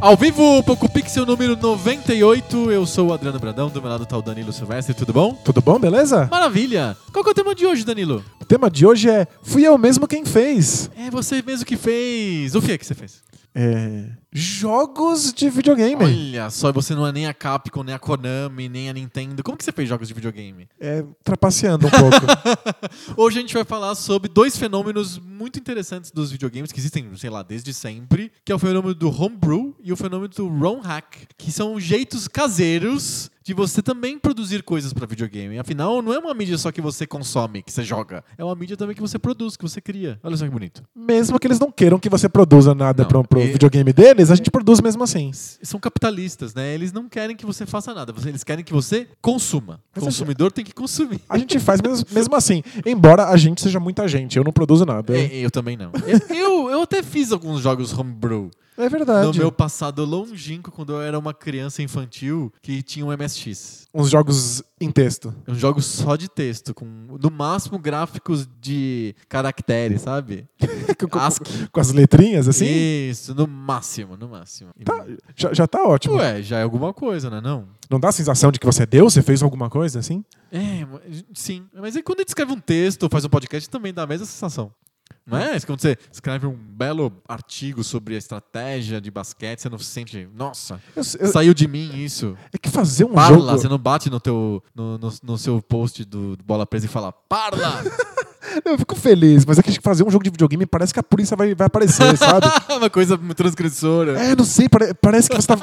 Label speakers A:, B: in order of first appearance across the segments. A: Ao vivo, Poco Pixel número 98, eu sou o Adriano Bradão, do meu lado tá o Danilo Silvestre, tudo bom?
B: Tudo bom, beleza?
A: Maravilha! Qual que é o tema de hoje, Danilo?
B: O tema de hoje é Fui eu mesmo quem fez.
A: É você mesmo que fez. O que é que você fez?
B: É, Jogos de videogame.
A: Olha só, você não é nem a Capcom, nem a Konami, nem a Nintendo. Como que você fez jogos de videogame?
B: É, trapaceando um pouco.
A: Hoje a gente vai falar sobre dois fenômenos muito interessantes dos videogames que existem, sei lá, desde sempre, que é o fenômeno do homebrew e o fenômeno do ROM hack, que são jeitos caseiros de você também produzir coisas para videogame. Afinal, não é uma mídia só que você consome, que você joga. É uma mídia também que você produz, que você cria. Olha só que bonito.
B: mesmo que eles não queiram que você produza nada
A: Não,
B: pro, pro
A: e-
B: videogame deles, a gente produz mesmo assim.
A: S- São capitalistas, né? Eles não querem que você faça nada, você- eles querem que você consuma. O
B: Mas
A: consumidor tem que consumir.
B: A gente faz mesmo, mesmo assim. Embora a gente seja muita gente, eu não produzo nada.
A: É, eu também não. Eu, eu, eu até fiz alguns jogos homebrew
B: É
A: no
B: verdade.
A: meu passado longínquo, quando eu era uma criança infantil que tinha um MSX.
B: Uns jogos em texto.
A: Um jogo só de texto, com no máximo gráficos de caracteres, sabe?
B: Com- com-
A: ASCII.
B: Com as letrinhas, assim.
A: Isso, no máximo, no máximo.
B: Tá, já, já tá ótimo.
A: Ué, já é alguma coisa, né? Não?
B: Não dá a sensação de que você é Deus? Você fez alguma coisa assim?
A: É, ma- sim. Mas aí quando a gente escreve um texto ou faz um podcast, também dá a mesma sensação. Não é? Isso Quando você escreve um belo artigo sobre a estratégia de basquete, você não se sente. Nossa,
B: Eu- eu-
A: saiu de mim isso.
B: é que fazer um
A: Parla,
B: jogo.
A: você não bate no, teu, no, no, no seu post do, do Bola Presa e fala, parla!
B: Eu fico feliz, mas é que fazer um jogo de videogame parece que a polícia vai, vai aparecer, sabe?
A: Uma coisa transgressora.
B: É, não sei, pare- parece que você tá,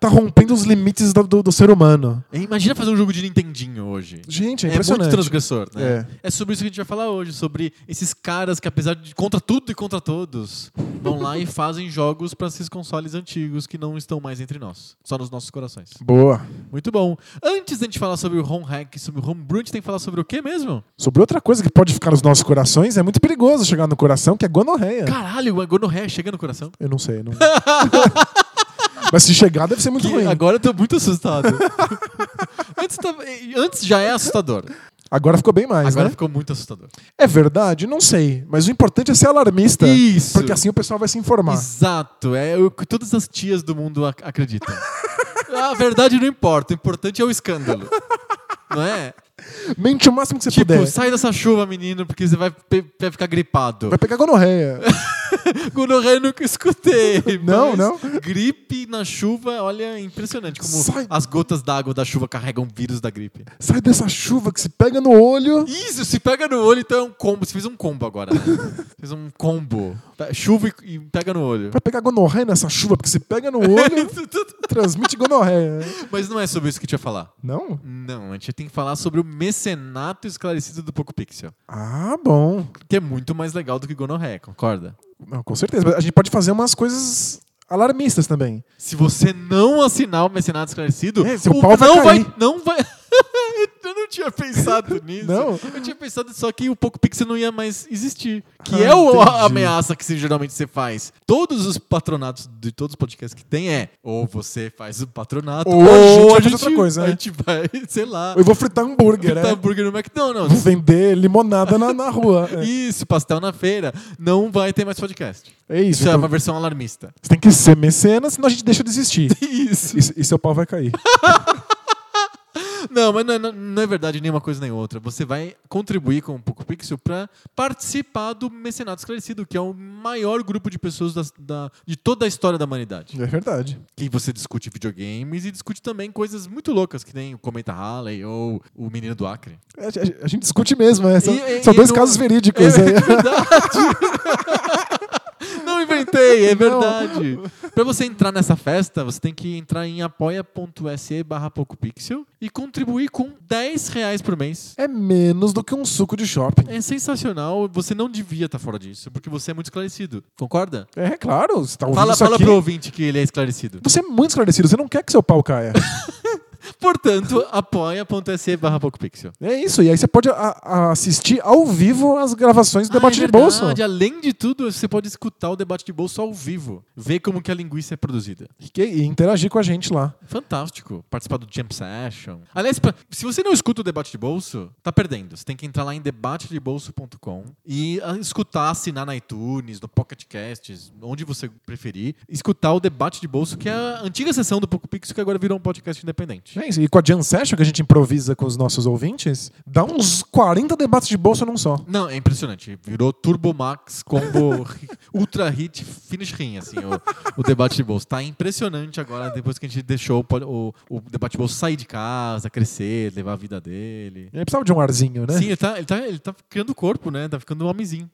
B: tá rompendo os limites do, do- do ser humano.
A: É, Imagina fazer um jogo de Nintendinho hoje.
B: Gente, é
A: É muito
B: impressionante.
A: transgressor, né? É. sobre isso que a gente vai falar hoje, sobre esses caras que, apesar de contra tudo e contra todos, vão lá e fazem jogos para esses consoles antigos que não estão mais entre nós, só nos nossos corações.
B: Boa.
A: Muito bom. Antes da gente falar sobre o home hack, sobre o homebrew, a gente tem que falar sobre o quê mesmo?
B: Sobre outra coisa que pode ficar nos nossos corações, é muito perigoso chegar no coração, que é gonorreia.
A: Caralho, a gonorreia chega no coração.
B: Eu não sei, não. mas se chegar, deve ser muito
A: Que
B: ruim. Agora...
A: agora eu tô muito assustado. antes, tava- antes já é assustador.
B: ficou bem mais,
A: agora
B: né?
A: ficou muito assustador.
B: É verdade? Não sei. Mas o importante é ser alarmista.
A: Isso.
B: Porque assim o pessoal vai se informar.
A: Exato, é o que todas as tias do mundo ac- acreditam. A verdade não importa, o importante é o escândalo. Não é?
B: Mente o máximo que você
A: Tipo,
B: puder.
A: sai dessa chuva, menino, porque você vai, pe- vai ficar gripado.
B: Vai pegar gonorreia.
A: Gonorreia eu nunca escutei.
B: Não,
A: mas
B: não.
A: Gripe na chuva, olha, é impressionante como
B: Sai-
A: as gotas d'água da chuva carregam o vírus da gripe.
B: Sai dessa chuva que se pega no olho.
A: Isso, se pega no olho, então é um combo. Você fez um combo agora, né? fez um combo. Pe- Chuva e e pega no olho.
B: Vai pegar gonorreia nessa chuva, porque se pega no olho, transmite gonorreia.
A: Mas não é sobre isso que a gente vai falar.
B: Não?
A: Não, a gente tem que falar sobre o mecenato esclarecido do Poco Pixel,
B: Ah, bom.
A: que é muito mais legal do que Gonorré, concorda?
B: Não, com certeza. Mas A gente pode fazer umas coisas alarmistas também.
A: Se você não assinar o mecenato esclarecido,
B: É, seu
A: o-
B: pau vai
A: não
B: cair.
A: vai, não vai. Eu não tinha pensado nisso.
B: Não?
A: Eu tinha pensado só que o Poco Pixel não ia mais existir, que
B: Ah,
A: é o, a
B: entendi.
A: ameaça que se- geralmente você faz. Todos os patronatos de todos os podcasts que tem é ou você faz o patronato
B: Ou a gente vai
A: a
B: fazer outra coisa,
A: a
B: né?
A: gente vai, sei lá,
B: Eu vou fritar hambúrguer,
A: fritar
B: né?
A: hambúrguer no McDonald's.
B: Vou vender limonada na, na rua. É.
A: Isso, pastel na feira. Não vai ter mais podcast.
B: É isso.
A: Isso é
B: então.
A: uma versão alarmista.
B: Você tem que ser mecenas, senão a gente deixa de existir.
A: Isso.
B: E, e seu pau vai cair.
A: Não, mas não é, não é verdade nenhuma coisa nem outra. Você vai contribuir com o Poco Pixel para participar do Mecenato Esclarecido, que é o maior grupo de pessoas das- da- de toda a história da humanidade.
B: É verdade.
A: Que você discute videogames e discute também coisas muito loucas, que nem o Cometa Halley ou o Menino do Acre.
B: A, É, a- a gente discute mesmo, né? São,
A: E- e-
B: são
A: e
B: dois
A: não-
B: casos
A: É
B: verídicos. né?
A: verdade. Não inventei, é
B: Não.
A: verdade. Pra você entrar nessa festa, você tem que entrar em apoia.se barra PocoPixel e contribuir com 10 reais por mês.
B: É menos do que um suco de shopping.
A: É sensacional, você não devia estar fora disso, porque você é muito esclarecido. Concorda?
B: É, claro, você tá ouvindo
A: Fala,
B: isso
A: fala
B: aqui.
A: pro ouvinte que ele é esclarecido.
B: Você é muito esclarecido, você não quer que seu pau caia.
A: Portanto, apoia.se barra PocoPixel.
B: é isso, e aí você pode a- a- assistir ao vivo as gravações do
A: Ah,
B: debate
A: é
B: de bolso.
A: verdade. Além de tudo, você pode escutar o debate de bolso ao vivo, ver como que a linguiça é produzida.
B: E que- E interagir com a gente lá.
A: Fantástico. Participar do Jam Session. Aliás, pra- se você não escuta o debate de bolso, tá perdendo. Você tem que entrar lá em debatedebolso.com e ah, escutar, assinar na iTunes, no Pocket Casts, onde você preferir, escutar o debate de bolso, que é a antiga sessão do Poco Pixel, que agora virou um podcast independente.
B: É isso, E com a Jam Session que a gente improvisa com os nossos ouvintes, dá uns 40 debates de bolso num só.
A: Não, é impressionante. Virou Turbo Max combo ri- ultra hit finish ring, assim, o, o debate de bolso. Tá impressionante agora, depois que a gente deixou o pod- o, o debate de bolso sair de casa, crescer, levar a vida dele.
B: Ele precisava de um arzinho, né?
A: Sim, ele tá, ele, tá, ele tá criando corpo, né? Tá ficando um homenzinho.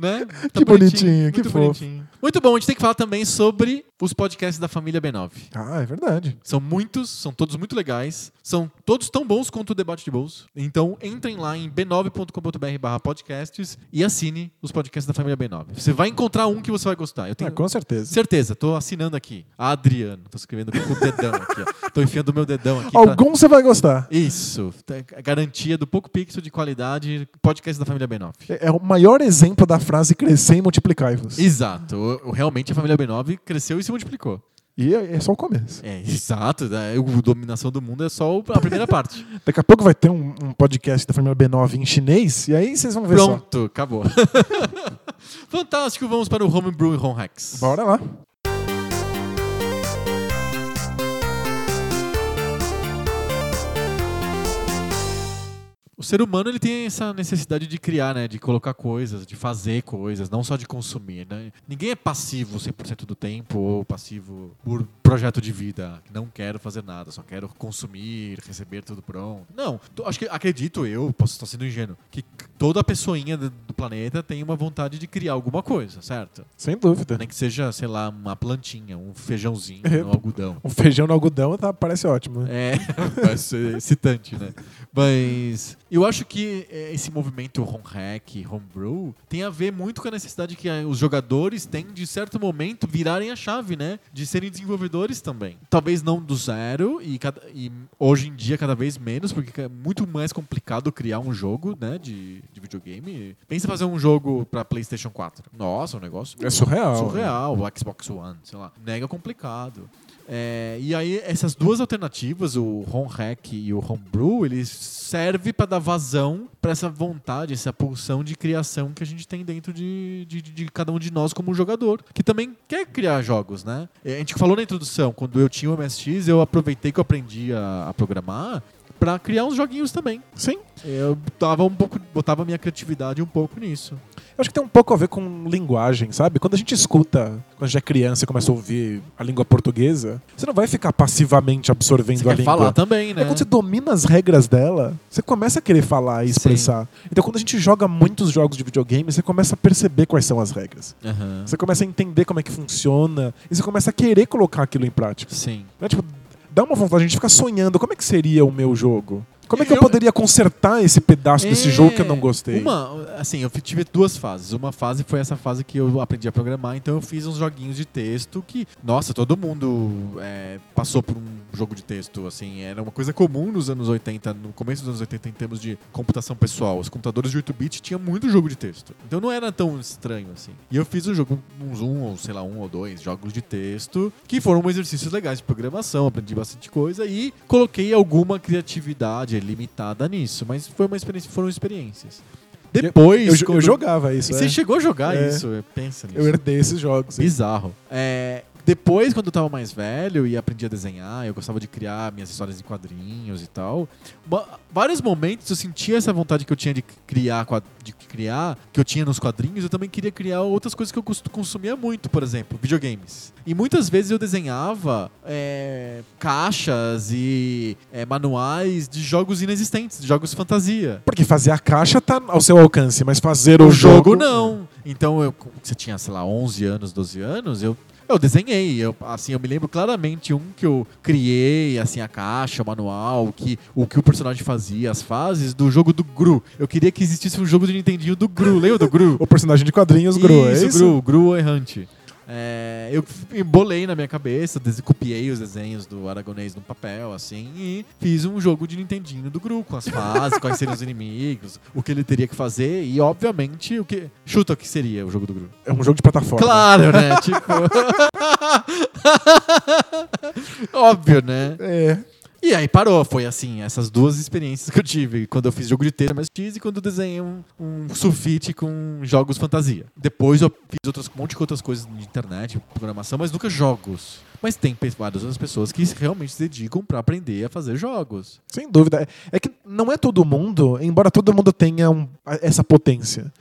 A: né? Tá
B: Que bonitinho, que
A: muito
B: fofo.
A: bonitinho. Muito bom, a gente tem que falar também sobre os podcasts da família B9.
B: Ah, é verdade.
A: São muitos, são todos muito legais, são todos tão bons quanto o debate de bolso. Então entrem lá em b9.com.br barra podcasts e assine os podcasts da família B9. Você vai encontrar um que você vai gostar. Eu tenho
B: Ah, com certeza.
A: certeza, tô assinando aqui. Adriano, tô escrevendo com o dedão aqui, ó. Tô enfiando o meu dedão aqui. pra-
B: Algum você vai gostar.
A: isso, tá- a garantia do pouco pixel de qualidade, podcast da família B9.
B: É é o maior exemplo da frase crescer e multiplicar-vos.
A: Exato, o- o- realmente a família B9 cresceu e se multiplicou.
B: E é é só o começo.
A: É, exato, né? o Dominação do Mundo é só o- a primeira parte.
B: Daqui a pouco vai ter um, um podcast da família B9 em chinês, e aí vocês vão ver só.
A: Pronto, acabou. Fantástico, vamos para o Homebrew e Home Hacks.
B: Bora lá.
A: O ser humano ele tem essa necessidade de criar, né? De colocar coisas, de fazer coisas, não só de consumir, né? Ninguém é passivo 100% do tempo ou passivo por projeto de vida. Não quero fazer nada, só quero consumir, receber tudo pronto. Não, tô- acho que acredito eu, posso estar sendo ingênuo, que c- toda pessoinha do do planeta tem uma vontade de criar alguma coisa, certo?
B: Sem dúvida.
A: Nem que seja, sei lá, uma plantinha, um feijãozinho,
B: É.
A: um algodão.
B: O feijão no algodão tá, parece ótimo. né?
A: É, vai ser excitante, né? Mas eu acho que é, esse movimento home hack, homebrew, tem a ver muito com a necessidade que ah, os jogadores têm de certo momento virarem a chave, né? De serem desenvolvedores também. Talvez não do zero e, cada- e hoje em dia cada vez menos, porque é muito mais complicado criar um jogo, né? De, de videogame. Pensa em fazer um jogo pra PlayStation 4. Nossa, um negócio
B: É surreal.
A: surreal, o Xbox One, sei lá, mega complicado. É, e aí essas duas alternativas, o home hack e o homebrew, eles servem para dar vazão para essa vontade, essa pulsão de criação que a gente tem dentro de, de, de- de cada um de nós como jogador, que também quer criar jogos, né? É, A gente falou na introdução, quando eu tinha o MSX, eu aproveitei que eu aprendi a, a programar para criar uns joguinhos também.
B: Sim.
A: Eu tava um pouco, botava minha criatividade um pouco nisso.
B: Eu acho que tem um pouco a ver com linguagem, sabe? Quando a gente escuta, quando a gente é criança e começa a ouvir a língua portuguesa, você não vai ficar passivamente absorvendo
A: Você
B: a
A: quer
B: língua.
A: falar também,
B: É
A: né?
B: quando você domina as regras dela, você começa a querer falar e expressar. Então, quando a gente joga muitos jogos de videogame, você começa a perceber quais são as regras.
A: Aham.
B: Você começa a entender como é que funciona e você começa a querer colocar aquilo em prática.
A: Sim.
B: Não é, tipo, dá uma vontade, a gente fica sonhando como é que seria o meu jogo. Como é que eu,
A: Eu-
B: poderia consertar esse pedaço desse
A: É.
B: jogo que eu não gostei?
A: Uma, assim, eu fi- tive duas fases. Uma fase foi essa fase que eu aprendi a programar, então eu fiz uns joguinhos de texto que, nossa, todo mundo é, passou por um jogo de texto, assim, era uma coisa comum nos anos 80, no começo dos anos 80 em termos de computação pessoal. Os computadores de 8-bit tinham muito jogo de texto. Então não era tão estranho assim. E eu fiz um jogo, uns um, ou sei lá, um ou dois jogos de texto, que foram um exercícios legais de programação, aprendi bastante coisa e coloquei alguma criatividade limitada nisso, mas foi uma experiência, foram experiências. Depois.
B: eu, jo- eu
A: quando-
B: jogava isso.
A: Você
B: é.
A: chegou a jogar
B: É.
A: isso? é, Pensa nisso.
B: Eu assim. herdei esses jogos. hein?
A: Bizarro. É, depois, quando eu tava mais velho e aprendi a desenhar, eu gostava de criar minhas histórias em quadrinhos e tal. Ba- vários momentos eu sentia essa vontade que eu tinha de criar, quad- de criar, que eu tinha nos quadrinhos. Eu também queria criar outras coisas que eu cons- consumia muito, por exemplo, videogames. E muitas vezes eu desenhava é, caixas e é, manuais de jogos inexistentes, de jogos fantasia.
B: Porque fazer a caixa tá ao seu alcance, mas fazer o,
A: O jogo não. Então, eu, você tinha, sei lá, 11 anos, 12 anos, eu eu desenhei, eu, assim, eu me lembro claramente um que eu criei, assim, a caixa, o manual, o que, o que o personagem fazia, as fases do jogo do Gru. Eu queria que existisse um jogo de Nintendinho do Gru, lembra do Gru?
B: O personagem de quadrinhos, Gru, é isso?
A: Gru, Gru errante. É, eu embolei na minha cabeça, des- copiei os desenhos do Aragonês no papel, assim, e fiz um jogo de Nintendinho do Gru, com as fases, quais seriam os inimigos, o que ele teria que fazer, e obviamente o que. Chuta o que seria o jogo do Gru.
B: É um jogo de plataforma.
A: Claro, né? tipo. Óbvio, né?
B: É.
A: E aí parou, foi assim, essas duas experiências que eu tive. Quando eu fiz jogo de texto mais X e quando eu desenhei um, um sulfite com jogos fantasia. Depois eu fiz outras, um monte de outras coisas de internet, programação, mas nunca jogos. Mas tem pe- várias outras pessoas que realmente se dedicam pra aprender a fazer jogos.
B: Sem dúvida. É que não é todo mundo, embora todo mundo tenha um- a- essa potência.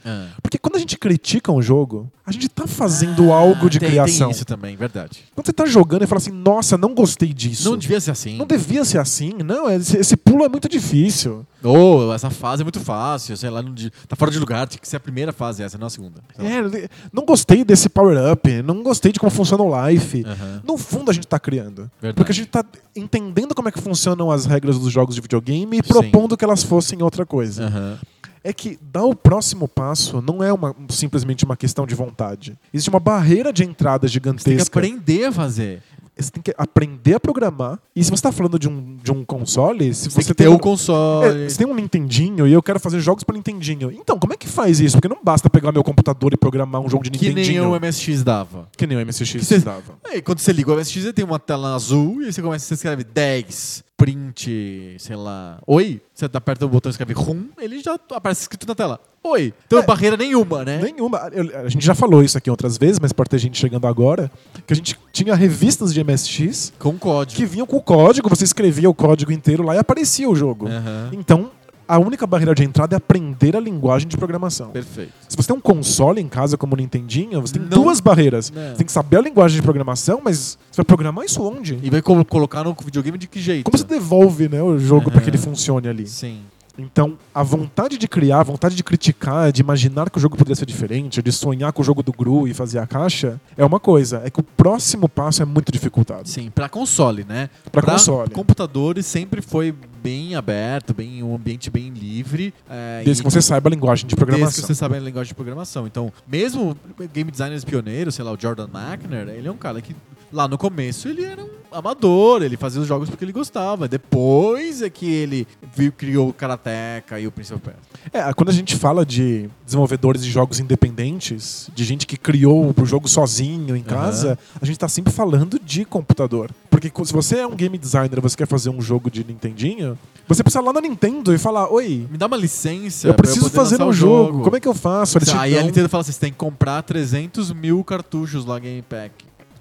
B: Porque quando a gente critica um jogo, a gente tá fazendo algo de
A: Ah, tem,
B: criação.
A: Tem isso também, verdade.
B: Quando você tá jogando e fala assim, nossa, não gostei disso.
A: Não devia ser assim.
B: Não devia ser assim, não. Esse, esse pulo é muito difícil.
A: Ou essa fase é muito fácil, sei lá, não de- tá fora de lugar, tinha que ser a primeira fase essa, não a segunda. Sei lá.
B: É, de- não gostei desse power-up, não gostei de como funciona o life.
A: Aham.
B: No fundo, a gente tá criando.
A: Verdade.
B: Porque a gente tá entendendo como é que funcionam as regras dos jogos de videogame
A: Sim.
B: e propondo que elas fossem outra coisa.
A: Aham.
B: É que dar o próximo passo não é uma- simplesmente uma questão de vontade. Existe uma barreira de entrada
A: Você tem que
B: gigantesca.
A: aprender a fazer.
B: Você tem que aprender a programar. E se você tá falando de um, de um console, se
A: Você, tem
B: você
A: que ter
B: um-
A: o console.
B: É, você tem um Nintendinho e eu quero fazer jogos pra Nintendinho. Então, como é que faz isso? Porque não basta pegar meu computador e programar um jogo de
A: que nem
B: Nintendinho.
A: o MSX dava.
B: Que nem o MSX
A: você-
B: dava.
A: Aí quando você liga o MSX, ele tem uma tela azul e aí você começa, você escreve 10, print, sei lá, oi. Você aperta o botão e escreve RUM, ele já aparece escrito na tela. Oi. Então
B: É.
A: barreira nenhuma, né?
B: Nenhuma. Eu- a gente já falou isso aqui outras vezes, mas pode ter gente chegando agora. Que a gente tinha revistas de MSX
A: Com um código.
B: que vinham com o código, você escrevia o código inteiro lá e aparecia o jogo.
A: Aham.
B: Então, a única barreira de entrada é aprender a linguagem de programação.
A: Perfeito.
B: Se você tem um console em casa como o Nintendinho, você tem
A: Não.
B: duas barreiras.
A: Não.
B: Você tem que saber a linguagem de programação, mas você vai programar isso onde?
A: E vai colo- colocar no videogame de que jeito?
B: Como você devolve né, o jogo pra
A: Aham.
B: que ele funcione ali?
A: Sim.
B: Então, a vontade de criar, a vontade de criticar, de imaginar que o jogo poderia ser diferente, de sonhar com o jogo do Gru e fazer a caixa, é uma coisa. É que o próximo passo é muito dificultado.
A: Sim, pra console, né?
B: Pra console.
A: computadores sempre foi bem aberto, bem um ambiente bem livre. é,
B: Desde
A: e-
B: que você saiba a linguagem de
A: Desde
B: programação. tá
A: que você sabe a linguagem de programação. Então, mesmo game designers pioneiros, sei lá, o Jordan Mackner, ele é um cara que lá no começo ele era um amador, ele fazia os jogos porque ele gostava. Depois é que ele viu, criou o Karateka e o Prince of Persia.
B: É, quando a gente fala de desenvolvedores de jogos independentes, de gente que criou o jogo sozinho em casa, a gente tá sempre falando de computador. Porque co- se você é um game designer e você quer fazer um jogo de Nintendinho, você precisa ir lá na Nintendo e falar: Oi,
A: Me dá uma licença.
B: eu
A: é, pra
B: preciso
A: poder
B: fazer
A: lançar
B: um
A: o
B: jogo. como é que eu faço? Eles te
A: Aí a
B: dão-
A: Nintendo fala assim: você tem que comprar 300 mil cartuchos lá Game Pack.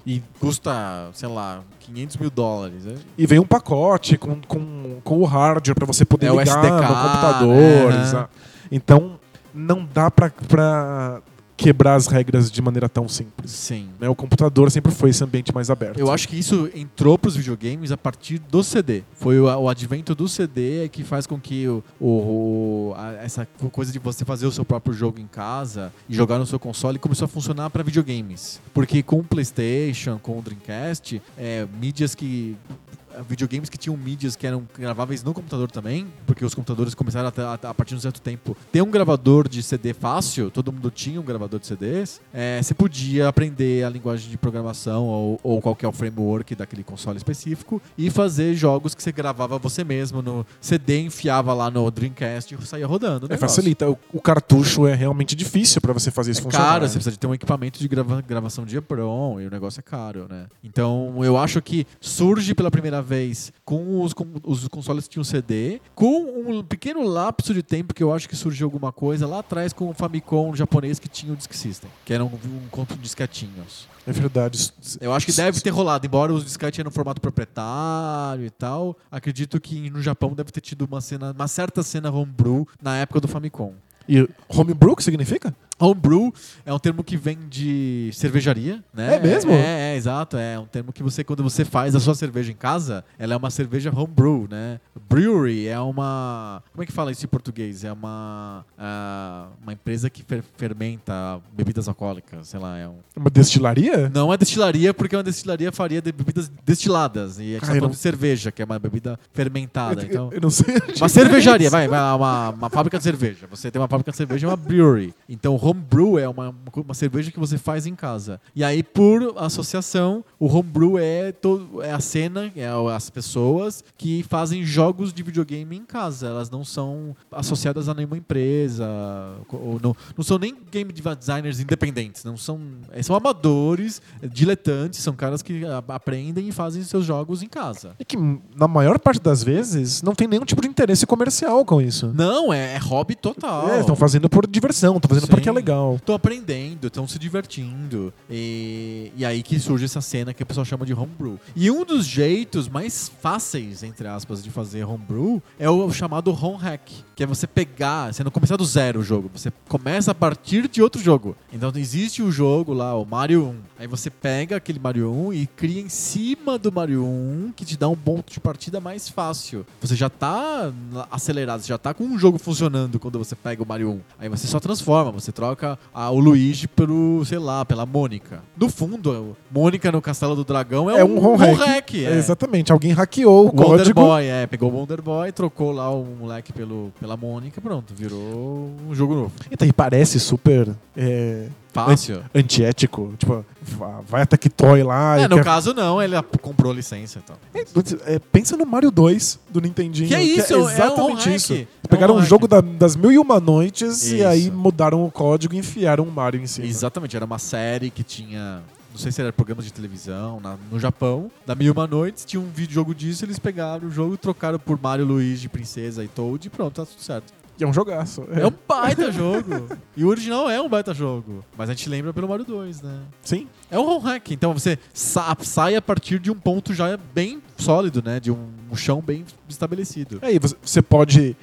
A: E custa, sei lá, 500 mil dólares. né?
B: E vem um pacote com, com, com o hardware pra você poder
A: É o
B: ligar
A: SDK,
B: no computador.
A: né?
B: exa- Então, não dá pra, pra quebrar as regras de maneira tão simples.
A: Sim.
B: né? O computador sempre foi esse ambiente mais aberto.
A: Eu acho que isso entrou pros videogames a partir do CD. Foi o, o advento do CD que faz com que o, o- a- essa coisa de você fazer o seu próprio jogo em casa e jogar no seu console começou a funcionar para videogames. Porque com o PlayStation, com o Dreamcast, é, mídias que eh, videogames que tinham mídias que eram graváveis no computador também, porque os computadores começaram a, a- a partir de um certo tempo ter um gravador de CD fácil, todo mundo tinha um gravador de CDs, é, você podia aprender a linguagem de programação ou, ou qualquer framework daquele console específico e fazer jogos que você gravava você mesmo no CD, enfiava lá no Dreamcast e saía rodando. o
B: É,
A: um negócio.
B: facilita. O, o cartucho é realmente difícil pra você fazer isso
A: É
B: funcionar. né?
A: caro, você precisa de ter um equipamento de grava- gravação de EPROM e o negócio é caro, né? Então eu acho que surge pela primeira vez com os, com os consoles que tinham CD, com um pequeno lapso de tempo que eu acho que surgiu alguma coisa lá atrás com o Famicom japonês que tinha o Disk System, que era um, um conto de disquetinhos.
B: É verdade. S- s-
A: Eu acho que deve ter rolado, embora os disquetes eram no formato proprietário e tal, acredito que no Japão deve ter tido uma, cena, uma certa cena homebrew na época do Famicom.
B: E homebrew, que significa?
A: Homebrew é um termo que vem de cervejaria, né?
B: É mesmo?
A: É, é, exato. É um termo que você, quando você faz a sua cerveja em casa, ela é uma cerveja homebrew, né? Brewery é uma... Como é que fala isso em português? É uma... ah, uma empresa que fer- fermenta bebidas alcoólicas, sei lá. É um...
B: Uma destilaria?
A: Não é destilaria, porque uma destilaria faria de bebidas destiladas. E a gente tá
B: Cara, eu
A: falando
B: não-
A: de cerveja, que é uma bebida fermentada.
B: eu,
A: Então...
B: eu não sei.
A: Uma cervejaria, vai, vai lá, uma, uma fábrica de cerveja. Você tem uma fábrica de cerveja, é uma brewery. Então, homebrew é uma, uma cerveja que você faz em casa. E aí, por associação, o homebrew é, todo, é a cena, é o- as pessoas que fazem jogos de videogame em casa. Elas não são associadas a nenhuma empresa, ou não, não são nem game designers independentes. Não são, é, são amadores, é, diletantes, são caras que a- aprendem e fazem seus jogos em casa.
B: E É que, na maior parte das vezes, não tem nenhum tipo de interesse comercial com isso.
A: Não, é, é hobby total.
B: É, estão fazendo por diversão, estão fazendo
A: Sim.
B: porque é legal.
A: Estão aprendendo, estão se divertindo. E, e aí que surge essa cena que o pessoal chama de homebrew. E um dos jeitos mais fáceis, entre aspas, de fazer homebrew é o chamado home hack. Que é você pegar, você não começar do zero o jogo. Você começa a partir de outro jogo. Então existe o jogo lá, o Mario 1. Aí você pega aquele Mario 1 e cria em cima do Mario 1 que te dá um ponto de partida mais fácil. Você já tá na- acelerado, você já tá com um jogo funcionando quando você pega o Mario 1. Aí você só transforma, você troca a- o Luigi pelo, sei lá, pela Mônica. No fundo, a Mônica no Castelo do Dragão é,
B: É
A: um,
B: um home hack.
A: hack, é.
B: Exatamente, alguém
A: O
B: hackeou o
A: Wonder
B: código.
A: Boy, é, pegou o Wonder Boy, trocou lá o moleque pelo, pela Mônica, pronto, virou um jogo novo.
B: Eita, Então, e parece super é,
A: Fácil.
B: antiético. Tipo, va- vai até Tectoy lá.
A: É,
B: e
A: no
B: quer-
A: caso não, ele a- comprou a licença e tal.
B: É, pensa no Mario 2 do Nintendinho.
A: Que é isso, é um
B: exatamente
A: hack.
B: isso.
A: É um
B: Pegaram um,
A: hack.
B: jogo da- das Mil e Uma Noites e
A: Isso.
B: aí mudaram o código e enfiaram o Mario em cima.
A: Exatamente, era uma série que tinha. Não sei se era programas de televisão na- no Japão, da Mil e Uma Noites, tinha um videojogo disso, eles pegaram o jogo, trocaram por Mario, Luigi, Princesa e Toad e pronto, tá tudo certo.
B: E é um jogaço.
A: É um baita jogo! E o original é um baita jogo, mas a gente lembra pelo Mario 2, né?
B: Sim.
A: É um home hack, então você sa- sai a partir de um ponto já bem sólido, né? De um, um chão bem estabelecido.
B: Aí É, você- você pode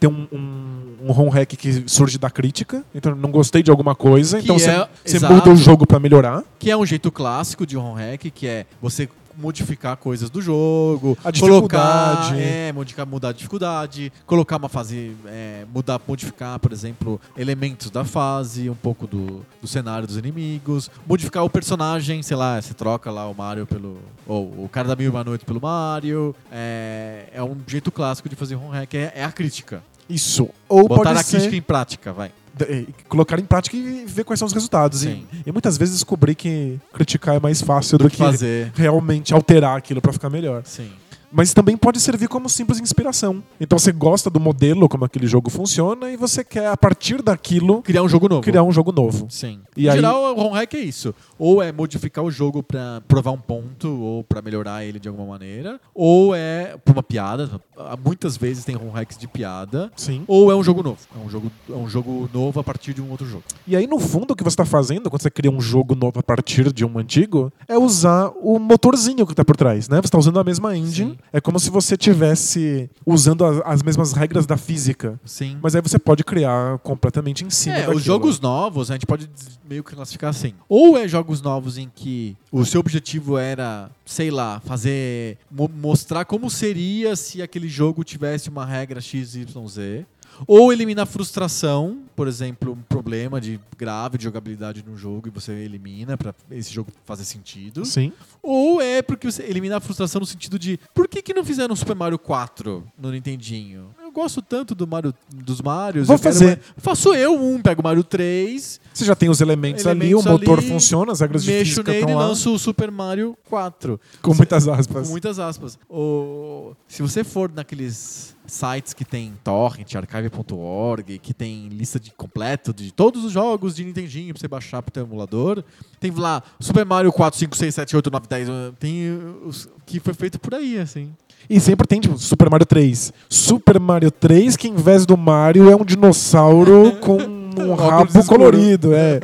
B: ter um, um, um home hack que surge da crítica. Então, não gostei de alguma coisa.
A: Que
B: então, você-
A: é-
B: você
A: exato.
B: muda o jogo pra melhorar.
A: Que é um jeito clássico de home hack, que é você modificar coisas do jogo,
B: A
A: colocar,
B: dificuldade.
A: é, modificar, mudar a dificuldade, colocar uma fase, é, mudar, modificar, por exemplo, elementos da fase, um pouco do, do cenário dos inimigos, modificar o personagem, sei lá, você troca lá o Mario pelo ou o cara da Mil e Uma Noite pelo Mario, é, é um jeito clássico de fazer home hack, é, é a crítica,
B: Isso. Ou
A: botar
B: pode
A: a crítica
B: ser...
A: em prática, vai.
B: de- eh, colocar em prática e ver quais são os resultados.
A: Sim.
B: E, e muitas vezes descobri que criticar é mais fácil do, que,
A: fazer.
B: realmente alterar aquilo pra ficar melhor.
A: Sim.
B: Mas também pode servir como simples inspiração. Então você gosta do modelo, como aquele jogo funciona, e você quer, a partir daquilo,
A: Criar um jogo novo.
B: criar um jogo novo.
A: Sim.
B: E
A: em
B: aí-
A: geral, o home hack é isso. Ou é modificar o jogo pra provar um ponto, ou pra melhorar ele de alguma maneira, ou é pra uma piada. Ah, Muitas vezes tem home hacks de piada.
B: Sim.
A: Ou é um jogo novo. É um jogo, é um jogo novo a partir de um outro jogo.
B: E aí, no fundo, o que você está fazendo quando você cria um jogo novo a partir de um antigo é usar o motorzinho que está por trás, né? Você está usando a mesma engine.
A: Sim.
B: É como se você tivesse usando as, as mesmas regras da física.
A: Sim.
B: Mas aí você pode criar completamente em cima.
A: É,
B: daquilo.
A: os jogos novos a gente pode des- meio que classificar assim. Ou é jogos novos em que o seu objetivo era, sei lá, fazer. mo- mostrar como seria se aquele jogo tivesse uma regra XYZ. Ou eliminar frustração, por exemplo, um problema de grave de jogabilidade no jogo e você elimina pra esse jogo fazer sentido.
B: Sim.
A: Ou é porque você eliminar a frustração no sentido de por que, que não fizeram um Super Mario 4 no Nintendinho? Eu gosto tanto do Mario, dos Marios.
B: Vou
A: eu quero-
B: fazer.
A: faço eu um, pego o Mario 3,
B: Você já tem os elementos, ali, o
A: Elementos
B: motor
A: ali,
B: funciona, as regras de
A: mexo
B: física
A: nele e
B: estão lá.
A: lanço o Super Mario 4.
B: Com muitas aspas.
A: Com muitas aspas. O- se você for naqueles sites que tem torrent, archive.org, que tem lista de completo de todos os jogos de Nintendinho pra você baixar pro teu emulador, tem lá Super Mario 4, 5, 6, 7, 8, 9, 10. eh, Tem os que foi feito por aí, assim.
B: E sempre tem, tipo, Super Mario 3. Super Mario 3, que em vez do Mario é um dinossauro com um
A: Óculos
B: rabo
A: escuro.
B: colorido, é.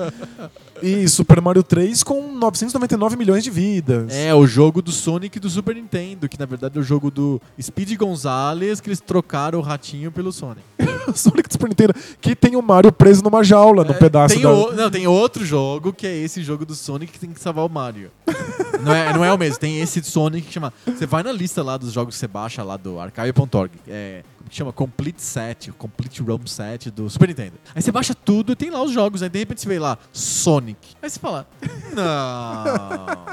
B: E Super Mario 3 com 999 milhões de vidas.
A: É, o jogo do Sonic e do Super Nintendo, que na verdade é o jogo do Speed Gonzalez, que eles trocaram o ratinho pelo Sonic.
B: O Sonic do Super Nintendo, que tem o Mario preso numa jaula, num pedaço
A: É, tem
B: da...
A: o- Não, tem outro jogo que é esse jogo do Sonic que tem que salvar o Mario. não, é, não é o mesmo, tem esse Sonic que chama. Você vai na lista lá dos jogos que você baixa lá do archive.org. É, como que chama Complete Set, Complete ROM Set do Super Nintendo. Aí você baixa tudo e tem lá os jogos, aí de repente você vê lá Sonic. Aí você fala: Não.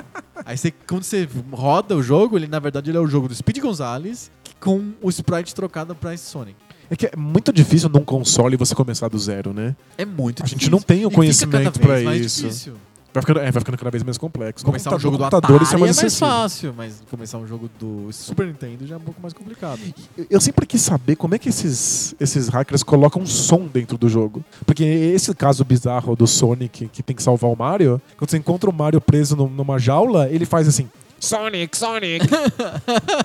A: Aí você, quando você roda o jogo, ele na verdade ele é o jogo do Speed Gonzalez com o sprite trocado pra esse Sonic.
B: É que é muito difícil num console você começar do zero, né?
A: É muito
B: A gente
A: difícil.
B: não tem o
A: E fica cada
B: conhecimento
A: vez
B: pra
A: mais
B: isso.
A: difícil.
B: Vai ficando, é, vai ficando cada vez mais complexo. No
A: Começar um jogo do
B: no computador,
A: Atari
B: isso
A: é mais,
B: acessível.
A: fácil, mas começar um jogo do Super Nintendo já é um pouco mais complicado.
B: Eu- Eu sempre quis saber como é que esses, esses hackers colocam um som dentro do jogo. Porque esse caso bizarro do Sonic que tem que salvar o Mario, quando você encontra o Mario preso num- numa jaula, ele faz assim.
C: Sonic, Sonic.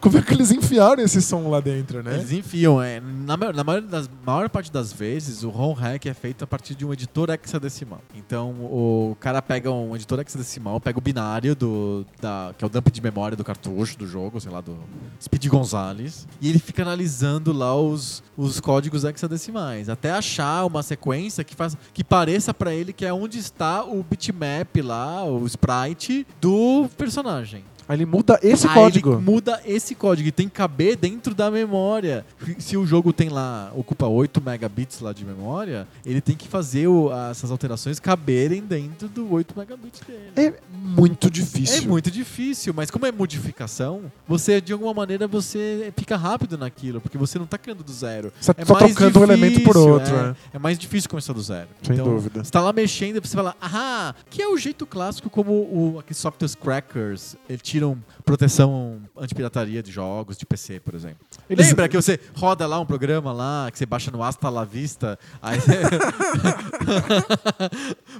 B: Como é que eles enfiaram esse som lá dentro, né?
A: Eles enfiam, é, na, maior, na maior das- maior parte das vezes, o ROM hack é feito a partir de um editor hexadecimal. Então, o cara pega um editor hexadecimal, pega o binário, do, da, que é o dump de memória do cartucho do jogo, sei lá, do Speed Gonzales, e ele fica analisando lá os, os códigos hexadecimais, até achar uma sequência que, faz, que pareça pra ele que é onde está o bitmap lá, o sprite do personagem.
B: Aí Ah, ele muda esse
A: Aí
B: código.
A: Ele muda esse código e tem que caber dentro da memória. Se o jogo tem lá, ocupa 8 megabits lá de memória, ele tem que fazer o- essas alterações caberem dentro do 8 megabits dele.
B: É muito difícil.
A: É muito difícil, mas como é modificação, você de alguma maneira você fica rápido naquilo, porque você não tá criando do zero.
B: Você
A: É
B: tá
A: mais
B: trocando um elemento por
A: difícil,
B: outro.
A: é.
B: né?
A: É mais difícil começar do zero.
B: Sem
A: Então,
B: dúvida.
A: Você tá lá mexendo e você fala, ah, que é o jeito clássico como o, aqueles softwares crackers eles tiram proteção antipirataria de jogos, de PC, por exemplo.
B: Eles-
A: Lembra que você roda lá um programa lá, que você baixa no Asta La Vista, aí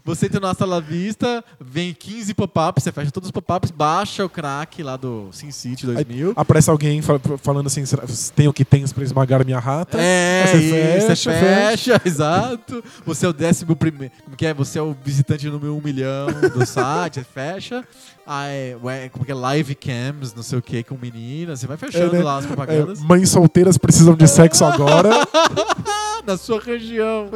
A: você entra no Asta La Vista, vem 15 pop-ups, você fecha todos os pop-ups, baixa o crack lá do SimCity 2000.
B: Aparece alguém fal- falando assim: será- tem o que tens pra esmagar minha rata?
A: É,
B: Aí você
A: e você
B: fecha,
A: fecha, exato. Você é o décimo primeiro. Como que é? Você é o visitante número um milhão do site, aí fecha. Aí, ué, como que é? Live cams, não sei o que, com meninas. Você vai fechando
B: É, né?
A: lá as
B: É,
A: propagandas
B: mães solteiras precisam de sexo agora.
A: na sua região.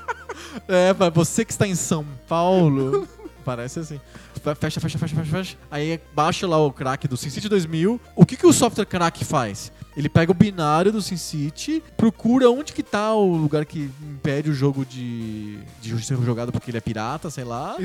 A: é, mas você que está em São Paulo, parece assim. Fe- Fecha, fecha, fecha, fecha, fecha. Aí baixa lá o crack do SimCity 2000. O que, que o software crack faz? Ele pega o binário do SimCity, procura onde que tá o lugar que impede o jogo de, de ser jogado porque ele é pirata, sei lá.
B: e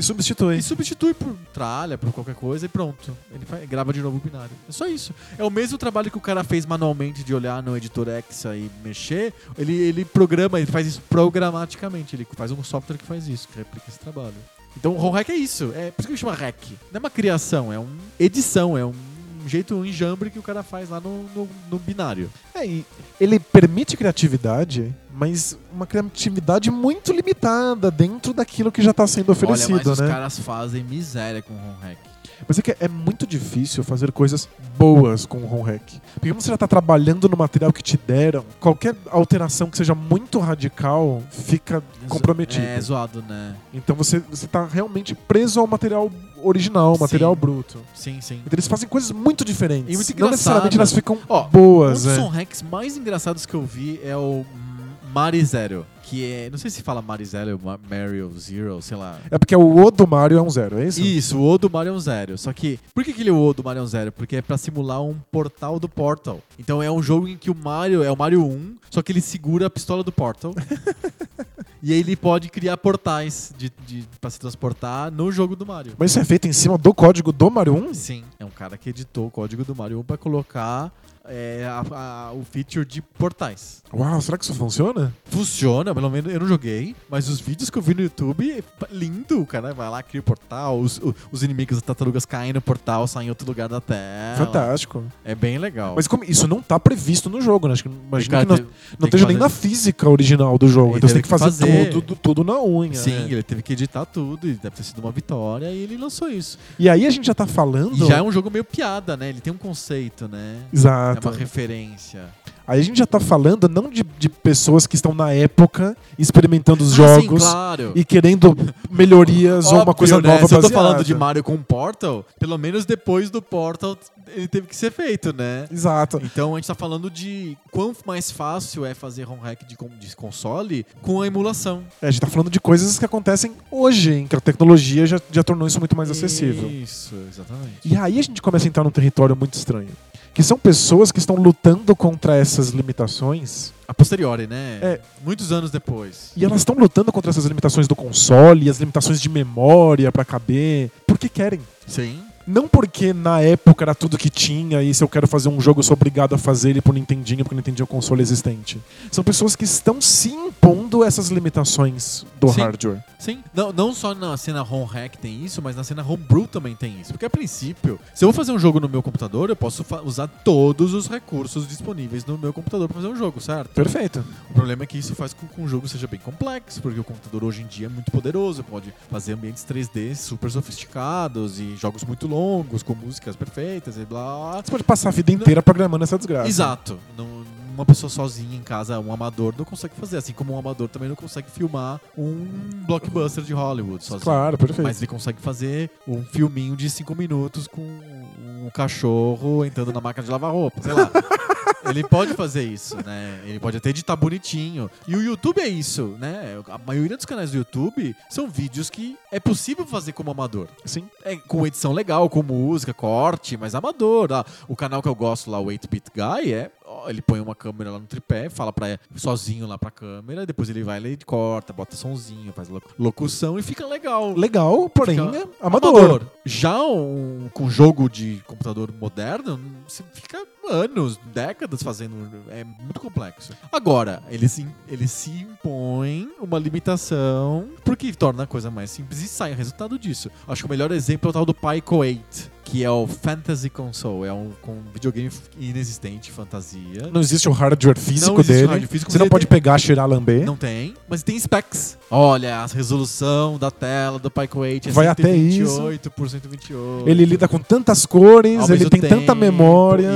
B: substitui.
A: E substitui por tralha, por qualquer coisa e pronto. Ele fa- grava de novo o binário. É só isso. É o mesmo trabalho que o cara fez manualmente de olhar no editor Exa e mexer. Ele, ele programa, ele faz isso programaticamente. Ele faz um software que faz isso, que replica esse trabalho. Então o ROM hack é isso. É por isso que ele chama hack. Não é uma criação, é uma edição, é um jeito um enjambre que o cara faz lá no, no- no binário.
B: É, e ele permite criatividade, mas uma criatividade muito limitada dentro daquilo que já está sendo
A: Olha, mas
B: oferecido,
A: os
B: né?
A: caras fazem miséria com o ROM hack.
B: Mas é que é muito difícil fazer coisas boas com o home hack. Porque como você já está trabalhando no material que te deram, qualquer alteração que seja muito radical fica comprometida.
A: É zoado, né?
B: Então você está realmente preso ao material original, ao
A: Sim.
B: É um material bruto.
A: Sim, sim.
B: Então eles fazem coisas muito diferentes.
A: E muito
B: não necessariamente
A: engraçado.
B: elas ficam
A: Ó, Um dos
B: boas, né?
A: som hacks mais engraçados que eu vi é o Mari Zero, que é. Não sei se fala Mari Zero, Ma- Mario Zero, sei lá.
B: É porque o O do Mario é um zero, é isso?
A: Isso, o O do Mario Zero. Só que, por que, que ele é o O do Mario Zero? Porque é pra simular um portal do Portal. Então é um jogo em que o Mario é o Mario 1, só que ele segura a pistola do Portal. e aí ele pode criar portais de, de, pra se transportar no jogo do Mario.
B: Mas isso é feito em cima do código do Mario 1?
A: Sim, é um cara que editou o código do Mario 1 pra colocar é, a- a- o feature de portais.
B: Uau, será que isso funciona?
A: Funciona, pelo menos eu não joguei, mas os vídeos que eu vi no YouTube, é lindo, o cara vai lá, cria o portal, os, o- os inimigos das tartarugas caem no portal, saem em outro lugar da tela.
B: Fantástico.
A: É bem legal.
B: Mas como- isso não tá previsto no jogo, né? Acho que, imagino que
A: Cara,
B: não,
A: teve-
B: não
A: tem que
B: esteja nem
A: fazer-
B: na física original do jogo.
A: Ele
B: então você tem
A: teve
B: que
A: que
B: fazer,
A: fazer.
B: Tudo, tudo, tudo na unha.
A: Sim,
B: né?
A: ele teve que editar tudo, e deve ter sido uma vitória, e ele lançou isso.
B: E aí a gente já tá falando.
A: E já é um jogo meio piada, né? Ele tem um conceito, né? É
B: Exato.
A: uma referência.
B: Aí a gente já tá falando não de, de pessoas que estão na época experimentando os
A: Ah, sim,
B: jogos
A: claro.
B: e querendo melhorias ou uma
A: Óbvio,
B: coisa
A: né?
B: nova
A: Se eu tô
B: baseada.
A: falando de Mario com Portal, pelo menos depois do Portal ele teve que ser feito, né?
B: Exato.
A: Então a gente tá falando de quão mais fácil é fazer home hack de, con- de console com a emulação.
B: É, a gente tá falando de coisas que acontecem hoje, em que a tecnologia já, já tornou isso muito mais acessível.
A: Isso, exatamente.
B: E aí a gente começa a entrar num território muito estranho. Que são pessoas que estão lutando contra essas limitações.
A: A posteriori, né?
B: É.
A: Muitos anos depois.
B: E elas estão lutando contra essas limitações do console, as limitações de memória pra caber. Porque querem.
A: Sim.
B: Não porque na época era tudo que tinha e se eu quero fazer um jogo eu sou obrigado a fazer ele pro Nintendinho, porque o Nintendinho é um console existente. São pessoas que estão se impondo essas limitações do
A: Sim.
B: hardware.
A: Sim. Não, não só na cena home hack tem isso, mas na cena homebrew também tem isso. Porque a princípio, se eu vou fazer um jogo no meu computador, eu posso fa- usar todos os recursos disponíveis no meu computador pra fazer um jogo, certo?
B: Perfeito.
A: O problema é que isso faz com que um jogo seja bem complexo, porque o computador hoje em dia é muito poderoso, pode fazer ambientes 3D super sofisticados e jogos muito longos, com músicas perfeitas e blá. blá.
B: Você pode passar a vida inteira programando essa desgraça.
A: Exato. Não- uma pessoa sozinha em casa, um amador, não consegue fazer, assim como um amador também não consegue filmar um blockbuster de Hollywood sozinho.
B: Claro, perfeito.
A: Mas ele consegue fazer um filminho de cinco minutos com um cachorro entrando na máquina de lavar roupa, sei lá. Ele pode fazer isso, né? Ele pode até editar bonitinho. E o YouTube é isso, né? A maioria dos canais do YouTube são vídeos que é possível fazer como amador.
B: Sim.
A: É, com edição legal, com música, corte, mas amador. Ah, o canal que eu gosto lá, o 8-Bit Guy, é. ó, ele põe uma câmera lá no tripé, fala pra, sozinho lá pra câmera, depois ele vai lá e corta, bota sonzinho, faz lo- locução e fica legal.
B: Legal, porém,
A: Fica-
B: é amador.
A: Já um, com jogo de computador moderno, você fica anos, décadas fazendo. É muito complexo. Agora, ele se, ele se impõe uma limitação, porque torna a coisa mais simples e sai o resultado disso. Acho que o melhor exemplo é o tal do Pyco 8, que é o Fantasy Console. É um, com um videogame inexistente, fantasia.
B: Não existe o hardware físico
A: Não existe
B: dele.
A: hardware físico,
B: Você
A: mas
B: não
A: ele
B: pode pegar, cheirar, lamber.
A: Não tem, mas tem specs. Olha, a resolução da tela do Pyco 8 é
B: Vai até isso.
A: 128 por 128.
B: Ele lida com tantas cores,
A: Ao
B: ele
A: mesmo
B: tem tanta
A: tempo,
B: memória.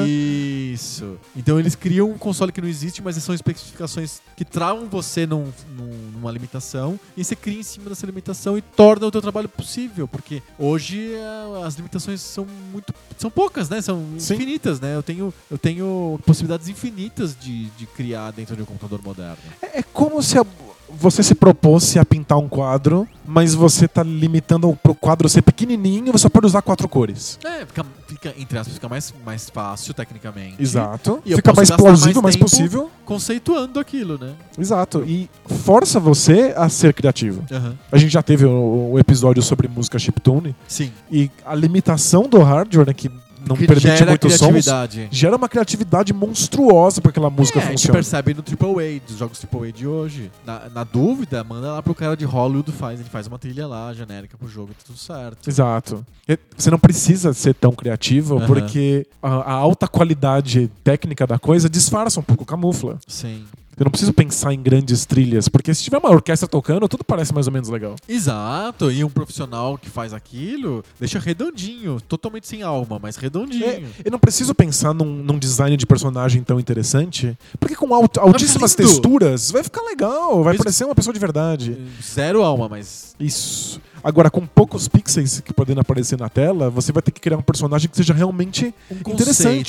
A: Isso. Então eles criam um console que não existe, mas são especificações que travam você num- num- numa limitação e você cria em cima dessa limitação e torna o teu trabalho possível, porque hoje eh, as limitações são muito são poucas, né? São
B: Sim.
A: infinitas, né? Eu tenho eu tenho possibilidades infinitas de, de criar dentro de um computador moderno.
B: É como se a- você se propôs a pintar um quadro, mas você tá limitando pro quadro ser pequenininho, você só pode usar quatro cores.
A: É, fica, fica entre aspas, fica mais mais fácil tecnicamente.
B: Exato.
A: E eu
B: Fica
A: posso
B: mais
A: gastar
B: plausível, mais,
A: mais tempo.
B: possível.
A: Conceituando aquilo, né?
B: Exato. E força você a ser criativo.
A: Aham.
B: A gente já teve o, o episódio sobre música chiptune
A: Sim.
B: e a limitação do hardware, né, que não
A: Que
B: permite
A: gera
B: muitos sons,
A: criatividade.
B: gera uma criatividade monstruosa pra aquela música
A: é, a gente
B: funcionar.
A: percebe no AAA, dos jogos AAA de hoje. Na, na dúvida, manda lá pro cara de Hollywood, faz, ele faz uma trilha lá, genérica pro jogo, tá tudo certo.
B: Exato. E Você não precisa ser tão criativo,
A: Aham.
B: porque a, a alta qualidade técnica da coisa disfarça um pouco, camufla.
A: Sim.
B: Eu não preciso pensar em grandes trilhas, porque se tiver uma orquestra tocando, tudo parece mais ou menos legal.
A: Exato, e um profissional que faz aquilo, deixa redondinho, totalmente sem alma, mas redondinho.
B: É, eu não preciso pensar num, num design de personagem tão interessante, porque com alt-
A: Tá
B: altíssimas
A: lindo.
B: texturas vai ficar legal, vai
A: Mesmo-
B: parecer uma pessoa de verdade.
A: Zero alma, mas.
B: Isso. Agora, com poucos pixels que podendo aparecer na tela, você vai ter que criar um personagem que seja realmente
A: Um
B: interessante,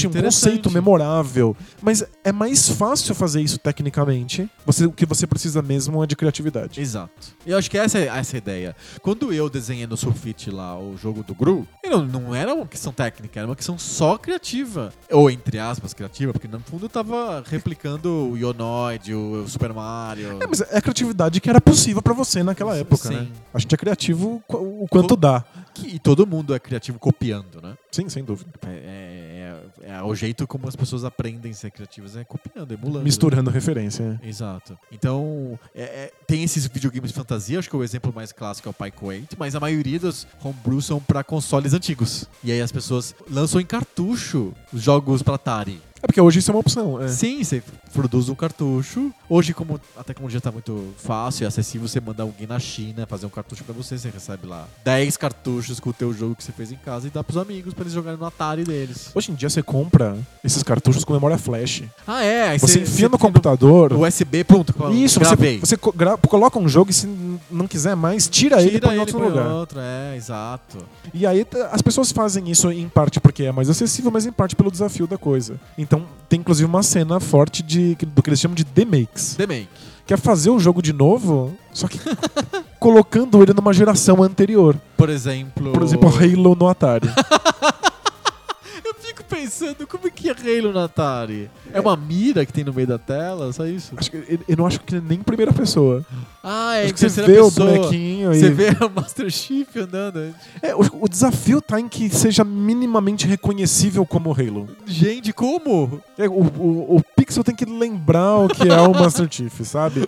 A: conceito,
B: um conceito
A: interessante.
B: memorável. Mas é mais fácil fazer isso tecnicamente. Você, o que você precisa mesmo é de criatividade.
A: Exato. Eu acho que essa é essa é a ideia. Quando eu desenhei no Sulfite lá o jogo do Gru, eu não, não era uma questão técnica, era uma questão só criativa. Ou entre aspas, criativa, porque no fundo eu tava replicando o Ionoid, o, o Super Mario.
B: É, mas é a criatividade que era possível pra você naquela época,
A: Sim.
B: né? A gente é criativo qu- o quanto dá.
A: Que- e todo mundo é criativo copiando, né?
B: Sim, sem dúvida.
A: É, é- é- é o jeito como as pessoas aprendem a ser criativas, é copiando, emulando.
B: Misturando referência. né?
A: Exato. Então, é- é- tem esses videogames de fantasia, acho que o exemplo mais clássico é o Pyco 8, mas a maioria dos homebrews são pra consoles antigos. E aí as pessoas lançam em cartucho os jogos pra Atari.
B: É porque hoje isso é uma opção. é.
A: Sim, você produz um cartucho. Hoje, como a tecnologia tá muito fácil e acessível, você manda alguém na China fazer um cartucho pra você, você recebe lá 10 cartuchos com o teu jogo que você fez em casa e dá pros amigos pra pra eles jogarem no Atari deles.
B: Hoje em dia você compra esses cartuchos com memória flash.
A: Ah, é. aí
B: Você
A: cê-
B: enfia
A: cê
B: no
A: tem
B: computador.
A: USB, pronto. pronto,
B: Isso, você,
A: gravei.
B: você co- gra- coloca um jogo e se n- não quiser mais, tira, ele e põe em outro
A: põe
B: lugar.
A: outro, é, exato.
B: E aí t- as pessoas fazem isso em parte porque é mais acessível, mas em parte pelo desafio da coisa. Então tem inclusive uma cena forte de, do que eles chamam de demakes.
A: The Make.
B: Que é fazer o jogo de novo, só que colocando ele numa geração anterior.
A: Por exemplo...
B: Por exemplo, Halo no Atari.
A: Eu fico pensando, como é que é Halo no Atari? É uma mira que tem no meio da tela? Só isso?
B: Acho que- eu, eu não acho que é nem em primeira pessoa.
A: Ah, é em
B: acho que você
A: terceira
B: vê o
A: pessoa.
B: bonequinho
A: Você
B: e...
A: vê o Master Chief andando.
B: É, o, o desafio tá em que seja minimamente reconhecível como Halo.
A: Gente, como?
B: É, o, o- o Pixel tem que lembrar o que é o Master Chief, sabe?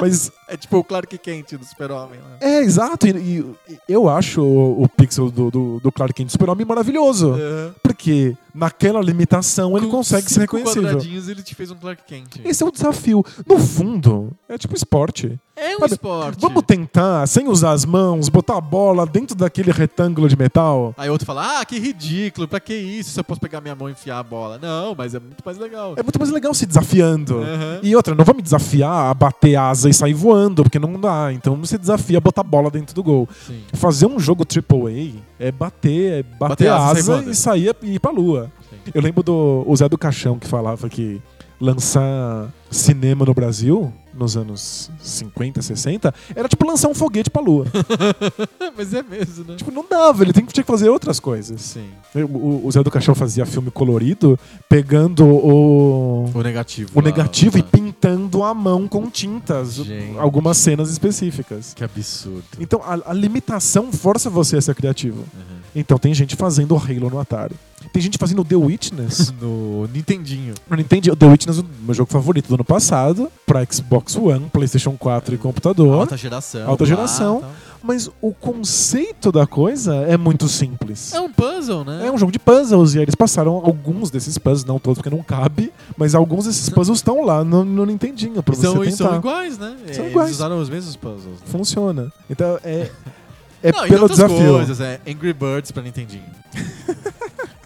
B: Mas
A: É tipo o Clark Kent do Super-Homem. Né?
B: é exato, e, e eu acho o, o Pixel do, do, do Clark Kent do Super-Homem maravilhoso.
A: Aham.
B: Porque naquela limitação ele
A: É. Com
B: consegue ser
A: cinco
B: reconhecível.
A: quadradinhos ele te fez um Clark Kent.
B: Esse é o desafio. No fundo, é tipo esporte.
A: É um
B: Sabe,
A: esporte.
B: Vamos tentar, sem usar as mãos, botar a bola dentro daquele retângulo de metal?
A: Aí outro fala, ah, que ridículo, pra que isso? Se eu posso pegar minha mão e enfiar a bola. Não, mas é muito mais legal.
B: É muito mais legal se desafiando.
A: Aham.
B: E outra, não vou me desafiar a bater asa e sair voando, porque não dá. Então você desafia a botar a bola dentro do gol.
A: Sim.
B: Fazer um jogo AAA é bater, é bater,
A: Bater
B: asa,
A: asa e sair voando. né?
B: e sair e ir pra lua.
A: Sim.
B: Eu lembro do o Zé do Caixão que falava que lançar cinema no Brasil nos anos 50, 60 era tipo lançar um foguete pra lua.
A: mas é mesmo, né?
B: tipo, não dava, ele tem- tinha que fazer outras coisas.
A: Sim.
B: O, o Zé do Caixão fazia filme colorido pegando o
A: O negativo.
B: o
A: lá,
B: negativo e
A: lá.
B: pintando a mão com tintas
A: tá. Gente.
B: algumas cenas específicas.
A: Que absurdo.
B: Então a, a limitação força você a ser criativo.
A: Uhum.
B: Então tem gente fazendo Halo no Atari. Tem gente fazendo The Witness.
A: No Nintendinho.
B: Eu não entendi. The Witness é o meu jogo favorito do ano passado pra Xbox One, PlayStation 4 e computador.
A: Alta geração. Ah, tá.
B: Alta
A: lá,
B: geração.
A: tal.
B: Mas o conceito da coisa é muito simples.
A: É um puzzle, né?
B: É um jogo de puzzles e aí eles passaram alguns desses puzzles, não todos porque não cabe, mas alguns desses puzzles estão lá no, no Nintendinho pra
A: são,
B: você
A: e
B: tentar.
A: são iguais, né? Então É,
B: iguais.
A: Eles usaram os mesmos puzzles. né?
B: funciona. Então é, é
A: Não, e
B: pelo
A: outras
B: desafio.
A: Coisas, é Angry Birds pra Nintendinho.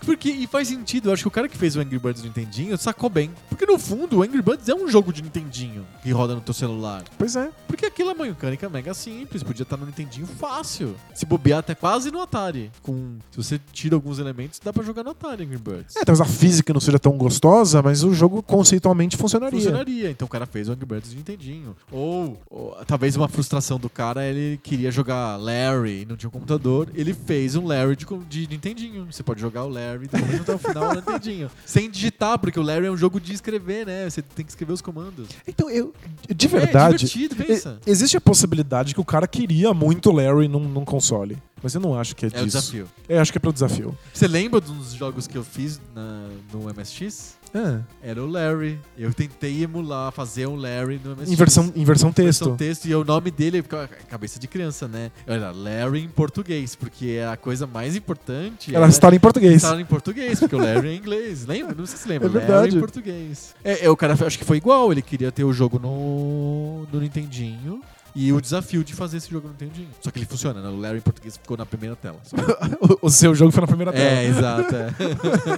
A: Porque, e faz sentido, eu acho que o cara que fez o Angry Birds do Nintendinho sacou bem. Porque no fundo, o Angry Birds é um jogo de Nintendinho que roda no teu celular.
B: Pois é.
A: Porque aquilo é uma mecânica mega simples, podia estar no Nintendinho fácil. Se bobear até quase no Atari. Com, se você tira alguns elementos, dá pra jogar no Atari Angry Birds.
B: é. Talvez a física não seja tão gostosa, mas o jogo conceitualmente funcionaria.
A: Funcionaria. Então o cara fez o Angry Birds do Nintendinho. Ou, ou, talvez uma frustração do cara, ele queria jogar Larry e não tinha um computador. Ele fez um Larry de, com- de Nintendinho. Você pode jogar o Larry do começo até o final no Nintendinho. Sem digitar, porque o Larry é um jogo de escrever, né? Você tem que escrever os comandos.
B: Então, eu, de
A: É
B: verdade,
A: divertido, pensa.
B: e- existe a possibilidade que o cara queria muito Larry num, num console. Mas eu não acho que é,
A: É o
B: disso.
A: desafio.
B: Eu acho que é pelo desafio.
A: Você lembra um dos jogos que eu fiz na- no MSX?
B: É.
A: Era o Larry. Eu tentei emular, fazer um Larry no MSX.
B: Em versão, em versão texto.
A: versão tipo texto e o nome dele, porque é cabeça de criança, né? Era Larry em português, porque é a coisa mais importante
B: Ela
A: era
B: está em português.
A: estar em português, porque o Larry é em inglês. Lembra? Não sei se lembra.
B: É verdade.
A: Larry em português. É, é, o cara acho que foi igual, ele queria ter o jogo no, no Nintendinho. E o desafio de fazer esse jogo no Nintendinho. Só que ele funciona, né? O Larry em português ficou na primeira tela. só.
B: O- o seu jogo foi na primeira tela.
A: É, exato. é.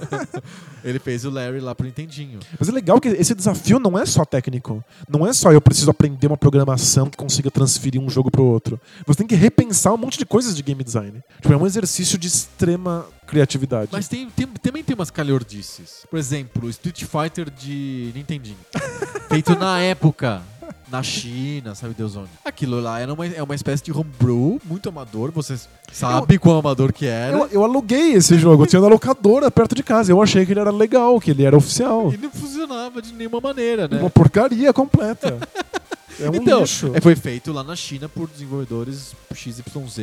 A: ele fez o Larry lá pro Nintendinho.
B: Mas é legal que esse desafio não é só técnico. Não é só eu preciso aprender uma programação que consiga transferir um jogo pro outro. Você tem que repensar um monte de coisas de game design. Tipo, é um exercício de extrema criatividade.
A: Mas tem, tem- também tem umas calhordices. Por exemplo, Street Fighter de Nintendinho. Feito na época. Na China, sabe Deus onde. Aquilo lá era uma, é uma espécie de homebrew muito amador. Você sabe quão amador que era.
B: eu, eu aluguei esse jogo, eu tinha na locadora perto de casa. Eu achei que ele era legal, que ele era oficial.
A: E não funcionava de nenhuma maneira, né?
B: Uma porcaria completa. É um
A: então,
B: lixo.
A: é, foi feito lá na China por desenvolvedores XYZ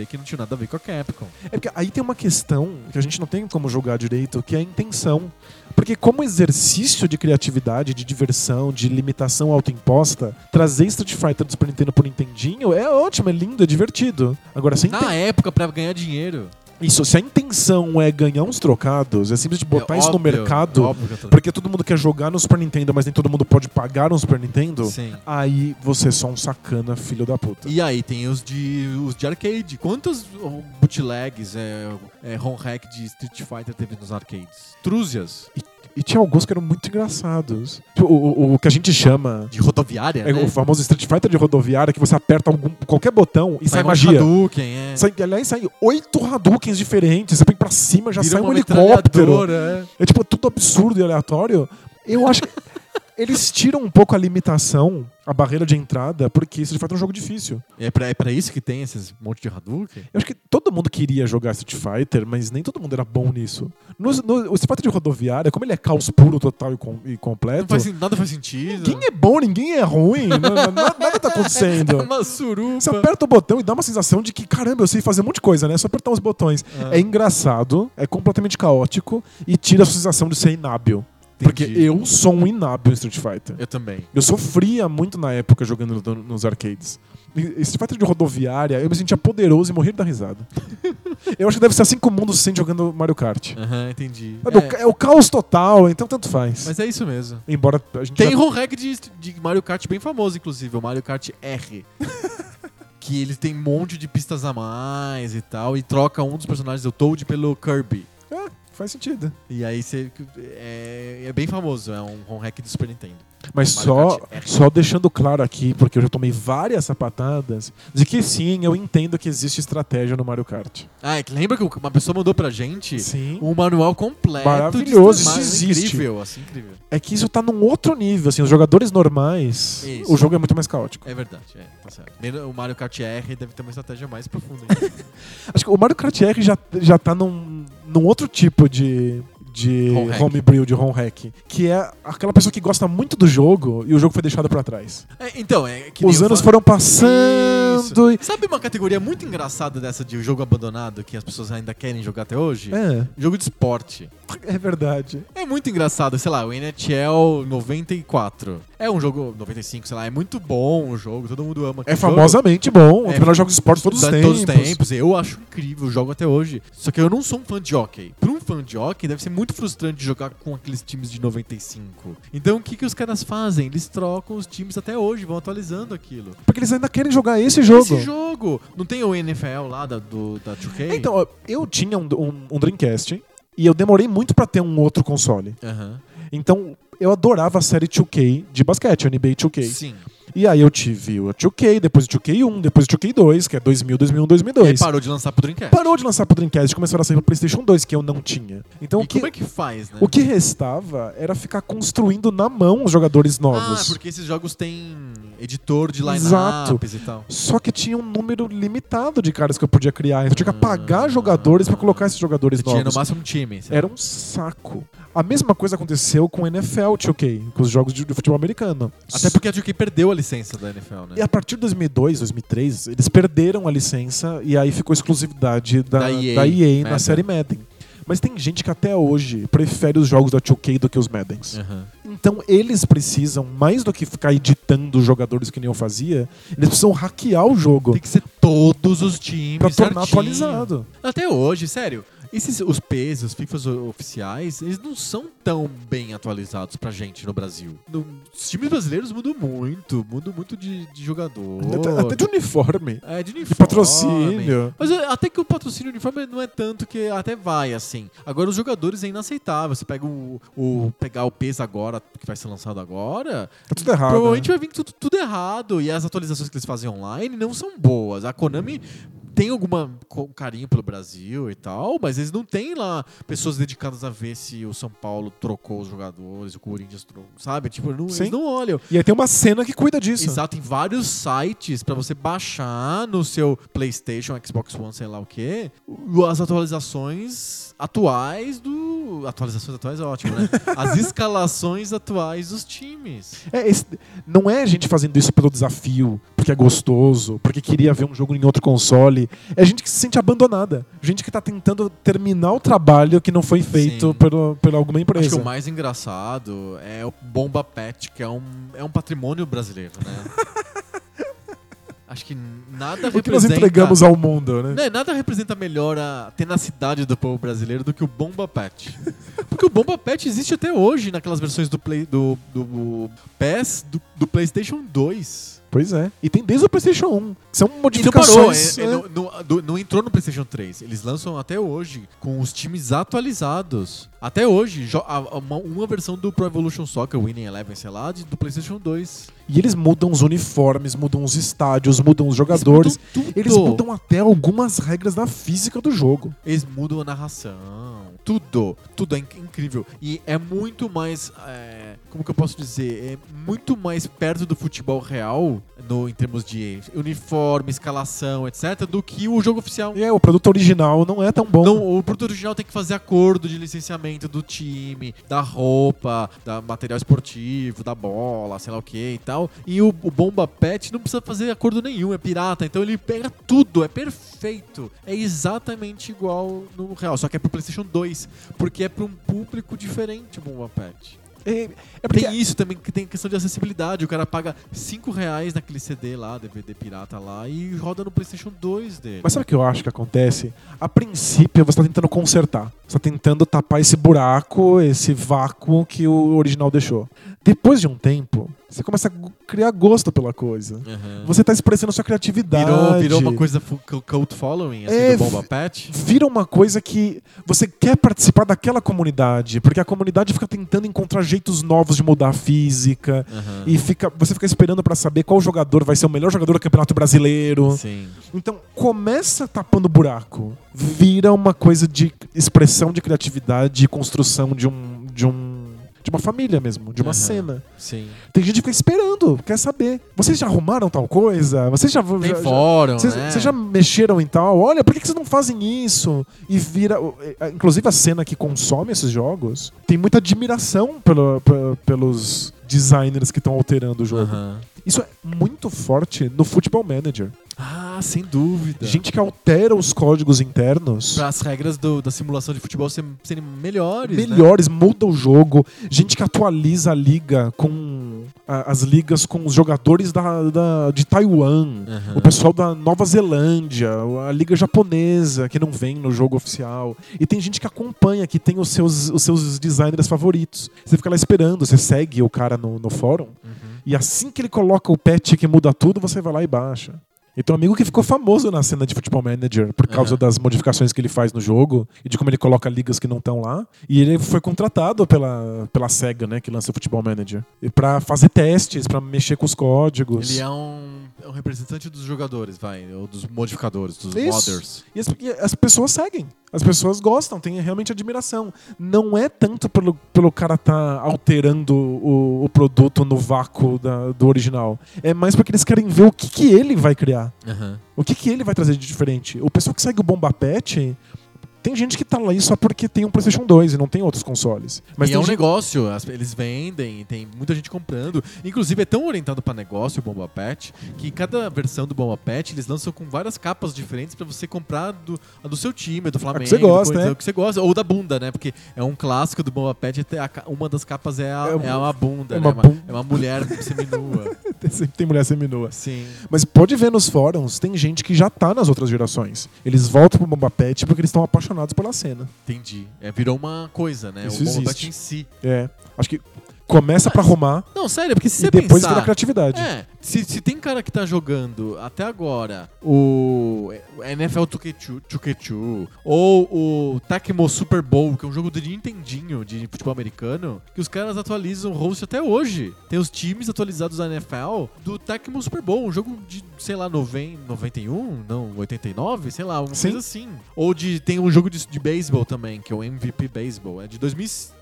A: que não tinham nada a ver com a Capcom.
B: É porque aí tem uma questão que a gente não tem como julgar direito, que é a intenção. Porque como exercício de criatividade, de diversão, de limitação autoimposta, trazer Street Fighter do Super Nintendo pro Nintendinho é ótimo, é lindo, é divertido. Agora, sem
A: Na época, pra ganhar dinheiro.
B: Isso, se a intenção é ganhar uns trocados, é simples de botar
A: É
B: isso
A: óbvio,
B: no mercado,
A: é óbvio que eu tô-
B: porque todo mundo quer jogar no Super Nintendo, mas nem todo mundo pode pagar um Super Nintendo,
A: Sim.
B: aí você é só um sacana filho da puta.
A: E aí tem os de, os de arcade. Quantos oh, bootlegs, é, é, home hack de Street Fighter teve nos arcades? Trúzias.
B: E tinha alguns que eram muito engraçados. Tipo, O, o- o que a gente chama
A: De rodoviária,
B: é
A: né?
B: o famoso Street Fighter de rodoviária, que você aperta algum- qualquer botão e sai,
A: um
B: magia.
A: Hadouken, é.
B: Sai, aliás, sai oito Hadoukens diferentes. Você põe pra cima, já
A: Vira
B: sai um
A: uma
B: helicóptero.
A: metralhadora, é.
B: É tipo tudo absurdo e aleatório. Eu acho que eles tiram um pouco a limitação, a barreira de entrada, porque isso de fato é um jogo difícil.
A: É pra, é pra isso que tem esses monte de Hadouken?
B: Eu acho que todo mundo queria jogar Street Fighter, mas nem todo mundo era bom nisso. No, no- o Street Fighter de rodoviária, como ele é caos puro, total e, com- e completo.
A: Não faz, sen- nada faz sentido. É
B: Ninguém é bom, ninguém é ruim, na- na- na- nada tá acontecendo.
A: Uma suruba.
B: Você aperta o botão e dá uma sensação de que, caramba, eu sei fazer um monte de coisa, né? É só apertar uns botões.
A: Ah.
B: É engraçado, é completamente caótico e tira a sensação de ser inábil. Porque
A: Entendi.
B: eu sou um inábil em Street Fighter.
A: Eu também.
B: Eu sofria muito na época jogando no- nos arcades. E- Street Fighter de rodoviária, eu me sentia poderoso e morria da risada. eu acho que deve ser assim que o mundo se sente jogando Mario Kart.
A: Aham, entendi.
B: Sabe, o
A: É,
B: ca- É. o caos total, então tanto faz.
A: mas é isso mesmo.
B: Embora a gente
A: Tem
B: já-
A: home hack de, de Mario Kart bem famoso, inclusive, o Mario Kart R. que ele tem um monte de pistas a mais e tal, e troca um dos personagens do Toad pelo Kirby.
B: Ah, faz sentido.
A: E aí você. É, é bem famoso, é um home hack do Super Nintendo.
B: Mas
A: Mario
B: só,
A: Kart é R.
B: só deixando claro aqui, porque eu já tomei várias sapatadas, de que sim, eu entendo que existe estratégia no Mario Kart.
A: Ah, é que lembra que uma pessoa mandou pra gente
B: Sim.
A: um manual completo.
B: Maravilhoso, isso
A: de estratégia,
B: existe.
A: Incrível, assim, incrível.
B: É que isso tá num outro nível, assim, os jogadores normais,
A: Isso.
B: o jogo é muito mais caótico.
A: É verdade, é, tá certo. Menos- O Mario Kart R deve ter uma estratégia mais profunda. ainda.
B: Acho que o Mario Kart R já, já tá num, num outro tipo de, de
A: Home hack.
B: homebrew, de home hack. Que é aquela pessoa que gosta muito do jogo e o jogo foi deixado pra trás.
A: É, então, é que nem
B: Os
A: eu
B: anos
A: falo-
B: foram passando e...
A: Isso. Sabe uma categoria muito engraçada dessa de jogo abandonado que as pessoas ainda querem jogar até hoje?
B: É,
A: Jogo de esporte.
B: é verdade.
A: É muito engraçado, sei lá, o NHL 94. É um jogo 95, sei lá, é muito bom o jogo, todo mundo ama.
B: É
A: aquele
B: famosamente bom, um
A: É.
B: dos melhores jogos de esporte de todos os
A: Da-
B: tempos.
A: todos os tempos. Eu acho incrível, jogo até hoje. Só que eu não sou um fã de hockey. Pra um fã de hockey, deve ser muito frustrante jogar com aqueles times de 95. Então o que, que os caras fazem? Eles trocam os times até hoje, vão atualizando aquilo.
B: Porque eles ainda querem jogar esse jogo.
A: Esse jogo! é. Não tem o NFL lá da, do, da 2K?
B: Então, ó, eu tinha um, um- um Dreamcast e eu demorei muito pra ter um outro console.
A: Aham.
B: Então, eu adorava a série 2K de basquete, NBA 2K.
A: Sim.
B: E aí eu tive o 2K, depois o 2K1, depois o 2K2, que é 2000,
A: E
B: 2001,
A: aí
B: 2002.
A: parou de lançar pro Dreamcast.
B: Parou de lançar pro Dreamcast, começaram a sair pro PlayStation 2, que eu não tinha. Então,
A: e
B: o que,
A: como é que faz, né?
B: o que restava era ficar construindo na mão os jogadores
A: Ah,
B: novos.
A: porque esses jogos têm editor de
B: Exato.
A: lineups e tal.
B: Só que tinha um número limitado de caras que eu podia criar. Então eu tinha que
A: Ah.
B: pagar jogadores pra colocar esses jogadores
A: Você tinha no
B: novos.
A: máximo um time. sei lá.
B: Era um saco. A mesma coisa aconteceu com o NFL 2K, com os jogos de de futebol americano.
A: Até porque a 2K perdeu a licença da NFL, né?
B: E a partir de 2002, 2003, eles perderam a licença e aí ficou exclusividade da,
A: Da né? EA,
B: da EA,
A: Madden.
B: na série Madden. Mas tem gente que até hoje prefere os jogos da 2K do que os Maddens.
A: Aham.
B: Então eles precisam, mais do que ficar editando os jogadores que nem eu fazia, eles precisam hackear o jogo
A: Tem que ser todos os times.
B: pra tornar
A: certinho.
B: atualizado.
A: Até hoje, sério. Esses, os P's, os FIFAs o- oficiais, eles não são tão bem atualizados pra gente no Brasil. No- os times brasileiros mudam muito, mudam muito de, de jogador.
B: Até, até de uniforme.
A: É, de uniforme.
B: De patrocínio.
A: Mas é, até que o patrocínio uniforme não é tanto que até vai, assim. Agora, os jogadores é inaceitável. Você pega o, o pegar o peso agora, que vai ser lançado agora,
B: Tá tudo errado.
A: provavelmente vai vir tudo, tudo errado. E as atualizações que eles fazem online não são boas. A Konami tem alguma co- carinho pelo Brasil e tal, mas eles não têm lá pessoas dedicadas a ver se o São Paulo trocou os jogadores, o Corinthians trocou, sabe? Tipo, não-
B: Sim.
A: eles não olham.
B: E aí tem uma cena que cuida disso.
A: Exato, tem vários sites pra você baixar no seu PlayStation, Xbox One, sei lá o quê, o- as atualizações atuais do. Atualizações atuais é ótimo, né? As escalações atuais dos times.
B: É, esse- não é a gente fazendo isso pelo desafio, porque é gostoso, porque queria ver um jogo em outro console. É gente que se sente abandonada. Gente que tá tentando terminar o trabalho que não foi
A: Sim.
B: feito pelo, pela alguma
A: Acho que
B: empresa.
A: o mais engraçado é o Bomba Pet, que é um, é um patrimônio brasileiro, né? Acho que n- Nada
B: O que nós
A: representa-
B: entregamos ao mundo, né?
A: Né, nada representa melhor a tenacidade do povo brasileiro do que o Bomba Pet. Porque o Bomba Pet existe até hoje naquelas versões do Play do, do PES do, do PlayStation 2.
B: Pois é. E tem desde o PlayStation 1. que São
A: E não parou,
B: modificações.
A: é- é,
B: né?
A: não, não- do- não entrou no PlayStation 3. Eles lançam até hoje, com os times atualizados. Até hoje, jo- a- a- uma, uma versão do Pro Evolution Soccer, Winning Eleven, sei lá, de- do PlayStation 2.
B: E eles mudam os uniformes, mudam os estádios, mudam
A: Eles
B: os jogadores.
A: mudam tudo.
B: Eles mudam até algumas regras da física do jogo.
A: Eles mudam a narração. Tudo. Tudo é inc- incrível. E é muito mais. é, como que eu posso dizer? É muito mais perto do futebol real, no, em termos de uniforme, escalação, etc., do que o jogo oficial.
B: E é, o produto original não é tão bom.
A: Não, o produto original tem que fazer acordo de licenciamento do time, da roupa, da material esportivo, da bola, sei lá o que e tal. E o, o Bomba Pet não precisa fazer acordo nenhum, é pirata. Então ele pega tudo, é perfeito. É exatamente igual no real, só que é pro PlayStation 2, porque é pra um público diferente o Bomba Pet.
B: É, é porque
A: Tem isso também, que tem questão de acessibilidade. O cara paga 5 reais naquele CD lá, DVD pirata lá, e roda no PlayStation 2 dele.
B: Mas sabe o que eu acho que acontece? A princípio você está tentando consertar. Você está tentando tapar esse buraco, esse vácuo que o original deixou. Depois de um tempo, você começa a g- criar gosto pela coisa.
A: Aham.
B: Você está expressando sua criatividade.
A: Virou, virou uma coisa fu- cu- cult following, assim,
B: É,
A: do Bomba
B: vi-
A: Pet.
B: Vira uma coisa que você quer participar daquela comunidade, porque a comunidade fica tentando encontrar jeitos novos de mudar a física e fica, você fica esperando para saber qual jogador vai ser o melhor jogador do Campeonato Brasileiro.
A: Sim.
B: Então, começa tapando buraco, vira uma coisa de expressão de criatividade e construção de um de um de uma família mesmo, de uma
A: Aham.
B: cena.
A: Sim.
B: Tem gente que fica esperando, quer saber. Vocês já arrumaram tal coisa? Vocês já
A: Tem
B: já, já-
A: fórum,
B: vocês
A: né?
B: vocês já mexeram em tal? Olha, por que que vocês não fazem isso? E vira. é, Inclusive, a cena que consome esses jogos tem muita admiração pelo- pe- pelos designers que estão alterando o jogo.
A: Aham.
B: Isso é muito forte no Football Manager.
A: Ah, sem dúvida.
B: É. Gente que altera os códigos internos.
A: Pra as regras do- da simulação de futebol serem, serem melhores, né?
B: Melhores, muda o jogo. Gente que atualiza a liga com. a- as ligas com os jogadores da, da- de Taiwan,
A: Aham.
B: o pessoal da Nova Zelândia, a liga japonesa que não vem no jogo oficial. E tem gente que acompanha, que tem os seus, os seus designers favoritos. Você fica lá esperando, você segue o cara no, no fórum.
A: Uhum.
B: E assim que ele coloca o patch que muda tudo, você vai lá e baixa. E tem um amigo que ficou famoso na cena de Futebol Manager por causa
A: Aham.
B: das modificações que ele faz no jogo e de como ele coloca ligas que não estão lá. E ele foi contratado pela, pela SEGA, né, que lança o Futebol Manager, e pra fazer testes, pra mexer com os códigos.
A: Ele é um, é um representante dos jogadores, vai. Ou dos modificadores, dos
B: Isso.
A: modders.
B: E as, e as pessoas seguem. As pessoas gostam, têm realmente admiração. Não é tanto pelo, pelo cara tá alterando o, o produto no vácuo da- do original. É mais porque eles querem ver o que, que ele vai criar.
A: Aham.
B: O que, que ele vai trazer de diferente. O pessoal que segue o Bomba Pet, tem gente que tá lá aí só porque tem um PlayStation 2 e não tem outros consoles. Mas
A: e é
B: tem
A: um
B: gente-
A: negócio, as- eles vendem, tem muita gente comprando. Inclusive, é tão orientado pra negócio o Bomba Pet que cada versão do Bomba Pet eles lançam com várias capas diferentes pra você comprar do, a do seu time, do Flamengo,
B: você
A: do
B: gosta,
A: Corinthians,
B: né?
A: o que você gosta, ou da bunda, né? Porque é um clássico do Bomba Pet, até a ca- uma das capas é, a,
B: É um-
A: é uma bunda,
B: é
A: né?
B: uma
A: Uma-
B: bun-
A: é uma mulher seminua.
B: Sempre tem mulher seminua.
A: Sim.
B: Mas pode ver nos fóruns, tem gente que já tá nas outras gerações. Eles voltam pro Bomba Pet porque eles estão apaixonados pela cena.
A: Entendi. É, virou uma coisa, né?
B: Isso
A: o Bomba
B: existe.
A: Pet em si.
B: É. Acho que começa pra arrumar
A: Não, sério, porque se
B: e
A: você
B: depois
A: pensar...
B: vira criatividade.
A: É, se, se tem cara que tá jogando até agora o NFL 2K2 2K2, ou o Tecmo Super Bowl, que é um jogo de Nintendinho de futebol americano, que os caras atualizam o host até hoje. Tem os times atualizados da NFL do Tecmo Super Bowl, um jogo de, sei lá, 90, 91, não, 89, sei lá, uma
B: Sim.
A: coisa assim. Ou de tem um jogo de, de beisebol também, que é o MVP Baseball, é de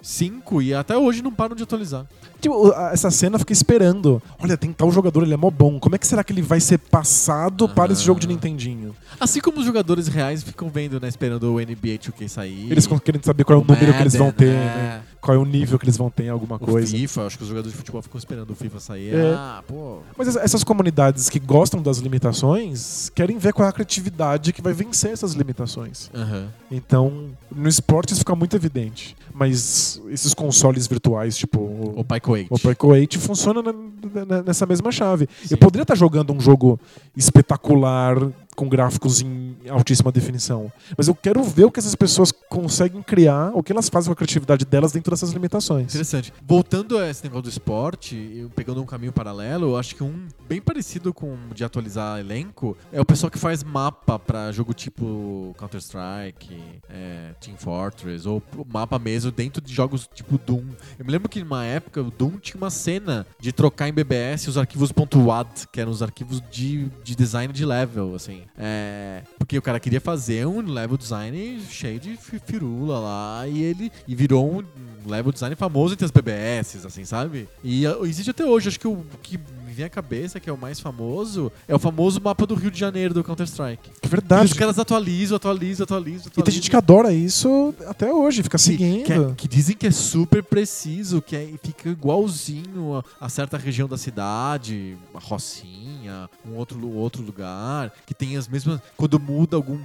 A: 2005 e até hoje não param de atualizar.
B: Tipo, o- a- essa cena fica esperando. Olha, tem tal jogador, ele é mó bom. Como é que será que ele vai ser passado para esse jogo de Nintendinho?
A: Assim como os jogadores reais ficam vendo, né, esperando o NBA 2K sair.
B: Eles ficam querendo saber qual é o, número que eles vão ter, né? qual é o nível que eles vão ter em alguma
A: O
B: coisa.
A: FIFA, acho que os jogadores de futebol ficam esperando o FIFA sair.
B: É.
A: Ah, pô.
B: Mas essa- essas comunidades que gostam das limitações querem ver qual é a criatividade que vai vencer essas limitações.
A: Aham.
B: Então, no esporte isso fica muito evidente. Mas esses consoles virtuais, tipo
A: O
B: o,
A: Pyco 8.
B: o Pyco 8, funciona na- na- nessa mesma chave.
A: Sim.
B: Eu poderia estar jogando um jogo espetacular com gráficos em altíssima definição. Mas eu quero ver o que essas pessoas conseguem criar, o que elas fazem com a criatividade delas dentro dessas limitações.
A: Interessante. Voltando a esse negócio do esporte, eu pegando um caminho paralelo, eu acho que um bem parecido com o de atualizar elenco é o pessoal que faz mapa pra jogo tipo Counter-Strike, é, Team Fortress, ou o mapa mesmo dentro de jogos tipo Doom. Eu me lembro que numa época o Doom tinha uma cena de trocar em BBS os arquivos .wad, que eram os arquivos de, de design de level, assim. É, porque o cara queria fazer um level design cheio de fi- firula lá e ele e virou um level design famoso entre as BBS, assim, sabe? E ah, existe até hoje, acho que o que me vem à cabeça, que é o mais famoso, é o famoso mapa do Rio de Janeiro do Counter-Strike.
B: É
A: E
B: verdade.
A: os caras atualizam, atualizam, atualizam,
B: E
A: atualizam.
B: tem gente que adora isso até hoje, fica
A: Que-
B: seguindo.
A: Que, é- que dizem que é super preciso, que é- fica igualzinho a, a certa região da cidade, a Rocinha, um outro, lu- outro lugar, que tem as mesmas. Quando muda algum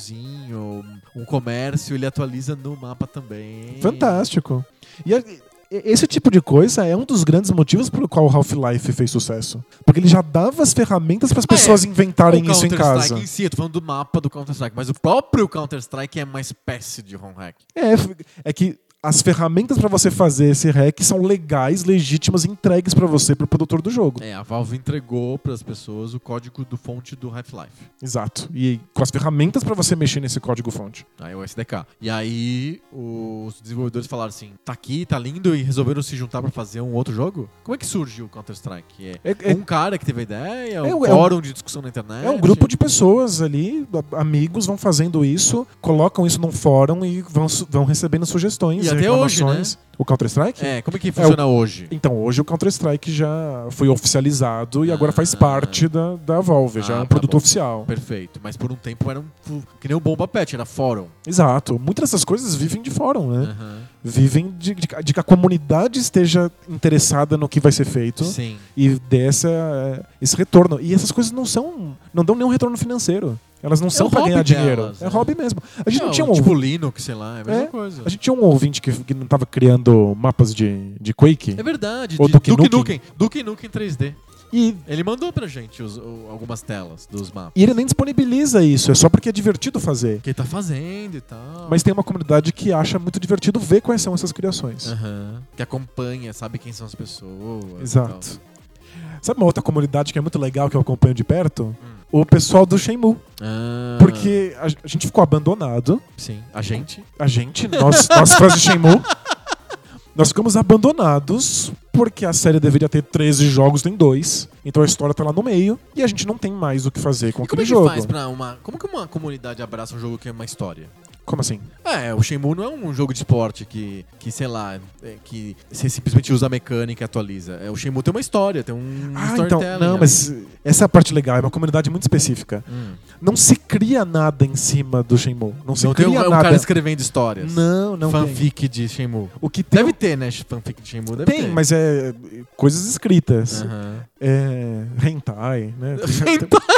A: prédiozinho, um comércio, ele atualiza no mapa também.
B: Fantástico. E a- e- esse tipo de coisa é um dos grandes motivos pelo qual o Half-Life fez sucesso. Porque ele já dava as ferramentas para as
A: Ah, é.
B: pessoas inventarem
A: O
B: isso em
A: Counter-Strike
B: casa.
A: em si, eu tô falando do mapa do Counter-Strike, mas o próprio Counter-Strike é uma espécie de home hack.
B: É, f- é que as ferramentas para você fazer esse hack são legais, legítimas, e entregues para você pro produtor do jogo.
A: É, a Valve entregou pras pessoas o código do fonte do Half-Life.
B: Exato. E com as ferramentas para você mexer nesse código fonte.
A: Aí o SDK. E aí os desenvolvedores falaram assim: tá aqui, tá lindo, e resolveram se juntar pra fazer um outro jogo? Como é que surgiu o Counter-Strike? É
B: É, é-
A: um cara que teve a ideia, um
B: É um- é um-
A: fórum de discussão na internet.
B: É um grupo de pessoas ali, a- amigos, vão fazendo isso, colocam isso num fórum e vão, su- vão recebendo sugestões
A: E até hoje, né?
B: reclamações. O Counter-Strike?
A: É, como é que funciona hoje?
B: Então, hoje o Counter-Strike já foi oficializado e agora faz
A: Ah.
B: parte da, da Valve, já
A: Ah,
B: é um
A: tá
B: produto
A: bom.
B: oficial.
A: Perfeito. Mas por um tempo era um. fu- Que nem o Bomba Pet, era fórum.
B: Exato. Muitas dessas coisas vivem de fórum, né?
A: Aham.
B: Vivem de, de, de que a comunidade esteja interessada no que vai ser feito
A: Sim.
B: e dê essa, eh, esse retorno. E essas coisas não são. não dão nenhum retorno financeiro. Elas não são
A: É o
B: pra
A: hobby
B: ganhar dinheiro.
A: delas,
B: é
A: né?
B: hobby mesmo. A gente não, tinha um.
A: Tipo Linux, sei lá, é a mesma
B: É,
A: coisa.
B: A gente tinha um ouvinte que, que não tava criando mapas de, de Quake.
A: É verdade,
B: Ou
A: de
B: Duke
A: Duke Nukem.
B: Nukem.
A: Nukem. Duke Nukem 3D.
B: E
A: Ele mandou pra gente os- o- algumas telas dos mapas.
B: E ele nem disponibiliza isso, é só porque é divertido fazer.
A: Que ele tá fazendo e tal.
B: Mas tem uma comunidade que acha muito divertido ver quais são essas criações.
A: Aham. Que acompanha, sabe quem são as pessoas.
B: Exato. Sabe uma outra comunidade que é muito legal que eu acompanho de perto?
A: Então. Hum.
B: O pessoal do Shenmue.
A: e tal. Ah,
B: Porque um a, a gente ficou abandonado.
A: Sim, a gente.
B: A gente, nós, nós fãs de Shenmue, nós ficamos abandonados porque a série deveria ter 13 jogos, tem dois. Então a história tá lá no meio e a gente não tem mais o que fazer com
A: E como
B: aquele
A: é que
B: jogo.
A: faz pra uma. Como que uma comunidade abraça um jogo que é uma história?
B: Como assim?
A: É, o Shenmue não é um jogo de esporte que, que sei lá, é, que você simplesmente usa a mecânica e atualiza. É, o Shenmue tem uma história, tem um
B: Ah, então.
A: storytelling.
B: Não,
A: né?
B: mas essa é a parte legal, é uma comunidade muito específica.
A: Hum.
B: não se cria nada em cima do Shenmue. Não se
A: Não tem
B: cria
A: um, um
B: nada.
A: cara escrevendo histórias.
B: não, não tem.
A: fanfic de Shenmue.
B: O que tem, um
A: Deve ter, né? Fanfic de Shenmue. Deve
B: tem,
A: ter.
B: mas é coisas escritas.
A: Aham.
B: É, hentai, né?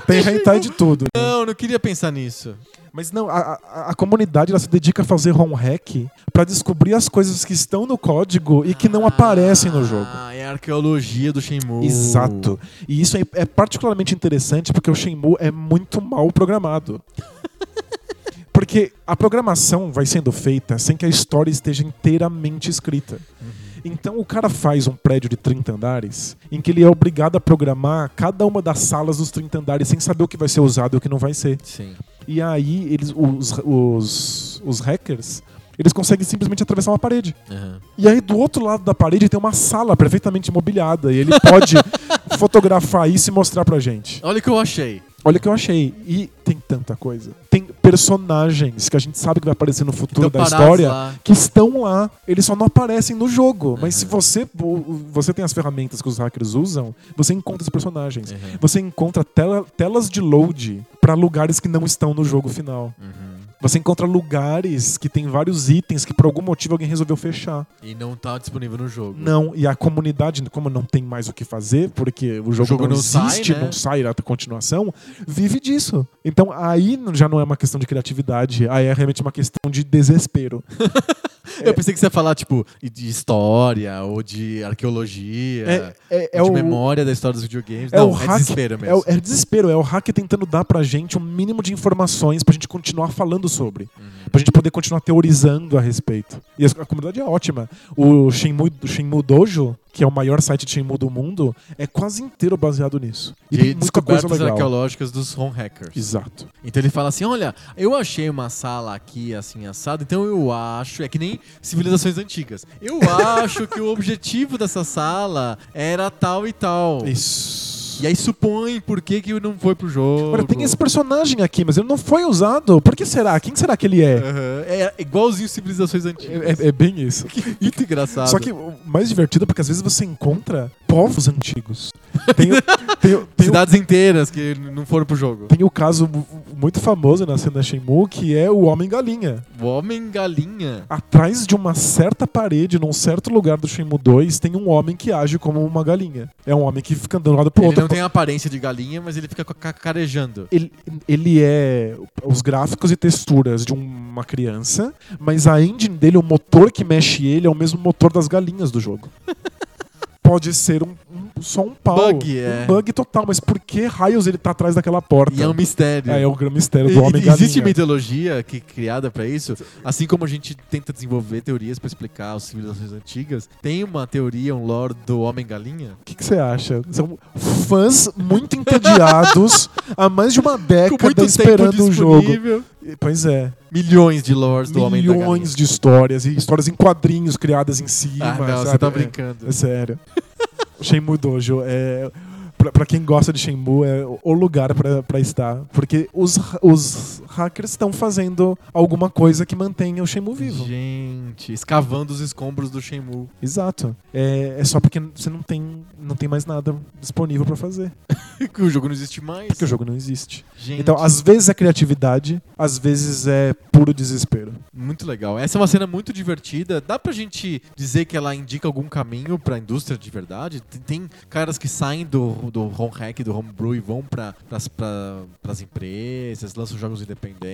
B: tem hentai de tudo. né?
A: Então, Não, não queria pensar nisso.
B: Mas não, a, a- a comunidade ela se dedica a fazer home hack pra descobrir as coisas que estão no código e que não aparecem no jogo.
A: Ah, é a arqueologia do Shenmue.
B: Exato. E isso é, é particularmente interessante porque o Shenmue é muito mal programado. Porque a programação vai sendo feita sem que a história esteja inteiramente escrita. Então o cara faz um prédio de 30 andares em que ele é obrigado a programar cada uma das salas dos 30 andares sem saber o que vai ser usado e o que não vai ser.
A: Sim.
B: E aí eles, os, os, os hackers eles conseguem simplesmente atravessar uma parede.
A: Aham.
B: E aí do outro lado da parede tem uma sala perfeitamente mobiliada e ele pode fotografar isso e mostrar pra gente.
A: Olha o que eu achei.
B: Olha o que eu achei. E tem tanta coisa. Tem personagens que a gente sabe que vai aparecer no futuro
A: Estão
B: da
A: Então, parados
B: história
A: lá.
B: que estão lá. Eles só não aparecem no jogo. Mas se
A: Uhum.
B: você você tem as ferramentas que os hackers usam, você encontra os personagens.
A: Uhum.
B: Você encontra tela- telas de load pra lugares que não estão no jogo final.
A: Uhum.
B: Você encontra lugares que tem vários itens que por algum motivo alguém resolveu fechar.
A: E não tá disponível no jogo.
B: Não, e a comunidade, como não tem mais o que fazer, porque o jogo,
A: jogo
B: não,
A: não sai,
B: existe,
A: né?
B: não sai a continuação, vive disso. Então aí não- já não é uma questão de criatividade, aí é realmente uma questão de desespero. é-
A: Eu pensei que você ia falar, tipo, de história ou de arqueologia.
B: é,
A: de memória da história dos videogames.
B: É
A: não,
B: o
A: é
B: hack-
A: desespero mesmo.
B: É, o- é desespero, é o hack tentando dar pra gente um mínimo de informações pra gente continuar falando sobre.
A: Uhum.
B: Pra gente poder continuar teorizando a respeito. E as- a comunidade é ótima. O Shenmue, o Shenmue Dojo, que é o maior site de Shenmue do mundo, é quase inteiro baseado nisso. E
A: de
B: tem muita coisa
A: descobertas né, é
B: legal.
A: arqueológicas dos home hackers.
B: Exato.
A: Então ele fala assim: olha, eu achei uma sala aqui assim assada, então eu acho. É que nem civilizações antigas. Eu acho que o objetivo dessa sala era tal e tal.
B: Isso.
A: E aí supõe por que, que não foi pro jogo.
B: Olha, tem esse personagem aqui, mas ele não foi usado. Por que será? Quem será que ele é?
A: Aham. É igualzinho civilizações antigas.
B: É- é bem isso.
A: muito engraçado.
B: Só que o mais divertido é porque às vezes você encontra povos antigos. Tem, o- tem, o- tem o-
A: Cidades inteiras que não foram pro jogo.
B: Tem o caso mu- muito famoso na cena Shenmue, que é o Homem-Galinha.
A: O Homem-Galinha.
B: Atrás de uma certa parede, num certo lugar do Shenmue 2, tem um homem que age como uma galinha. É um homem que fica andando de um lado pro
A: Ele
B: outro.
A: não tem a aparência de galinha, mas ele fica ca- carejando.
B: Ele, ele é os gráficos e texturas de uma criança, mas a engine dele, o motor que mexe ele, é o mesmo motor das galinhas do jogo. Pode ser um, um- só um pau.
A: Bug, é.
B: Um bug total, mas por que raios ele tá atrás daquela porta?
A: E é um mistério.
B: É, é o grande mistério
A: E-
B: do homem
A: e Existe
B: galinha.
A: uma ideologia que, criada pra isso, assim como a gente tenta desenvolver teorias pra explicar as civilizações antigas, tem uma teoria, um lore do homem-galinha?
B: O que que você acha? São fãs muito entediados há mais de uma
A: Com
B: década
A: muito
B: É esperando
A: tempo
B: um jogo.
A: disponível.
B: E, Pois é.
A: Milhões de lores do homem galinha.
B: Milhões de histórias e histórias em quadrinhos criadas em cima.
A: Ah, não,
B: sabe?
A: você tá
B: É,
A: brincando.
B: É, sério. Shenmue Dojo é. Pra, pra quem gosta de Shenmue, é o lugar pra, pra estar. Porque os, ha- os hackers estão fazendo alguma coisa que mantenha o Shenmue vivo.
A: Gente, escavando os escombros do Shenmue.
B: Exato. É, é só porque você não tem, não tem mais nada disponível pra fazer.
A: Que o jogo não existe mais.
B: Porque o jogo não existe.
A: Gente,
B: Então, às vezes é criatividade, às vezes é puro desespero.
A: muito legal. Essa é uma cena muito divertida. Dá pra gente dizer que ela indica algum caminho pra indústria de verdade? Tem, tem caras que saem do, do home hack, do homebrew e vão pra, pras, pra, pras empresas, lançam jogos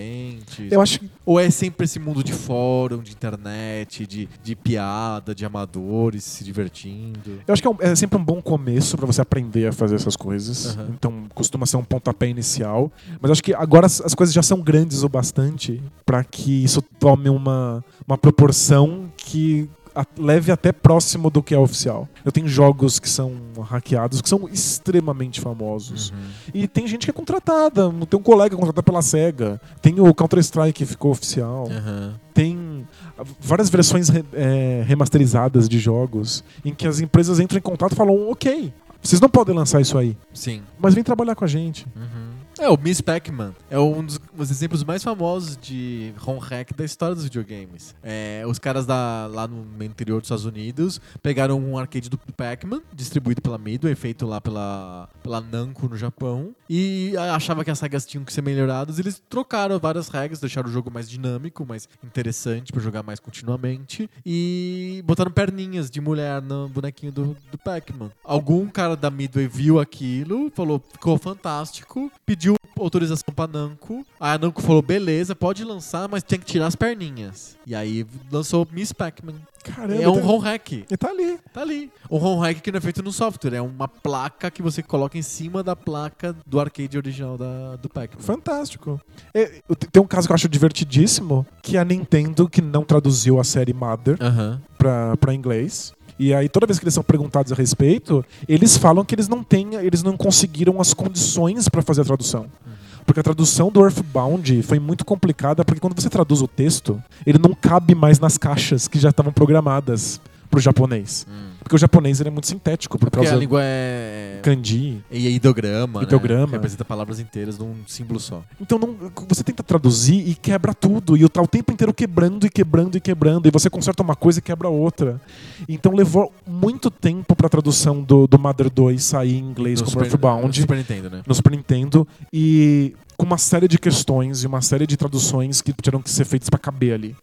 A: independentes.
B: Eu acho que
A: Ou é sempre esse mundo de fórum, de internet, de, de piada, de amadores se divertindo?
B: Eu acho que é, um- é sempre um bom começo pra você aprender a fazer essas coisas.
A: Aham.
B: Então, costuma ser um pontapé inicial. Mas acho que agora as, as coisas já são grandes o bastante pra que isso tome uma, uma proporção que a- leve até próximo do que é oficial. Eu tenho jogos que são hackeados que são extremamente famosos.
A: Uhum.
B: E tem gente que é contratada. Tem um colega contratado pela SEGA. Tem o Counter-Strike que ficou oficial
A: Aham.
B: tem várias versões re- é, remasterizadas de jogos em que as empresas entram em contato e falam: ok, vocês não podem lançar isso aí,
A: Sim.
B: mas vem trabalhar com a gente.
A: É, o Miss Pac-Man é um dos, um dos exemplos mais famosos de home hack da história dos videogames. É, os caras da- lá no interior dos Estados Unidos pegaram um arcade do Pac-Man, distribuído pela Midway, feito lá pela, pela Namco no Japão, e achava que as regras tinham que ser melhoradas. Eles trocaram várias regras, deixaram o jogo mais dinâmico, mais interessante pra jogar mais continuamente, e botaram perninhas de mulher no bonequinho do, do Pac-Man. Algum cara da Midway viu aquilo, falou, ficou fantástico, pediu autorização pra Namco. A Namco falou, beleza, pode lançar, mas tem que tirar as perninhas. E aí lançou Miss Pac-Man.
B: Caramba,
A: É um
B: tá-
A: ROM hack.
B: e tá ali.
A: Tá ali. Um ROM hack que não é feito no software. É uma placa que você coloca em cima da placa do arcade original da, do Pac-Man.
B: Fantástico. É, eu te- tem um caso que eu acho divertidíssimo, que é a Nintendo, que não traduziu a série Mother
A: Aham.
B: pra, pra inglês. E aí, toda vez que eles são perguntados a respeito, eles falam que eles não têm, eles não conseguiram as condições pra fazer a tradução. Porque a tradução do Earthbound foi muito complicada, porque quando você traduz o texto, ele não cabe mais nas caixas que já estavam programadas. pro japonês.
A: Hum.
B: Porque o japonês ele é muito sintético por
A: Porque
B: causa
A: a
B: do
A: língua é.
B: kanji.
A: E é ideograma. né?
B: Ideograma.
A: Representa palavras inteiras num símbolo só.
B: Então não- você tenta traduzir e quebra tudo. E eu tá o tempo inteiro quebrando e quebrando e quebrando. E você conserta uma coisa e quebra outra. Então levou muito tempo pra tradução do, do Mother 2 sair em inglês
A: No
B: como Earthbound.
A: no Super Nintendo, né?
B: no Super Nintendo e com uma série de questões e uma série de traduções que tiveram que ser feitas pra caber ali.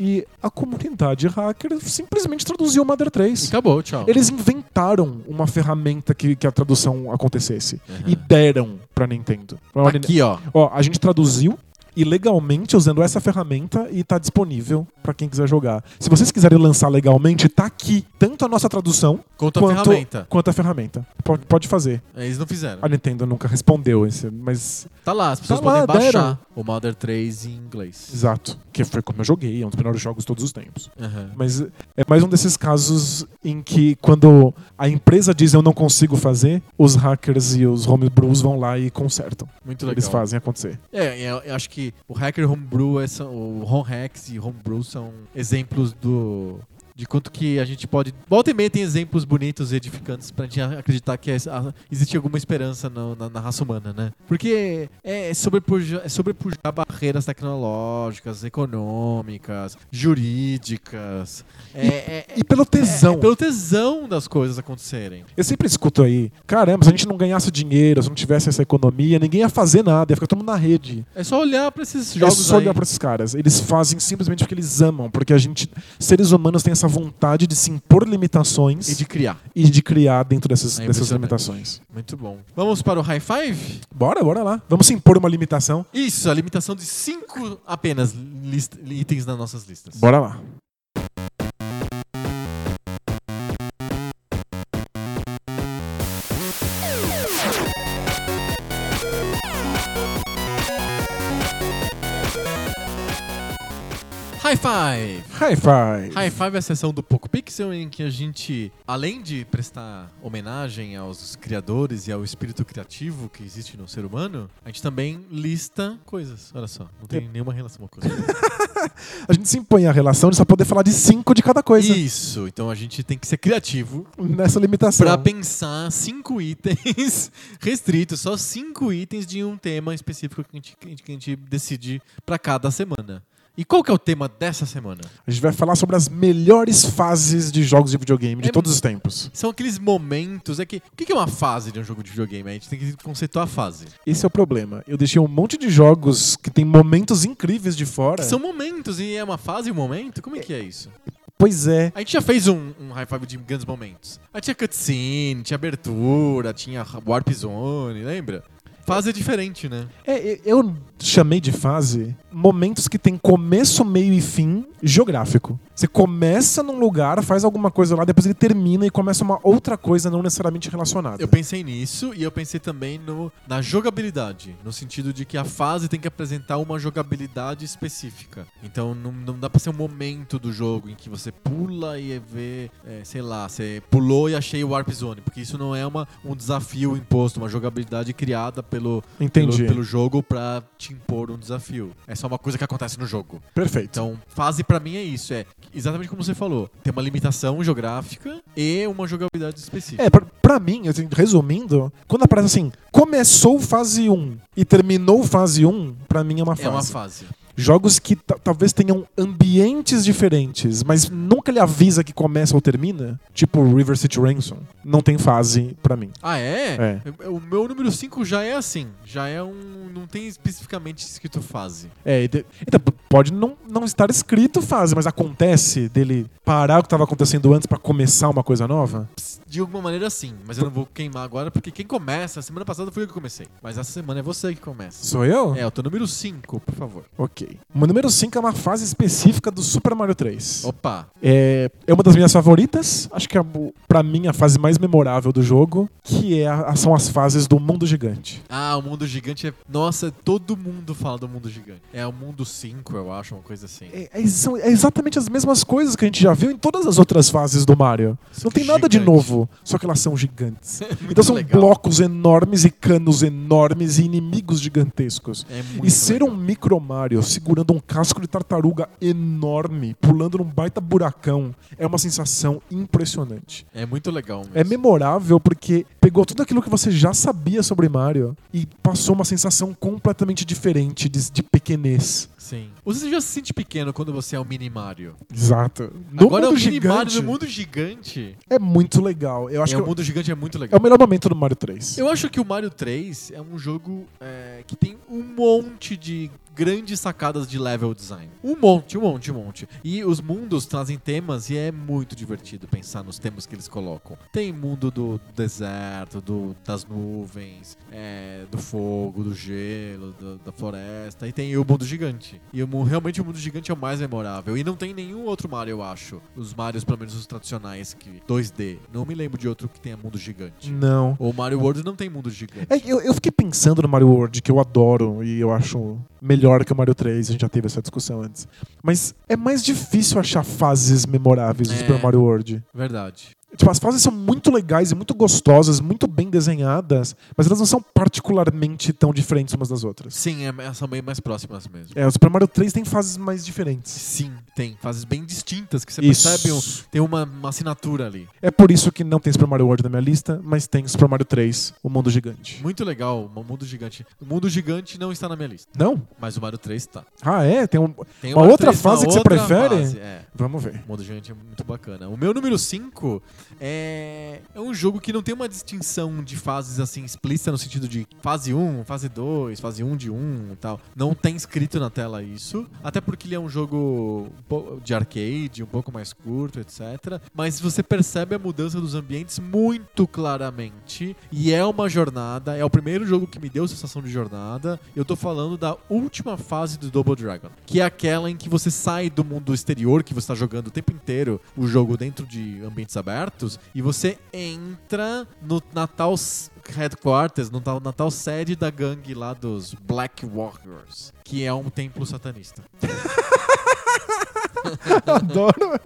B: E a comunidade hacker simplesmente traduziu o Mother
A: E
B: 3.
A: acabou, tchau.
B: Eles inventaram uma ferramenta que, que a tradução acontecesse
A: Uhum.
B: e deram pra Nintendo.
A: Tá aqui, ó.
B: Ó, a gente traduziu e legalmente usando essa ferramenta e tá disponível pra quem quiser jogar. Se vocês quiserem lançar legalmente, tá aqui tanto a nossa tradução
A: Conta a
B: quanto,
A: ferramenta.
B: quanto a ferramenta. Pode, pode fazer.
A: Eles não fizeram.
B: A Nintendo nunca respondeu esse, mas
A: Tá lá, as pessoas
B: Tá
A: podem
B: lá,
A: baixar
B: deram.
A: o Mother 3 em inglês.
B: Exato. Que foi como eu joguei, é um dos melhores jogos de todos os tempos.
A: Aham.
B: Mas é mais um desses casos em que quando a empresa diz eu não consigo fazer, os hackers e os homebrews vão lá e consertam.
A: Muito legal.
B: Eles fazem acontecer.
A: É, eu, eu acho que o hacker homebrew, é, são- o home hacks e homebrew são exemplos do de quanto que a gente pode... Volta e meia tem exemplos bonitos e edificantes pra gente a- acreditar que es- a- existe alguma esperança no- na, na raça humana, né? Porque é sobrepujar, é sobrepujar barreiras tecnológicas, econômicas, jurídicas. É, é-
B: E pelo tesão.
A: é pelo tesão das coisas acontecerem.
B: Eu sempre escuto aí, caramba, se a gente não ganhasse dinheiro, se não tivesse essa economia, ninguém ia fazer nada, ia ficar todo mundo na rede.
A: É só olhar pra esses
B: É
A: jogos
B: só
A: aí.
B: olhar pra esses caras. Eles fazem simplesmente porque eles amam, porque a gente, seres humanos, tem essa vontade de se impor limitações
A: e de criar.
B: e de criar dentro dessas,
A: É
B: dessas
A: impressionante.
B: limitações.
A: Muito bom. Vamos para o high five?
B: Bora, bora lá. Vamos impor uma limitação?
A: Isso, a limitação de cinco apenas list- itens nas nossas listas.
B: Bora lá.
A: High five!
B: High five.
A: High Five é a sessão do Poco Pixel em que a gente, além de prestar homenagem aos criadores e ao espírito criativo que existe no ser humano, a gente também lista coisas. Olha só, não tem nenhuma relação com a coisa.
B: A gente se impõe a relação de só poder falar de cinco de cada coisa
A: Isso, então a gente tem que ser criativo
B: nessa limitação.
A: Pra pensar cinco itens restritos, só cinco itens de um tema específico que a gente, que a gente- que a gente decide pra cada semana. E qual que é o tema dessa semana?
B: A gente vai falar sobre as melhores fases de jogos de videogame de
A: É-
B: todos os tempos.
A: São aqueles momentos, é que o que que é uma fase de um jogo de videogame? A gente tem que conceituar a fase.
B: Esse é o problema. Eu deixei um monte de jogos que tem momentos incríveis de fora.
A: Que são momentos e é uma fase e um momento. Como é que é isso?
B: Pois é.
A: A gente já fez um, um high five de grandes momentos. Aí tinha cutscene, tinha abertura, tinha warp zone, lembra? Fase é diferente, né?
B: É, e- eu chamei de fase momentos que tem começo, meio e fim geográfico. Você começa num lugar, faz alguma coisa lá, depois ele termina e começa uma outra coisa não necessariamente relacionada.
A: Eu pensei nisso e eu pensei também no- na jogabilidade, no sentido de que a fase tem que apresentar uma jogabilidade específica. Então não, não dá pra ser um momento do jogo em que você pula e vê, é, sei lá, você pulou e achei o Warp Zone, porque isso não é uma, um desafio imposto, uma jogabilidade criada pelo, pelo,
B: Entendi.
A: pelo jogo pra te impor um desafio. É só uma coisa que acontece no jogo.
B: Perfeito.
A: Então, fase pra mim é isso, é exatamente como você falou. Tem uma limitação geográfica e uma jogabilidade específica.
B: É, pra, pra mim, assim, resumindo, quando aparece assim, começou fase 1 e terminou fase 1, pra mim é uma fase.
A: é uma fase.
B: Jogos que ta- talvez tenham ambientes diferentes, mas nunca ele avisa que começa ou termina, tipo River City Ransom, não tem fase pra mim.
A: Ah, é?
B: É.
A: O meu número 5 já é assim. Já é um. Não tem especificamente escrito fase.
B: É, e de- então, p- pode não, não estar escrito fase, mas acontece dele parar o que tava acontecendo antes pra começar uma coisa nova?
A: De alguma maneira, sim. Mas eu não vou queimar agora, porque quem começa. Semana passada foi eu que comecei. Mas essa semana é você que começa.
B: Sou eu?
A: É, eu tô número 5, por favor.
B: Ok. O número 5 é uma fase específica do Super Mario 3.
A: Opa.
B: É, é uma das minhas favoritas. Acho que é, o- pra mim, a fase mais memorável do jogo, que é a- são as fases do mundo gigante.
A: Ah, o mundo gigante é. Nossa, todo mundo fala do mundo gigante. É o mundo 5, eu acho, uma coisa assim.
B: É, é- são é exatamente as mesmas coisas que a gente já viu em todas as outras fases do Mario. Não tem nada de
A: Gigante. É
B: novo. novo, só que elas são gigantes. então são
A: legal.
B: blocos enormes e canos enormes e inimigos gigantescos.
A: É
B: E
A: muito
B: ser um Micro Mario segurando um casco de tartaruga enorme, pulando num baita buracão, é uma sensação impressionante.
A: É muito legal mesmo.
B: É memorável porque pegou tudo aquilo que você já sabia sobre Mario e passou uma sensação completamente diferente de, de pequenez.
A: Sim. Você já se sente pequeno quando você é o Mini Mario.
B: Exato. No
A: Agora é o
B: mundo
A: Mini
B: gigante,
A: Mario no mundo gigante.
B: é muito legal. Eu acho
A: é,
B: que
A: o mundo gigante é muito
B: é
A: legal.
B: o melhor momento do Mario 3.
A: Eu acho que o Mario 3 é um jogo é, que tem um monte de grandes sacadas de level design. Um monte, um monte, um monte. E os mundos trazem temas e é muito divertido pensar nos temas que eles colocam. Tem mundo do deserto, do, das nuvens, é, do fogo, do gelo, do- da floresta. E tem o mundo gigante. E o mu- realmente o mundo gigante é o mais memorável. E não tem nenhum outro Mario, eu acho. Os Marios, pelo menos os tradicionais, que 2D. Não me lembro de outro que tenha mundo gigante.
B: Não.
A: O Mario World não tem mundo gigante.
B: É, eu, eu fiquei pensando no Mario World, que eu adoro e eu acho melhor que o Mario 3, a gente já teve essa discussão antes. Mas é mais difícil achar fases memoráveis do
A: É.
B: Super Mario World.
A: Verdade.
B: Tipo, as fases são muito legais e muito gostosas, muito bem desenhadas, mas elas não são particularmente tão diferentes umas das outras.
A: Sim, é- é- são bem mais próximas mesmo.
B: É, o Super Mario 3 tem fases mais diferentes.
A: Sim, tem. Fases bem distintas que você
B: Isso.
A: percebe. um- tem uma, uma assinatura ali.
B: É por isso que não tem Super Mario World na minha lista, mas tem Super Mario 3, o mundo gigante.
A: Muito legal, o Mundo Gigante. O Mundo Gigante não está na minha lista,
B: Não?
A: mas o Mario 3 está.
B: Ah, é? Tem um...
A: Tem o
B: Uma
A: Mario
B: outra
A: 3,
B: fase que você
A: outra
B: prefere?
A: fase, é.
B: Vamos ver.
A: O Mundo Gigante é muito bacana. O meu número 5 é... é um jogo que não tem uma distinção de fases assim explícita no sentido de fase 1, fase 2, fase 1 de 1 e tal. Não tem escrito na tela isso. Até porque ele é um jogo um po- de arcade, um pouco mais curto, etc. Mas você percebe a mudança dos ambientes muito claramente. E é uma jornada. É o primeiro jogo que me deu sensação de jornada. Eu tô falando da última fase do Double Dragon. Que é aquela em que você sai do mundo exterior, que você tá jogando o tempo inteiro o jogo dentro de ambientes abertos, e você entra no Natal Headquarters, no tal- na tal sede da gangue lá dos Black Walkers, que é um templo satanista.
B: Adoro.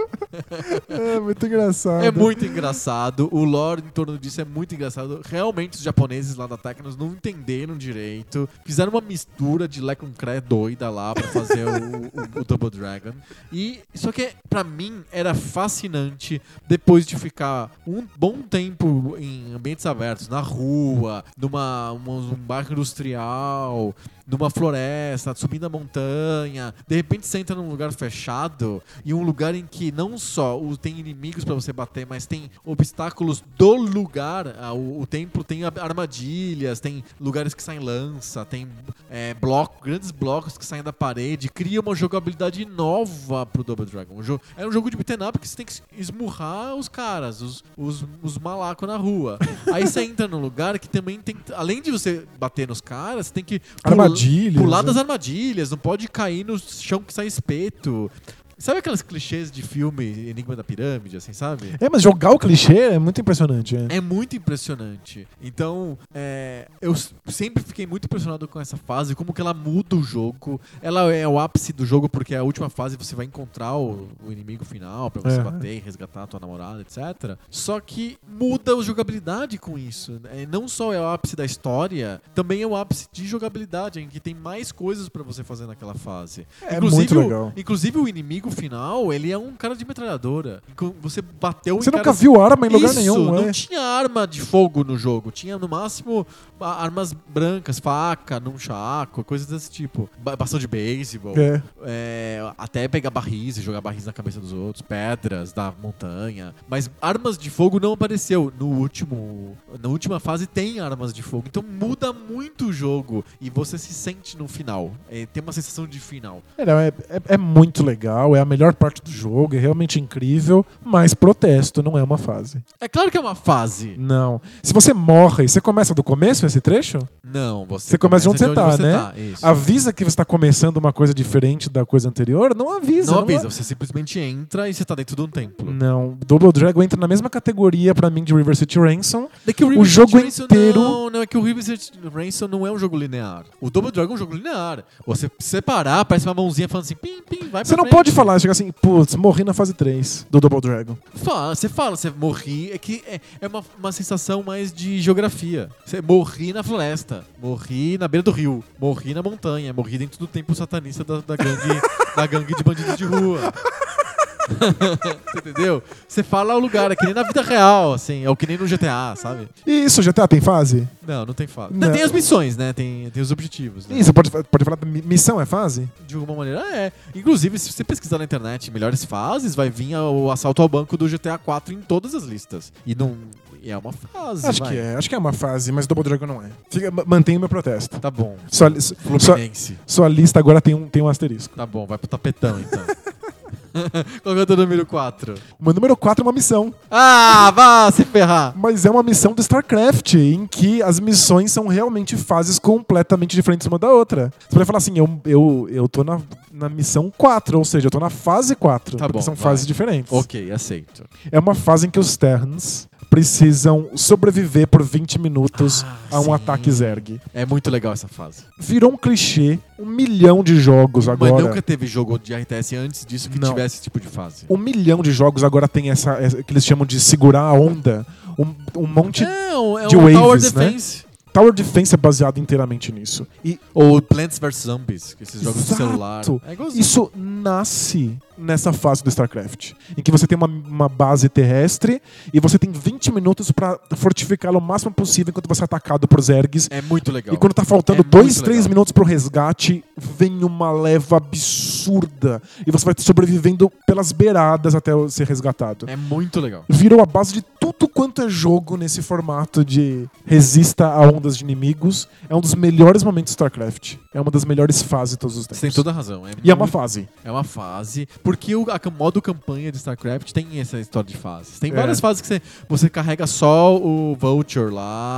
B: é muito engraçado.
A: É muito engraçado. O lore em torno disso é muito engraçado. Realmente, os japoneses lá da Tecnos não entenderam direito. Fizeram uma mistura de Leconcré doida lá pra fazer o, o- o Double Dragon. E só que, pra mim, era fascinante depois de ficar um bom tempo em ambientes abertos, na rua, numa, uma- um bairro industrial, numa floresta, subindo a montanha. De repente você entra num lugar fechado e um lugar em que não só o- tem inimigos pra você bater, mas tem obstáculos do lugar. Ah, O, o templo tem a- armadilhas, tem lugares que saem lança, tem é, bloco- grandes blocos que saem da parede. Cria uma jogabilidade nova pro Double Dragon. Um jo- é um jogo de beat'em up que você tem que esmurrar os caras, os, os, os malacos na rua. Aí você entra num lugar que também tem. Além de você bater nos caras, você tem que pula-
B: Armadilha.
A: Pular das armadilhas, não pode cair no chão que sai espeto. Sabe aquelas clichês de filme Enigma da Pirâmide, assim, sabe?
B: É, mas jogar o clichê é muito impressionante. É.
A: É muito impressionante. Então, é, eu s- sempre fiquei muito impressionado com essa fase, como que ela muda o jogo. Ela é o ápice do jogo, porque é a última fase você vai encontrar o, o inimigo final pra você
B: É.
A: bater e resgatar a tua namorada, etc. Só que muda a jogabilidade com isso. É, não só é o ápice da história, também é o ápice de jogabilidade, em que tem mais coisas pra você fazer naquela fase.
B: É
A: Inclusive,
B: muito
A: o-
B: legal.
A: Inclusive, o inimigo final, ele é um cara de metralhadora. Então, Você bateu
B: Você
A: em
B: nunca
A: caras-
B: viu arma em lugar
A: isso,
B: nenhum,
A: não
B: é?
A: tinha arma de fogo no jogo. Tinha, no máximo, a- armas brancas, faca, num chaco, coisas desse tipo. Ba- Bastão de beisebol.
B: É.
A: É, até pegar barris e jogar barris na cabeça dos outros. Pedras da montanha. Mas armas de fogo não apareceu. No último... Na última fase tem armas de fogo. Então muda muito o jogo. E você se sente no final. É, tem uma sensação de final.
B: É, não, é, é- é muito legal, é a melhor parte do jogo, é realmente incrível, mas protesto, não é uma fase.
A: É claro que é uma fase.
B: Não. Se você morre, você começa do começo esse trecho?
A: Não, você...
B: Você começa de onde você tá, né?
A: Isso.
B: Avisa que você está começando uma coisa diferente da coisa anterior? Não avisa.
A: Não é? avisa, você simplesmente entra e você tá dentro de um templo.
B: Não, Double Dragon entra na mesma categoria pra mim de River City Ransom.
A: É que
B: O jogo
A: City Ransom-
B: inteiro-
A: Não, não, é que o River City Ransom não é um jogo linear. O Double Dragon é um jogo linear. Você separar, parece uma mãozinha falando assim, pim, pim, vai pra
B: Você não
A: frente.
B: pode falar, chegar assim, putz, morri na fase 3 do Double Dragon.
A: Fala, você fala, você morri. É que é, é uma, uma sensação mais de geografia. Você morri na floresta, morri na beira do rio, morri na montanha, morri dentro do templo satanista da, da gangue, da gangue de bandidos de rua. Você entendeu? Você fala o lugar, é que nem na vida real, assim, é o que nem no GTA, sabe?
B: E isso, GTA tem fase?
A: Não, não tem fase.
B: Não.
A: Tem as missões, né? Tem, tem os objetivos. né?
B: Ih, você pode, pode falar, mi- missão é fase?
A: De alguma maneira é. Inclusive, se você pesquisar na internet melhores fases, vai vir a- o assalto ao banco do GTA 4 em todas as listas. E não. e é uma fase.
B: Acho
A: vai.
B: que é, acho que é uma fase, mas Double Dragon não é. Fica, ma- mantenho meu protesto.
A: Tá bom.
B: Sua, li- su- sua,
A: Fluminense.
B: sua lista agora tem um, tem um asterisco.
A: Tá bom, vai pro tapetão então. Qual que é o teu número 4?
B: O meu número 4 é uma missão,
A: Ah, vá se ferrar!
B: mas é uma missão do StarCraft, em que as missões são realmente fases completamente diferentes uma da outra. Você vai falar assim, eu, eu, eu tô na, na missão 4, ou seja, eu tô na fase 4,
A: Tá
B: porque
A: bom,
B: são
A: vai.
B: fases diferentes.
A: Ok, aceito.
B: É uma fase em que os Terrans precisam sobreviver por 20 minutos
A: Ah,
B: a um
A: sim.
B: ataque Zerg.
A: É muito legal essa fase.
B: Virou um clichê, um milhão de jogos agora.
A: Mas nunca teve jogo de RTS antes disso que
B: Não.
A: tivesse esse tipo de fase.
B: Um milhão de jogos agora tem essa, essa- que eles chamam de segurar a onda. Um, um monte.
A: Não, é
B: de
A: um Tower
B: waves, né?
A: Defense.
B: Tower Defense é baseado inteiramente nisso. E
A: Ou Plants vs Zombies, que esses jogos
B: Exato.
A: de celular. É igualzinho.
B: isso nasce nessa fase do StarCraft, em que você tem uma, uma base terrestre e você tem 20 minutos pra fortificá-la o máximo possível enquanto você é atacado por Zergs
A: É muito legal.
B: E quando tá faltando
A: É
B: dois,
A: muito
B: três
A: legal.
B: minutos pro resgate, vem uma leva absurda. E você vai sobrevivendo pelas beiradas até ser resgatado.
A: É muito legal.
B: Virou a base de tudo quanto é jogo nesse formato de resista a ondas de inimigos. É um dos melhores momentos do StarCraft. É uma das melhores fases de todos os tempos.
A: Você tem toda a razão. É
B: E é uma
A: muito-
B: fase.
A: é uma fase. Porque o a cam- modo campanha de StarCraft tem essa história de fases. Tem
B: É.
A: várias fases que você, você carrega só o Vulture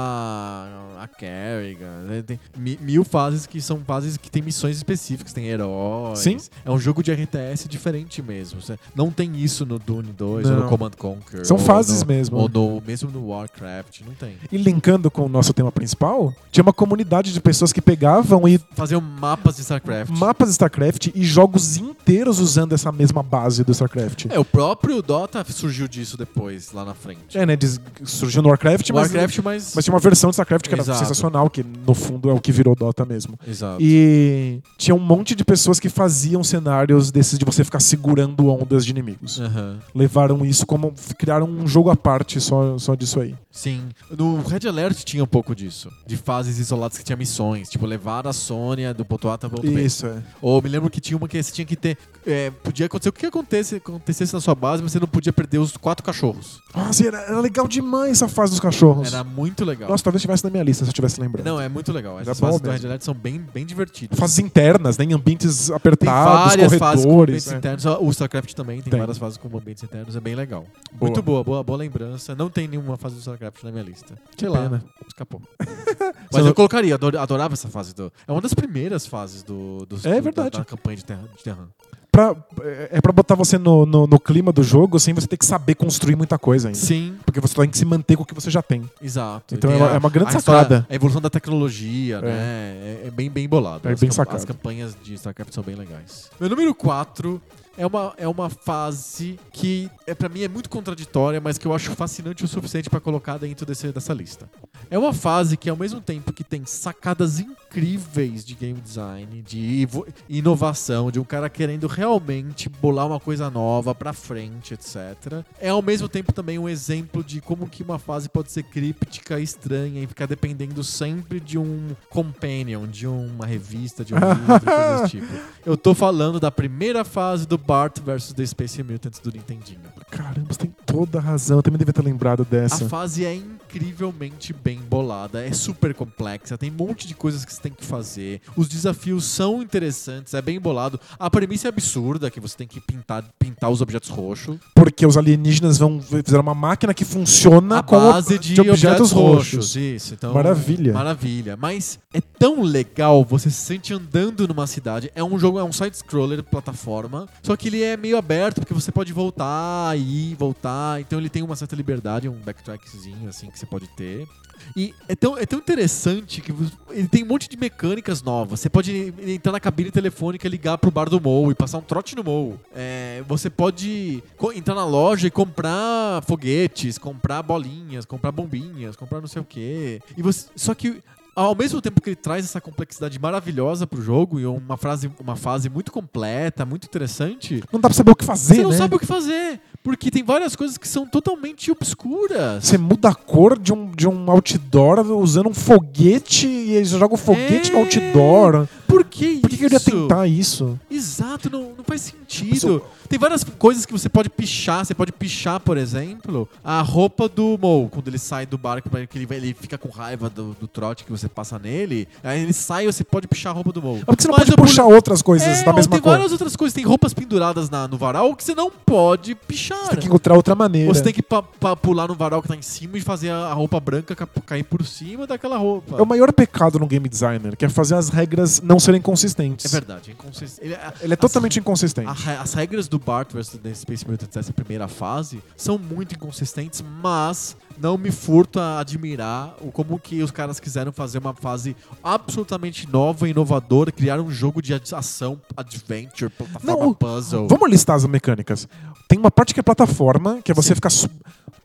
A: lá, a Kerrigan. né? Tem mi- mil fases que são fases que tem missões específicas, tem heróis.
B: Sim.
A: É um jogo de RTS diferente mesmo. Você não tem isso no Dune 2 ou
B: Não.
A: no Command Conquer.
B: São
A: ou
B: fases
A: no-
B: mesmo.
A: Ou no, mesmo no Warcraft. Não tem.
B: E linkando com o nosso tema principal, tinha uma comunidade de pessoas que pegavam e
A: Fazer um mapas de StarCraft.
B: mapas de StarCraft e jogos inteiros usando essa mesma base do StarCraft.
A: É, o próprio Dota surgiu disso depois, lá na frente.
B: É, né? diz- surgiu no Warcraft, mas-
A: Warcraft, mas...
B: mas, tinha uma versão de StarCraft que era
A: Exato.
B: sensacional, que no fundo é o que virou Dota mesmo.
A: Exato.
B: E tinha um monte de pessoas que faziam cenários desses de você ficar segurando ondas de inimigos.
A: Aham.
B: Levaram isso como. criaram um jogo à parte só, só disso aí.
A: Sim. No Red Alert tinha um pouco disso. De fases isoladas que tinha missões. Tipo, levar a Sônia do ponto A até o ponto B.
B: Isso, é.
A: Ou me lembro que tinha uma que você tinha que ter... é, podia acontecer o que acontece, acontecesse na sua base, mas você não podia perder os quatro cachorros.
B: Nossa, era, era legal demais essa fase dos cachorros.
A: Era muito legal.
B: Nossa, talvez tivesse na minha lista se eu tivesse lembrado.
A: Não, é muito legal. Essas
B: bom
A: fases do
B: mesmo.
A: Red Alert são bem, bem divertidas.
B: Fases internas, né? Em ambientes
A: Tem
B: apertados,
A: várias fases com
B: corredores.
A: ambientes
B: né?
A: internos. O StarCraft também tem,
B: Tem.
A: várias fases com ambientes internos. É bem legal.
B: Boa.
A: Muito boa, boa, boa lembrança. Não tem nenhuma fase do StarCraft na minha lista.
B: Que
A: Sei
B: pena.
A: lá, né? escapou.
B: Você
A: Mas
B: não-
A: eu colocaria, ador- adorava essa fase. Do... É uma das primeiras fases do, dos-
B: É
A: do- da-
B: verdade.
A: Da, campanha de Terran. De Terran.
B: Pra- é é pra botar você no, no, no clima do jogo sem você ter que saber construir muita coisa ainda.
A: Sim,
B: Porque você tem que se manter com o que você já tem.
A: exato.
B: Então
A: E
B: é
A: tem
B: uma- é uma grande
A: a história-
B: sacada.
A: A evolução da tecnologia,
B: É.
A: né? É, é bem, bem bolado.
B: É
A: as,
B: bem
A: cam-
B: sacado.
A: as campanhas de StarCraft são bem legais. Meu número 4 é uma, é uma fase que, é, pra mim, é muito contraditória, mas que eu acho fascinante o suficiente pra colocar dentro desse, dessa lista. É uma fase que, ao mesmo tempo que tem sacadas incríveis de game design, de ivo- inovação, de um cara querendo realmente bolar uma coisa nova pra frente, etc. É, ao mesmo tempo, também um exemplo de como que uma fase pode ser críptica, estranha e ficar dependendo sempre de um companion, de uma revista, de um livro, coisas desse tipo. Eu tô falando da primeira fase do Bart versus The Space Mutants do Nintendinho.
B: Caramba, você tem toda a razão. Eu também devia ter lembrado
A: A
B: dessa.
A: fase é incrivelmente bem bolada, é super complexa, tem um monte de coisas que você tem que fazer. Os desafios são interessantes, é bem bolado. A premissa é absurda, que você tem que pintar, pintar os objetos roxos.
B: Porque os alienígenas vão fizeram uma máquina que funciona
A: a
B: com
A: base de, objetos, roxos. Isso, então.
B: Maravilha.
A: Maravilha. Mas é tão legal você se sente andando numa cidade. É um jogo, é um side-scroller plataforma. Só que ele é meio aberto, porque você pode voltar e ir, voltar. Então ele tem uma certa liberdade, um backtrackzinho, assim, que você você pode ter. E é tão, é tão interessante que vo- ele tem um monte de mecânicas novas. Você pode entrar na cabine telefônica, ligar pro bar do Mou e passar um trote no Mou. É, você pode co- entrar na loja e comprar foguetes, comprar bolinhas, comprar bombinhas, comprar não sei o quê. E você, só que ao mesmo tempo que ele traz essa complexidade maravilhosa pro jogo e uma, frase, uma fase muito completa, muito interessante,
B: Não dá pra saber o que fazer,
A: você não
B: né?
A: sabe o que fazer. Porque tem várias coisas que são totalmente obscuras.
B: Você muda a cor de um, de um outdoor usando um foguete e eles jogam foguete no
A: É.
B: outdoor.
A: Por que isso?
B: Por que, que eu ia tentar isso?
A: Exato, não, não faz sentido.
B: Pessoal-
A: Tem várias coisas que você pode pichar. Você pode pichar, por exemplo, a roupa do Mo quando ele sai do barco, pra- que ele, vai- ele fica com raiva do, do trote que você passa nele. Aí ele sai e você pode pichar a roupa do Mo.
B: Mas por que É você não
A: Mas
B: pode
A: a poli-
B: puxar outras coisas
A: É,
B: da mesma
A: tem
B: cor?
A: várias outras coisas. Tem roupas penduradas na- no varal que você não pode pichar.
B: Você tem que encontrar outra maneira.
A: Ou você tem que pa- pa- pular no varal que tá em cima e fazer a, a roupa branca ca- cair por cima daquela roupa.
B: É o maior pecado no game designer, que é fazer as regras não serem consistentes.
A: É verdade, Ah, é inconsist... ele, é-
B: Ele é
A: as-
B: totalmente inconsistente.
A: a re- as regras do Bart vs The Space Mutants dessa primeira fase são muito inconsistentes, mas não me furto a admirar o como que os caras quiseram fazer uma fase absolutamente nova, inovadora, criar um jogo de ad- ação, adventure, plataforma
B: Não, o-
A: puzzle.
B: Vamos listar as mecânicas. Tem uma parte que é plataforma, que é você ficar su-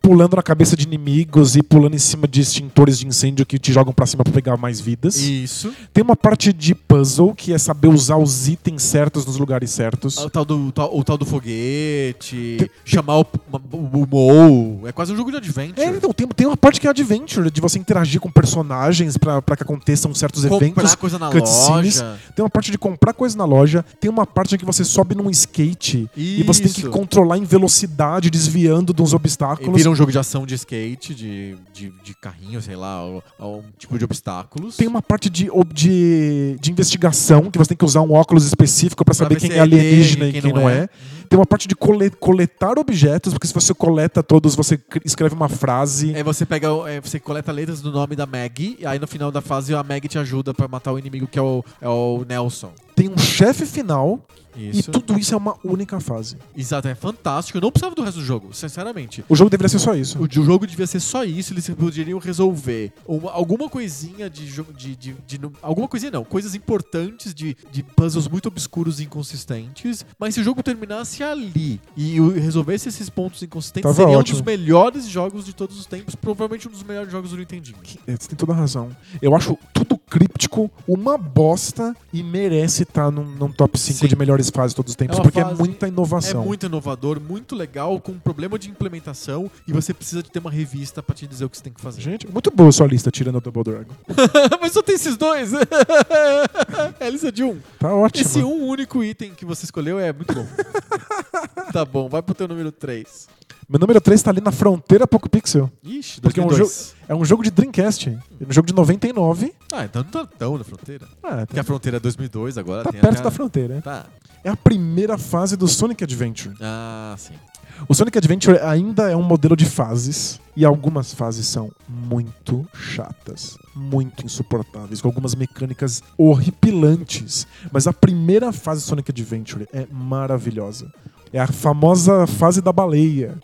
B: pulando na cabeça de inimigos e pulando em cima de extintores de incêndio que te jogam pra cima pra pegar mais vidas.
A: Isso.
B: Tem uma parte de puzzle, que é saber usar os itens certos nos lugares certos.
A: O tal do, o tal, o tal do foguete, chamar o, o, o Mou. É quase um jogo de adventure.
B: É, então, tem, tem uma parte que é adventure, de você interagir com personagens pra pra que aconteçam certos eventos.
A: Comprar coisa na
B: cutscenes.
A: loja.
B: Tem uma parte de comprar coisa na loja, tem uma parte que você sobe num skate e você tem que
A: Isso.
B: controlar em velocidade, desviando de uns
A: E
B: obstáculos.
A: vira um jogo de ação de skate, de, de, de carrinho, sei lá, ou- ou um tipo de obstáculos.
B: Tem uma parte de, ob- de, de investigação, que você tem que usar um óculos específico pra
A: Pra
B: saber
A: ver
B: quem
A: se
B: é
A: é ET,
B: alienígena e quem, não é. Tem uma parte de cole- coletar objetos, porque se você coleta todos, você cri- escreve uma frase.
A: É, você pega, o- é, você coleta letras do nome da Maggie, e aí no final da fase a Maggie te ajuda pra matar o inimigo que é o, é o Nelson.
B: Tem um chefe final
A: Isso.
B: e tudo isso é uma única fase.
A: Exato, é fantástico. Eu não precisava do resto do jogo, sinceramente.
B: O jogo deveria ser só isso.
A: O, o jogo devia ser só isso, eles poderiam resolver uma- alguma coisinha de, jo- de, de, de nu- Alguma coisinha não, coisas importantes de, de puzzles muito obscuros e inconsistentes. Mas se o jogo terminasse ali e o- resolvesse esses pontos inconsistentes,
B: Tava
A: seria
B: ótimo.
A: um dos melhores jogos de todos os tempos, provavelmente um dos melhores jogos do Nintendinho.
B: É, Você tem toda a razão. Eu acho tudo críptico, uma bosta e merece estar num, num top 5
A: Sim.
B: de melhores fases de todos os tempos,
A: É uma
B: porque é
A: fase-
B: muita inovação.
A: É muito inovador, muito legal, com um problema de implementação e você precisa de ter uma revista pra te dizer o que você tem que fazer.
B: Gente, muito boa a sua lista, tirando o Double Dragon.
A: Mas só tem esses dois! é a lista de um.
B: Tá ótimo.
A: Esse um único item que você escolheu é muito bom. tá bom, vai pro teu número 3.
B: Meu número 3 tá ali na fronteira Poco Pixel.
A: Ixi, 2002.
B: Porque é um É um jogo de Dreamcast. É um jogo de 99.
A: Ah, então não tá tão na fronteira.
B: Ah,
A: Porque
B: tá,
A: a fronteira é 2002 agora.
B: tá
A: tem
B: perto
A: até...
B: da fronteira. né?
A: Tá.
B: É a primeira fase do Sonic Adventure.
A: Ah, sim.
B: O Sonic Adventure ainda é um modelo de fases. E algumas fases são muito chatas, muito insuportáveis, com algumas mecânicas horripilantes. Mas a primeira fase do Sonic Adventure é maravilhosa. É a famosa fase da baleia.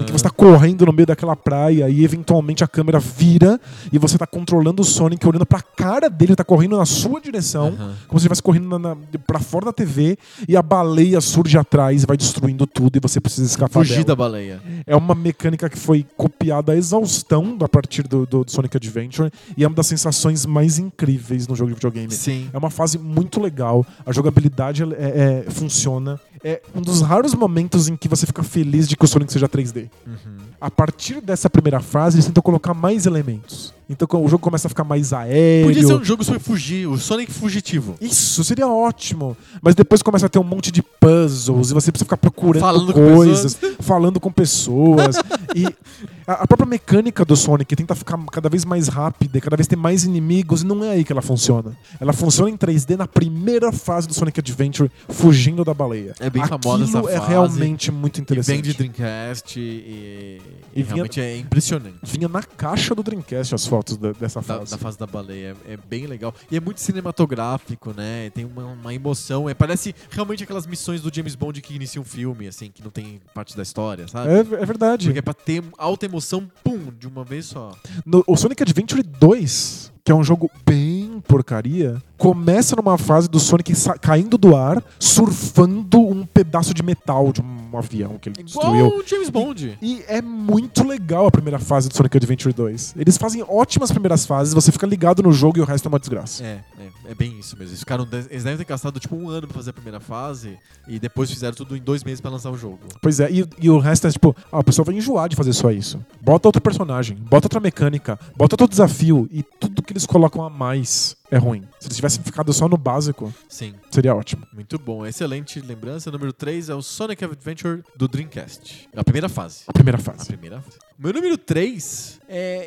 B: Em que você tá correndo no meio daquela praia e eventualmente a câmera vira e você tá controlando o Sonic, olhando pra cara dele, tá correndo na sua direção,
A: Aham.
B: como se estivesse correndo na, na, pra fora da TV e a baleia surge atrás e vai destruindo tudo e você precisa escapar
A: Fugir da
B: dela.
A: baleia.
B: É uma mecânica que foi copiada à exaustão a partir do, do Sonic Adventure e é uma das sensações mais incríveis no jogo de videogame.
A: Sim.
B: É uma fase muito legal, a jogabilidade é- é- funciona. É um dos raros momentos em que você fica feliz de que o Sonic seja 3D.
A: Uhum.
B: A partir dessa primeira fase, eles tentam colocar mais elementos. Então o jogo começa a ficar mais aéreo.
A: Podia ser um jogo sobre fugir, o Sonic fugitivo.
B: Isso seria ótimo. Mas depois começa a ter um monte de puzzles e você precisa ficar procurando
A: Falando com
B: coisas, falando com pessoas. e a, a própria mecânica do Sonic tenta ficar cada vez mais rápida, e cada vez ter mais inimigos, e não é aí que ela funciona. Ela funciona em 3D na primeira fase do Sonic Adventure, fugindo da baleia.
A: É bem
B: Aquilo
A: famosa essa
B: é
A: fase.
B: realmente muito
A: E vem
B: interessante.
A: de Dreamcast e,
B: E
A: e
B: vinha-
A: realmente é impressionante.
B: Vinha na caixa do Dreamcast as fotos da- dessa
A: da,
B: fase.
A: da fase da baleia. É bem legal. E é muito cinematográfico, né? Tem uma, uma emoção. É, parece realmente aquelas missões do James Bond que inicia um filme, assim, que não tem parte da história, sabe?
B: É, é verdade.
A: Porque é pra ter alta emoção, pum, de uma vez só.
B: No- o Sonic Adventure 2, que é um jogo bem porcaria, começa numa fase do Sonic sa- caindo do ar, surfando um pedaço de metal de um avião que ele destruiu.
A: Igual o James Bond.
B: E é muito legal a primeira fase do Sonic Adventure 2. Eles fazem ótimas primeiras fases, você fica ligado no jogo e o resto é uma desgraça.
A: É, é, é bem isso mesmo. Eles, ficaram, de- eles devem ter gastado tipo um ano pra fazer a primeira fase e depois fizeram tudo em dois meses pra lançar o jogo.
B: Pois é, e, e o resto é tipo, ah, o pessoal vai enjoar de fazer só isso. Bota outro personagem, bota outra mecânica, bota outro desafio e tudo que eles colocam a mais é ruim. Se eles tivessem ficado só no básico,
A: Sim,
B: seria ótimo.
A: muito bom. Excelente lembrança. Número 3 é o Sonic Adventure do Dreamcast. A primeira fase.
B: A primeira
A: A
B: fase.
A: primeira fase. Meu número 3,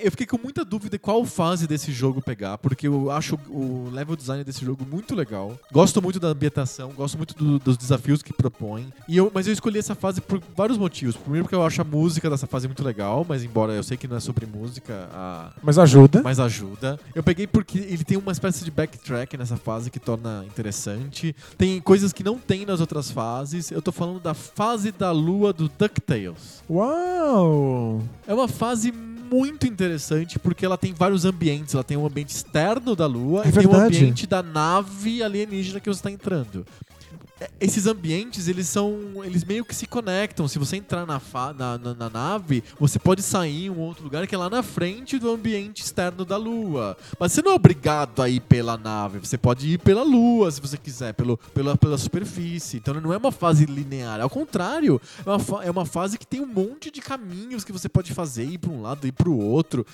A: eu fiquei com muita dúvida qual fase desse jogo pegar, porque eu acho o level design desse jogo muito legal. Gosto muito da ambientação, gosto muito do- dos desafios que propõe. E eu, mas eu escolhi essa fase por vários motivos. Primeiro, porque eu acho a música dessa fase muito legal, mas embora eu sei que não é sobre música, a,
B: Mas ajuda.
A: mas ajuda. Eu peguei porque ele tem uma espécie de backtrack nessa fase que torna interessante. Tem coisas que não tem nas outras fases. Eu tô falando da fase da lua do DuckTales.
B: Uau!
A: É uma fase muito interessante porque ela tem vários ambientes. Ela tem um ambiente externo da Lua
B: É
A: e tem um
B: verdade.
A: ambiente da nave alienígena que você está entrando. É, Esses ambientes, eles são. Eles meio que se conectam. Se você entrar na, fa- na, na- na nave, você pode sair em um outro lugar que é lá na frente do ambiente externo da Lua. Mas você não é obrigado a ir pela nave. Você pode ir pela Lua, se você quiser, pelo, pela, pela superfície. Então não é uma fase linear. Ao contrário, é uma, fa- é uma fase que tem um monte de caminhos que você pode fazer, ir para um lado, ir para o outro.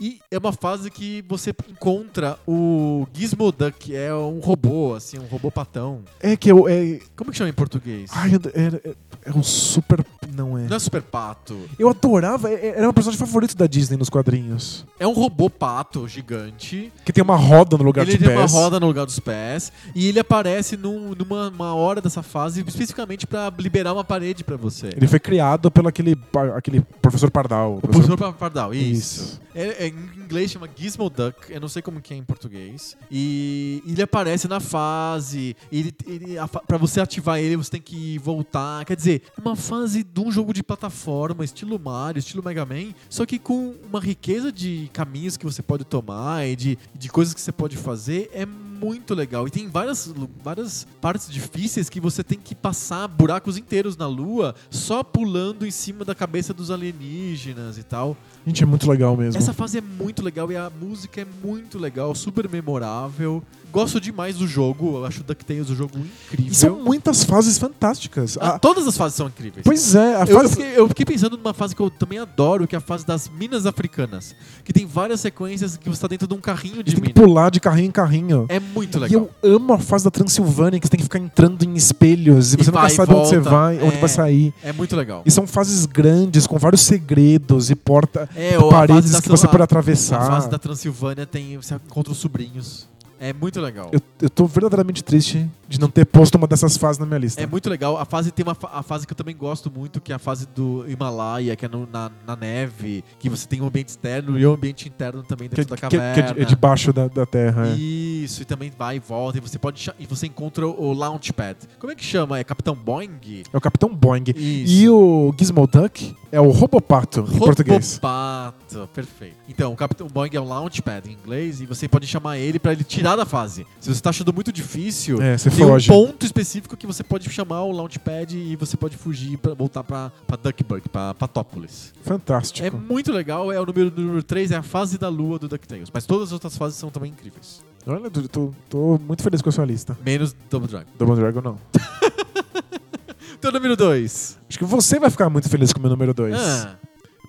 A: E é uma fase que você encontra o Gizmoduck, que é um robô, assim, um robô patão.
B: É que eu. É,
A: Como que chama em português?
B: ai, eu- é, é, é um super. Não é.
A: Não é super pato.
B: Eu adorava, é- era meu personagem favorito da Disney nos quadrinhos.
A: É um robô pato gigante.
B: Que tem uma roda no lugar
A: ele
B: de
A: tem uma
B: pés.
A: roda no lugar dos pés. E ele aparece num- numa uma hora dessa fase, especificamente para liberar uma parede para você.
B: Ele foi criado pelo aquele, pa- aquele professor Pardal.
A: O professor Pa- Pardal, isso.
B: Isso.
A: É, é, em inglês chama Gizmo Duck, eu não sei como que é em português. E ele aparece na fase, ele, ele, a fa- pra você ativar ele, você tem que voltar. Quer dizer, é uma fase de um jogo de plataforma, estilo Mario, estilo Mega Man, só que com uma riqueza de caminhos que você pode tomar e de, de coisas que você pode fazer, é muito legal. E tem várias, lu- várias partes difíceis que você tem que passar buracos inteiros na lua só pulando em cima da cabeça dos alienígenas e tal.
B: Gente, é muito legal mesmo.
A: Essa fase é muito legal e a música é muito legal, super memorável. Gosto demais do jogo, eu acho o DuckTales um jogo incrível.
B: E são muitas fases fantásticas.
A: Ah,
B: A-
A: todas as fases são incríveis.
B: pois é, a
A: eu, eu
B: fase.
A: fiquei, eu fiquei pensando numa fase que eu também adoro, que é a fase das minas africanas. Que tem várias sequências que você tá dentro de um carrinho de
B: Tem que
A: mina.
B: pular de carrinho em carrinho.
A: É muito
B: é E
A: legal.
B: eu amo a fase da Transilvânia, que você tem que ficar entrando em espelhos e,
A: E
B: você nunca
A: vai e
B: sabe onde você
A: volta.
B: vai, onde
A: É.
B: vai sair.
A: É muito legal.
B: E são fases grandes, com vários segredos e porta,
A: É, ou a fase
B: paredes
A: da
B: que você
A: Tran-
B: pode
A: A
B: atravessar.
A: fase da Transilvânia tem. Você encontra os sobrinhos. É muito legal.
B: Eu, eu tô verdadeiramente triste de não ter posto uma dessas fases na minha lista.
A: É muito legal. A fase tem uma fa- a fase que eu também gosto muito, que é a fase do Himalaia, que é no- na, na neve, que você tem um ambiente externo e um ambiente interno também
B: que,
A: dentro da
B: que- que é de-
A: caverna.
B: é debaixo da, da terra. é.
A: Isso, e também vai e volta, e você pode cha- e você encontra o Launchpad. Como é que chama? É Capitão Boeing?
B: É o Capitão Boing.
A: Isso.
B: E o Gizmoduck é o Robopato, em português.
A: Robopato, perfeito. Então, o Capitão Boeing é o Launchpad em inglês, e você pode chamar ele pra ele tirar da fase. Se você tá achando muito difícil,
B: É, você
A: tem
B: foge.
A: um ponto específico que você pode chamar o Launchpad e você pode fugir pra voltar pra, pra Duckburg, pra Patópolis.
B: Fantástico.
A: É muito legal, é o número, número 3, é a fase da lua do DuckTales. Mas todas as outras fases são também incríveis.
B: Olha, Dudu, tô, tô muito feliz com a sua lista.
A: Menos Double Dragon.
B: Double Dragon, não.
A: Então, número 2.
B: Acho que você vai ficar muito feliz com o meu número 2.
A: Ah.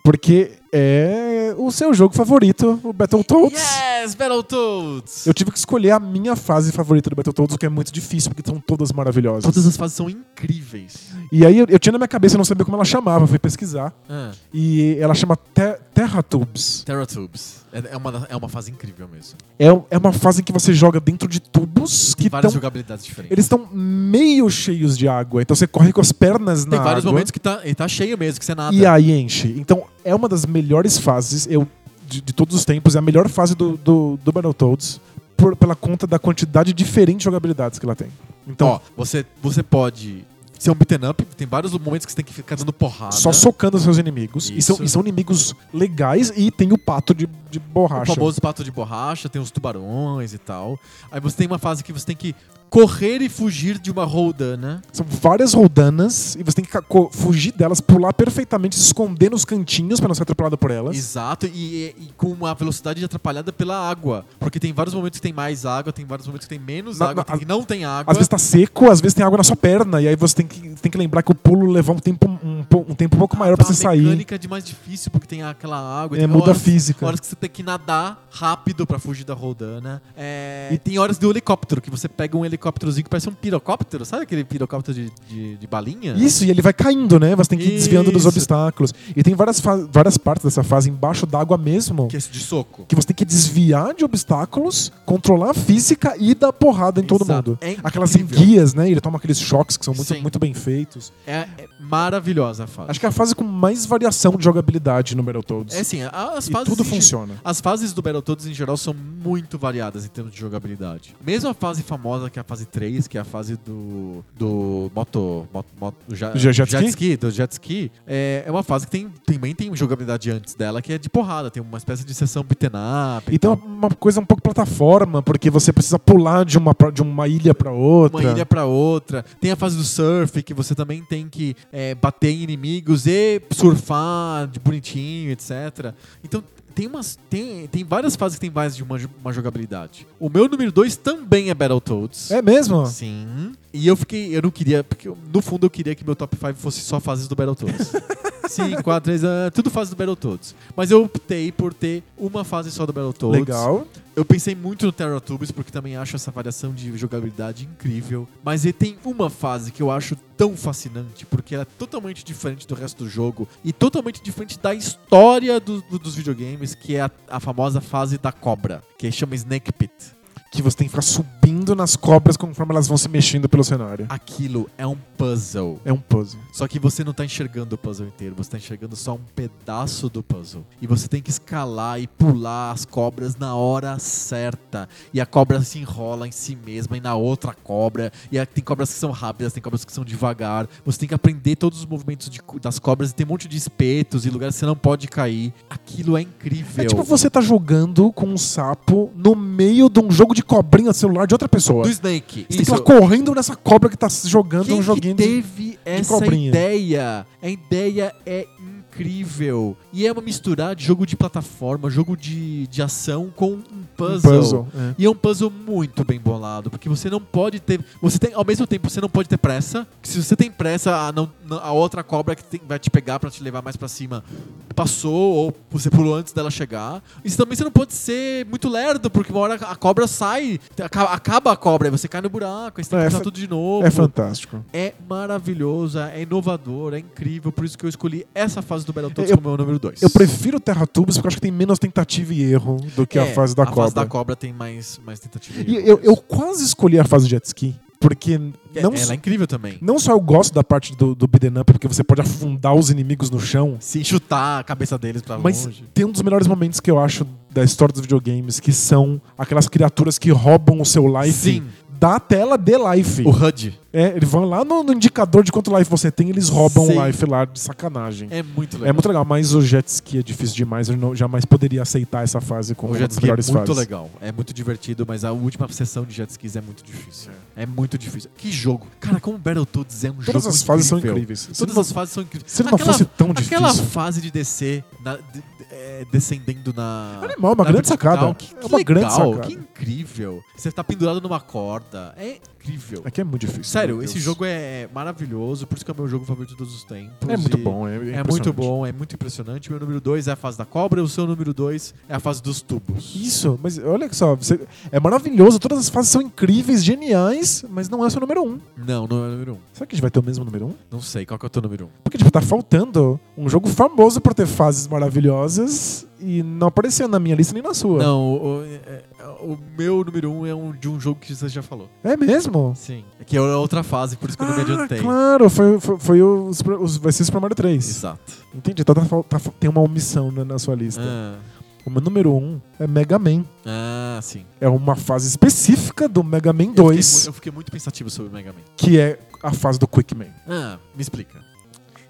B: Porque é o seu jogo favorito, o Battletoads.
A: Yes, Battletoads!
B: Eu tive que escolher a minha fase favorita do Battletoads, o que é muito difícil, porque são todas maravilhosas.
A: Todas as fases são incríveis.
B: E aí eu, eu tinha na minha cabeça, eu não sabia como ela chamava, eu fui pesquisar.
A: Ah,
B: E ela chama Te Terra Tubes.
A: Terra Tubes. É, é uma, da- é uma fase incrível mesmo.
B: É, um- é uma fase em que você joga dentro de tubos que
A: Tem várias
B: estão
A: jogabilidades diferentes.
B: Eles estão meio cheios de água, então você corre com as pernas na
A: Tem vários
B: água,
A: momentos que tá, ele tá cheio mesmo, que você nada.
B: e aí enche. Então é uma das melhores fases eu, de, de todos os tempos, é a melhor fase do, do, do Battletoads por- pela conta da quantidade diferente de jogabilidades que ela tem. Então,
A: Ó, você, você pode Você é um beaten up, tem vários momentos que você tem que ficar dando porrada.
B: Só socando os seus inimigos. E são,
A: Ah, né? Isso.
B: e são inimigos legais e tem o pato de, de
A: O
B: borracha.
A: famoso pato de borracha, tem os tubarões e tal. Aí você tem uma fase que você tem que correr e fugir de uma roldana.
B: São várias roldanas e você tem que ca- co- fugir delas, pular perfeitamente, se esconder nos cantinhos pra não ser atropelado por elas.
A: Exato, e, e- e com uma velocidade atrapalhada pela água. Porque tem vários momentos que tem mais água, tem vários momentos que tem menos
B: Na-
A: água,
B: na-
A: tem que não tem água.
B: Às vezes tá seco, às vezes tem água na sua perna, e aí você tem que, tem que lembrar que o pulo levar um tempo um, po- um tempo
A: Ah,
B: um pouco maior pra você
A: A
B: sair.
A: mecânica é de mais difícil, porque tem aquela água.
B: É,
A: tem
B: muda a
A: horas-
B: física.
A: Horas que você tem que nadar rápido pra fugir da rodana. É,
B: E-
A: E tem horas do helicóptero, que você pega um helicópterozinho que parece um pirocóptero. Sabe aquele pirocóptero de, de, de balinha?
B: Isso, e ele vai caindo, né? Você tem que ir desviando dos
A: Isso.
B: obstáculos. E tem várias, fa- várias partes dessa fase embaixo d'água mesmo.
A: Que é esse de soco.
B: que você tem que desviar de obstáculos, controlar a física e dar porrada em todo
A: Exato.
B: mundo.
A: É incrível.
B: Aquelas em guias, né? Ele toma aqueles choques que são muito,
A: Sim.
B: muito bem feitos.
A: É, é maravilhosa a fase.
B: Acho que é a fase com mais variação de jogabilidade no Battletoads.
A: É assim, a- as
B: E
A: fases.
B: tudo
A: em-
B: funciona.
A: As fases do Battletoads em geral são muito variadas em termos de jogabilidade. Mesmo a fase famosa, que é a fase 3, que é a fase do. do moto. moto, moto do ja-
B: Do jet ski?
A: Do jet ski. É, é uma fase que tem, também tem jogabilidade antes dela, que é de porrada. Tem uma espécie de sessão beaten up.
B: E tem uma, uma coisa um pouco plataforma, porque você precisa pular de uma, pra- de uma ilha pra outra.
A: uma ilha pra outra. Tem a fase do surf, que você também tem que é, bater em inimigos e surfar de bonitinho, etc. Então tem umas. Tem, tem várias fases que tem mais de uma, jo- uma jogabilidade. O meu número 2 também é Battletoads.
B: É mesmo?
A: Sim. E eu fiquei. Eu não queria. Porque eu- no fundo eu queria que meu top 5 fosse só fases do Battletoads. 5, 4, 3, ah, tudo fases do Battletoads. Mas eu optei por ter uma fase só do Battletoads.
B: Legal.
A: Eu pensei muito no Terra Tubes, porque também acho essa variação de jogabilidade incrível. Mas ele tem uma fase que eu acho tão fascinante, porque ela é totalmente diferente do resto do jogo e totalmente diferente da história do- do- dos videogames, que é a, a famosa fase da cobra, que chama Snake Pit.
B: Que você tem que ficar subindo nas cobras conforme elas vão se mexendo pelo cenário.
A: Aquilo é um puzzle.
B: É um puzzle.
A: Só que você não tá enxergando o puzzle inteiro, você tá enxergando só um pedaço do puzzle. E você tem que escalar e pular as cobras na hora certa. E a cobra se enrola em si mesma e na outra cobra. E aí tem cobras que são rápidas, tem cobras que são devagar. Você tem que aprender todos os movimentos de co- das cobras e tem um monte de espetos e lugares que você não pode cair. Aquilo é incrível.
B: É tipo você tá jogando com um sapo no meio de um jogo de cobrinha de celular de outra pessoa.
A: Do Snake.
B: Você tem que ir
A: Isso.
B: lá correndo nessa cobra que tá jogando
A: Quem
B: um joguinho
A: que
B: de...
A: teve essa
B: cobrinha.
A: ideia? A ideia é incrível. E é uma misturar de jogo de plataforma, jogo de, de ação com um puzzle.
B: é.
A: E é um puzzle muito bem bolado, porque você não pode ter. Você tem, ao mesmo tempo, você não pode ter pressa. que se você tem pressa, a, não- não- a outra cobra que tem- vai te pegar pra te levar mais pra cima passou, ou você pulou antes dela chegar. E também você não pode ser muito lerdo, porque uma hora a cobra sai, aca- acaba a cobra, aí você cai no buraco, aí você tem
B: É,
A: que
B: é
A: começar
B: fa-
A: tudo de novo.
B: É fantástico.
A: É maravilhosa, é inovadora, é incrível, por isso que eu escolhi essa fase do Battletoads
B: Eu-
A: como meu número 2.
B: Eu prefiro Terra Tubos porque eu acho que tem menos tentativa e erro do que a fase
A: É,
B: da
A: A
B: cobra.
A: fase da cobra tem mais, mais tentativa.
B: E eu, eu quase escolhi a fase de jet ski, porque
A: É-
B: não,
A: Ela é incrível também.
B: não só eu gosto da parte do, do beat'em up, porque você pode afundar os inimigos no chão,
A: Se chutar a cabeça deles pra
B: mas
A: Tá longe.
B: tem um dos melhores momentos que eu acho da história dos videogames, que são aquelas criaturas que roubam o seu life
A: Sim.
B: da tela de life.
A: O HUD
B: É, eles vão lá no, no indicador de quanto life você tem, eles roubam
A: Sim.
B: o life lá de sacanagem.
A: é muito legal.
B: É muito legal, mas o jet ski é difícil demais. Eu não, jamais poderia aceitar essa fase como
A: O
B: uma
A: jet
B: das
A: ski é muito
B: melhores fases.
A: legal. É muito divertido, mas a última sessão de jet skis é muito difícil. É, muito difícil. Que jogo. Cara, como Battletoads é um jogo
B: Todas as fases são
A: incrível.
B: incríveis. Se
A: Todas
B: não-
A: as fases são incríveis.
B: se não fosse tão difícil.
A: Aquela fase de descer, na- de- de- é, descendendo na...
B: Animal, é uma
A: na
B: grande
A: vertical,
B: sacada.
A: Que,
B: É
A: que
B: uma
A: legal,
B: grande sacada.
A: que incrível. Você tá pendurado numa corda. É incrível.
B: Aqui é muito difícil.
A: Sério,
B: meu
A: esse
B: Deus.
A: jogo é maravilhoso, por isso que é o meu jogo favorito de todos os tempos.
B: é muito
A: E-
B: bom. É,
A: É
B: impressionante.
A: muito bom, é muito impressionante. Meu número 2 é a fase da cobra, o seu número 2 é a fase dos tubos.
B: Isso, mas olha só, você- é maravilhoso, todas as fases são incríveis, geniais, mas não é o seu número um.
A: Não, não é o número 1. Um.
B: Será que a gente vai ter o mesmo número um?
A: Não sei, qual que é o teu número 1? Um?
B: Porque, tipo, tá faltando um jogo famoso por ter fases maravilhosas e não apareceu na minha lista nem na sua.
A: Não, o, é- é- o meu número 1 um é um de um jogo que você já falou.
B: É mesmo? Ah,
A: Sim. Ah, É que é outra fase, por isso que eu não me adiantei.
B: claro, foi, foi, foi o, Super- os- vai ser Super Mario então 3.
A: Exato.
B: Entendi, tá, tá fal- tá fal- tem uma omissão na, na sua lista.
A: Ah,
B: O meu número um é Mega Man.
A: Ah, sim.
B: É uma fase específica do Mega Man
A: Eu fiquei, mu-
B: 2,
A: eu fiquei muito pensativo sobre o Mega Man.
B: que é a fase do Quick Man.
A: Ah, me explica.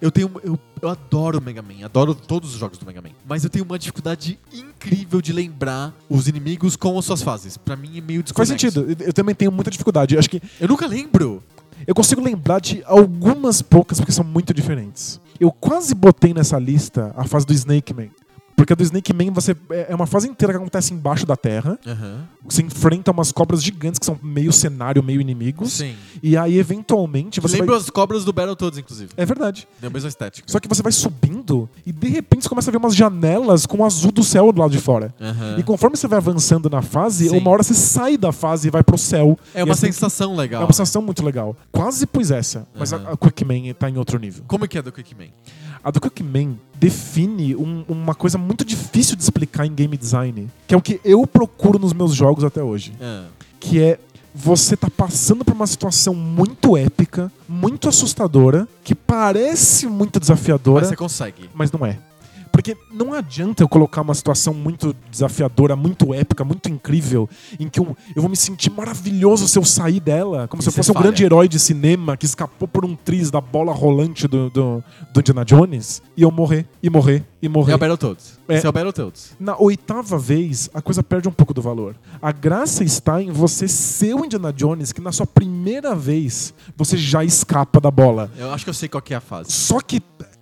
A: Eu tenho. Eu, eu adoro o Mega Man, adoro todos os jogos do Mega Man. Mas eu tenho uma dificuldade incrível de lembrar os inimigos com as suas fases. Pra mim é meio
B: Faz
A: desconexo.
B: sentido. Eu- Eu também tenho muita dificuldade. Acho que
A: Eu nunca lembro.
B: eu consigo lembrar de algumas poucas porque são muito diferentes. Eu quase botei nessa lista a fase do Snake Man. Porque a do Snake Man você, é é uma fase inteira que acontece embaixo da terra.
A: Aham.
B: Você enfrenta umas cobras gigantes que são meio cenário, meio inimigos.
A: Sim.
B: E aí, eventualmente, você
A: Lembro
B: vai...
A: as cobras do Battletoads, inclusive.
B: É verdade.
A: Deu a mesma estética.
B: Só que você vai subindo e de repente você começa a ver umas janelas com o azul do céu do lado de fora.
A: Aham.
B: E conforme você vai avançando na fase,
A: É. Sim.
B: uma hora você sai da fase e vai pro céu.
A: É uma
B: E assim-
A: sensação legal. Uhum.
B: É uma sensação muito legal. Quase pus essa, mas
A: Aham.
B: a, a Quickman tá em outro nível.
A: né? Como é que é do Quick Man?
B: A do Quickman define um- uma coisa muito difícil de explicar em game design, que é o que eu procuro nos meus jogos até hoje,
A: Ah,
B: que é você tá passando por uma situação muito épica, muito assustadora, que parece muito desafiadora,
A: mas você consegue.
B: mas não é. Porque não adianta eu colocar uma situação muito desafiadora, muito épica, muito incrível, em que eu, eu vou me sentir maravilhoso se eu sair dela, como
A: E
B: se eu
A: você
B: fosse um
A: falha.
B: grande herói de cinema que escapou por um triz da bola rolante do, do, do Indiana Jones, e eu morrer, e morrer, e morrer.
A: É o Battletoads.
B: É.
A: Esse é o Battletoads.
B: Na oitava vez, a coisa perde um pouco do valor. A graça está em você ser o Indiana Jones que na sua primeira vez você já escapa da bola.
A: Eu acho que eu sei qual que é a fase.
B: Só que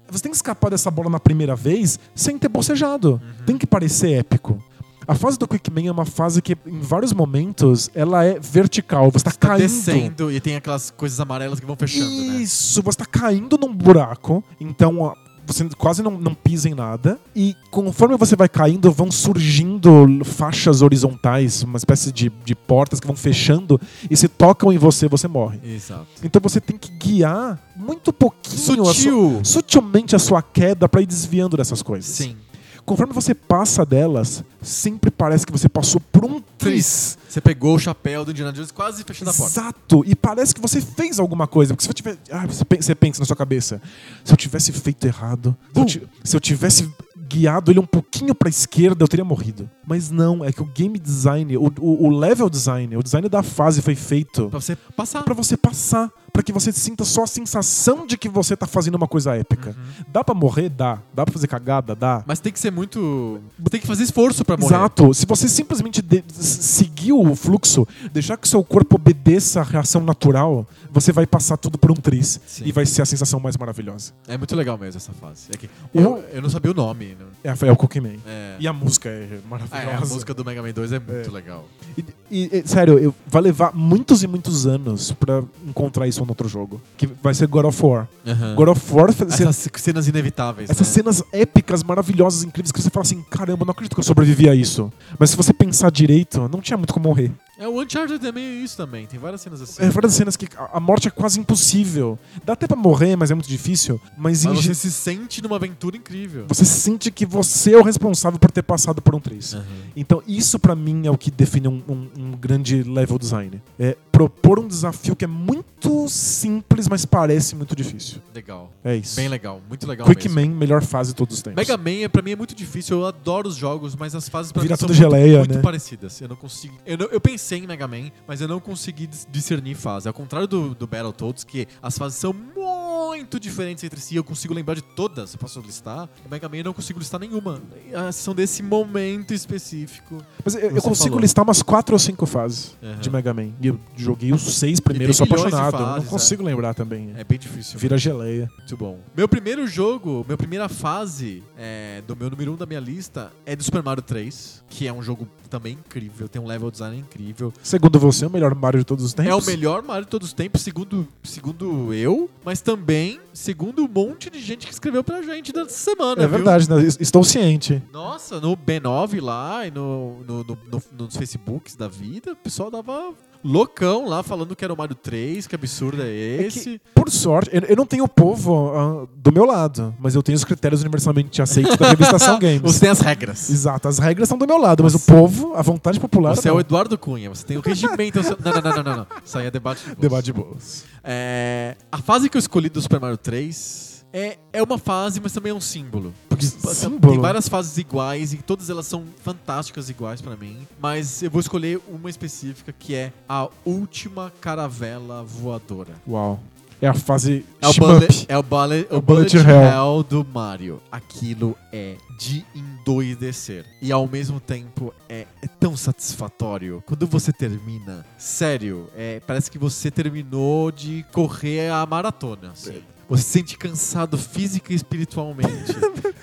B: você tem que escapar dessa bola na primeira vez sem ter bocejado.
A: Uhum.
B: Tem que parecer épico. A fase do Quickman é uma fase que, em vários momentos, ela é vertical. Você tá
A: Tá
B: caindo.
A: descendo e tem aquelas coisas amarelas que vão fechando, né?
B: Isso, você tá caindo num buraco, então ó, você quase não, não pisa em nada. E conforme você vai caindo, vão surgindo faixas horizontais, uma espécie de, de portas que vão fechando e se tocam em você, você morre.
A: Exato.
B: Então você tem que guiar muito pouquinho a sua-
A: Sutil.
B: sutilmente a sua queda pra ir desviando dessas coisas.
A: Sim.
B: Conforme você passa delas, sempre parece que você passou por um tris.
A: Você pegou o chapéu do Indiana Jones quase fechando a porta.
B: Exato. E parece que você fez alguma coisa. Porque se eu tivesse. Ah, você pen- você pensa na sua cabeça. Se eu tivesse feito errado. Se eu,
A: Bum.
B: ti- se eu tivesse guiado ele um pouquinho pra esquerda, eu teria morrido. Mas não, é que o game design, o, o- o level design, o design da fase foi feito
A: Pra você passar.
B: Pra você passar, pra que você sinta só a sensação de que você tá fazendo uma coisa épica.
A: Uhum.
B: Dá pra morrer, dá. Dá pra fazer cagada, dá.
A: Mas tem que ser muito. Tem que fazer esforço pra morrer.
B: Exato. Se você simplesmente de- s- seguir o fluxo, deixar que seu corpo obedeça a reação natural, você vai passar tudo por um tris
A: Sim.
B: e vai ser a sensação mais maravilhosa.
A: É muito legal mesmo essa fase. É que
B: O-
A: eu, eu não sabia o nome. Né?
B: É, a- é o Cookman.
A: É.
B: E a música é
A: Ah,
B: maravilhosa.
A: é, a música do Mega Man 2 é muito legal.
B: E, e- e, sério, eu, vai levar muitos e muitos anos pra encontrar isso em outro jogo. Que vai ser God of War.
A: Ah.
B: God of War. você-
A: Essas cenas inevitáveis.
B: Essas
A: né?
B: cenas épicas, maravilhosas, incríveis, que você fala assim, caramba, não acredito que eu sobrevivi a isso. Mas se você pensar direito, não tinha muito como morrer.
A: É, o Uncharted é meio isso também. Tem várias cenas assim.
B: É várias cenas que a a morte é quase impossível. Dá até pra morrer, mas é muito difícil. Mas, em
A: Mas
B: ge-
A: você se
B: você...
A: sente numa aventura incrível.
B: sente que você é o responsável por ter passado por um 3.
A: Aham.
B: Então isso pra mim é o que define um, um- um grande level design. É propor um desafio que é muito simples, mas parece muito difícil.
A: Legal.
B: É isso.
A: Bem legal. Muito legal
B: Quick
A: mesmo.
B: Man, melhor fase de todos os tempos.
A: Mega Man é, pra mim é muito difícil, eu adoro os jogos, mas as fases pra
B: Vira
A: mim são
B: tudo
A: muito,
B: geleia,
A: muito
B: né?
A: parecidas. Eu não consigo. Eu, não- eu pensei em Mega Man, mas eu não consegui dis- discernir fase. Ao contrário do, do Battletoads, que as fases são muito diferentes entre si, eu consigo lembrar de todas, eu posso listar. O Mega Man eu não consigo listar nenhuma. A são desse momento específico.
B: Mas eu, eu
A: Você
B: consigo
A: falou.
B: listar umas quatro ou cinco fases
A: Aham.
B: de Mega Man. E eu joguei os seis primeiros, sou
A: tem milhões de
B: apaixonado. não
A: fases, né?
B: consigo lembrar também.
A: É bem difícil.
B: Vira geleia.
A: Muito bom. Meu primeiro jogo, minha primeira fase é, do meu número 1 um da minha lista é do Super Mario 3, que é um jogo também incrível, tem um level design incrível.
B: Segundo você, é o melhor Mario de todos os tempos?
A: É o melhor Mario de todos os tempos, segundo, segundo eu, mas também segundo um monte de gente que escreveu pra gente nessa semana.
B: É
A: viu?
B: verdade, né? Es- estou ciente.
A: Nossa, no B9 lá e no, no, no- no- nos Facebooks da vida, o pessoal dava loucão lá falando que era o Mario 3, que absurdo é
B: É
A: esse.
B: que, por sorte, eu, eu não tenho o povo ah, do meu lado, mas eu tenho os critérios universalmente aceitos da revista Ação
A: Você
B: Games.
A: tem as regras.
B: Exato, as regras são do meu lado, mas
A: Você-
B: o povo, a vontade popular.
A: Você é
B: não.
A: o Eduardo Cunha, você tem o regimento. ao seu- Não, não, não, não, não, não. Isso aí é debate. de bolso.
B: Debate de boas.
A: É, a fase que eu escolhi do Super Mario 3 é, é uma fase, mas também é um símbolo. Porque
B: Símbolo?
A: tem várias fases iguais e todas elas são fantásticas iguais pra mim. Mas eu vou escolher uma específica que é a última caravela voadora.
B: Uau. É a fase
A: É o, bullet,
B: shmup.
A: é o, bullet, o
B: Bullet
A: bullet
B: Hell.
A: Hell do Mario. Aquilo é de endoidecer. E ao mesmo tempo é, é tão satisfatório. Quando você termina, sério, é, parece que você terminou de correr a maratona. Você se sente cansado física e espiritualmente.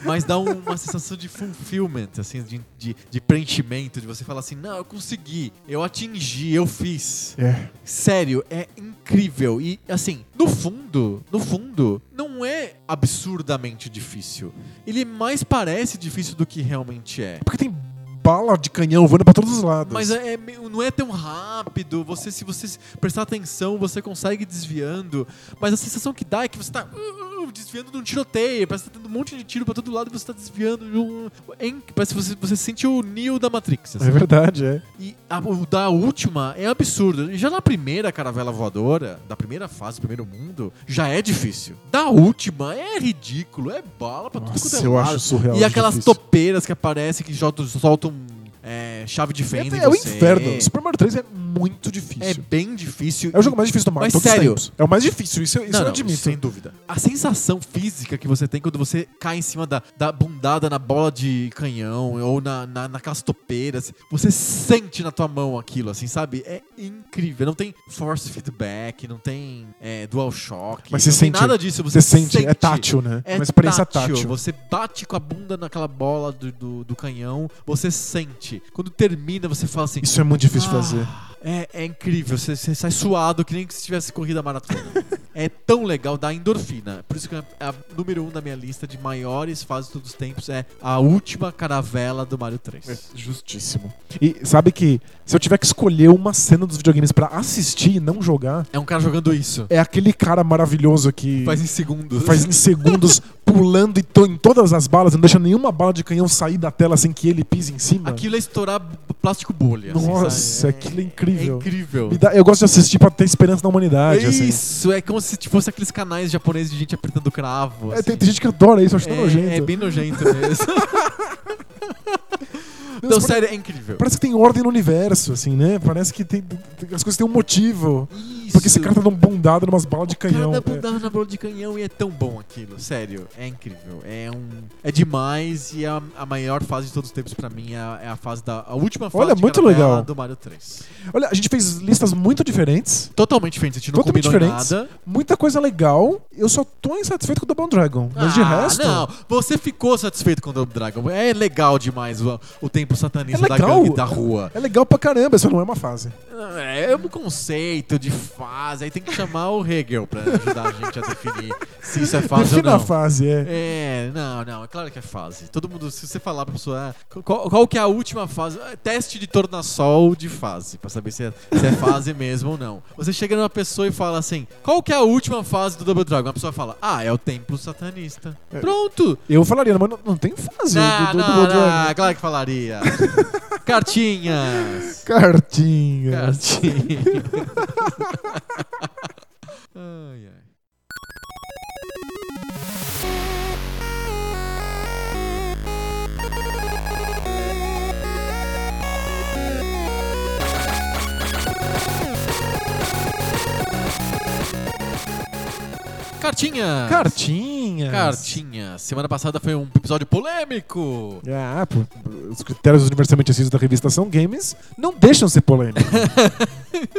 A: mas dá um, uma sensação de fulfillment, assim, de, de, de preenchimento, de você falar assim, não, eu consegui, eu atingi, eu fiz.
B: É.
A: Sério, é incrível. E assim, no fundo, no fundo, não é absurdamente difícil. Ele mais parece difícil do que realmente é.
B: Porque tem bala de canhão voando pra todos os lados.
A: Mas é, meio- não é tão rápido. Você, se você s- prestar atenção, você consegue ir desviando. Mas a sensação que dá é que você tá uh, uh, desviando de um tiroteio. Parece que tá tendo um monte de tiro pra todo lado e você tá desviando. de um- é inc- parece que você, você sente o Neo da Matrix. assim.
B: É verdade, é.
A: E a, o da última é absurdo. E Já na primeira caravela voadora, da primeira fase, do primeiro mundo, já é difícil. Da última é ridículo, é bala pra tudo quanto
B: Nossa,
A: é
B: eu
A: lado.
B: acho surreal.
A: E
B: de
A: aquelas
B: difícil.
A: topeiras que aparecem, que jotam- soltam é, chave de assim. fenda
B: É,
A: em
B: é o
A: você.
B: inferno. Super Mario 3 é muito difícil.
A: É bem difícil.
B: É o jogo mais difícil do Mario.
A: Mas
B: todos os
A: sério.
B: tempos. É o mais difícil, isso, isso
A: Não,
B: eu
A: não,
B: admito.
A: sem dúvida. A sensação física que você tem quando você cai em cima da, da bundada na bola de canhão ou na, na, naquelas topeiras, você sente na tua mão aquilo, assim, sabe? É incrível. Não tem force feedback, não tem é, dual shock,
B: Mas você
A: não
B: sente-
A: tem nada disso. Você,
B: Você sente, é tátil, né?
A: É
B: uma experiência tátil.
A: tátil. Você bate com a bunda naquela bola do, do, do canhão, você sente. Quando termina, você fala assim.
B: Isso é muito difícil de fazer.
A: "Ah, É, é incrível, você, você sai suado que nem que se tivesse corrido a maratona. é tão legal, dá endorfina. Por isso que é a número um da minha lista de maiores fases de todos os tempos é a última caravela do Mario 3.
B: É justíssimo. E sabe que se eu tiver que escolher uma cena dos videogames pra assistir e não jogar,
A: É um cara jogando isso.
B: é aquele cara maravilhoso que
A: Faz em segundos.
B: É. faz em segundos pulando em, to- em todas as balas, não deixa nenhuma bala de canhão sair da tela sem que ele pise em cima.
A: Aquilo é estourar b- plástico bolha. assim,
B: Nossa,
A: sabe? É-
B: aquilo é incrível.
A: É incrível.
B: Me dá- eu gosto de assistir pra ter esperança na humanidade. assim.
A: Isso, é como se fosse aqueles canais japoneses de gente apertando cravo.
B: É,
A: assim.
B: tem, tem gente que adora isso, eu acho tão nojento.
A: é, é bem nojento mesmo. não, sério, é incrível.
B: Parece que tem ordem no universo, assim, né? Parece que tem, tem- as coisas têm um motivo.
A: Isso.
B: Porque esse cara tá dando bundada numas balas de canhão.
A: Cada
B: é.
A: bundada na bola de canhão e é tão bom aquilo, sério, é incrível, é um, é demais e a, a maior fase de todos os tempos pra mim é a, é a fase da a última fase
B: Olha,
A: de
B: muito
A: caravela
B: legal.
A: do Mario 3.
B: Olha, a gente fez listas muito diferentes,
A: Totalmente diferente, a gente não
B: Totalmente
A: combinou em
B: diferentes.
A: nada.
B: muita coisa legal. Eu só tô insatisfeito com o Double Dragon. Mas de
A: Ah,
B: resto.
A: Não, você ficou satisfeito com o Double Dragon. É legal demais o, o tempo satanista
B: É
A: da
B: legal.
A: gangue da rua.
B: É legal pra caramba, isso não é uma fase.
A: É um conceito de fase. Aí tem que chamar o Hegel pra ajudar a gente a definir se isso é fase ou
B: Defina a
A: não.
B: fase, é.
A: É, não, não, é claro que é fase. Todo mundo, se você falar pra pessoa, ah, qual, qual que é a última fase? Ah, Teste de tornassol de fase, pra saber se é, se é fase mesmo ou não. Você chega numa pessoa e fala assim, qual que é a última fase do Double Dragon? A pessoa fala, ah, é o templo satanista.
B: É.
A: Pronto!
B: Eu falaria, mas não, não tem fase
A: Não,
B: do, do
A: não,
B: Double
A: não,
B: Dragon.
A: claro que falaria. Cartinhas!
B: Cartinha.
A: Ah, Cartinha. ai, ai. Cartinha.
B: Cartinha.
A: Cartinha. Semana passada foi um episódio polêmico.
B: Ah, pô, os critérios universalmente aceitos da revista São Games não deixam ser polêmico.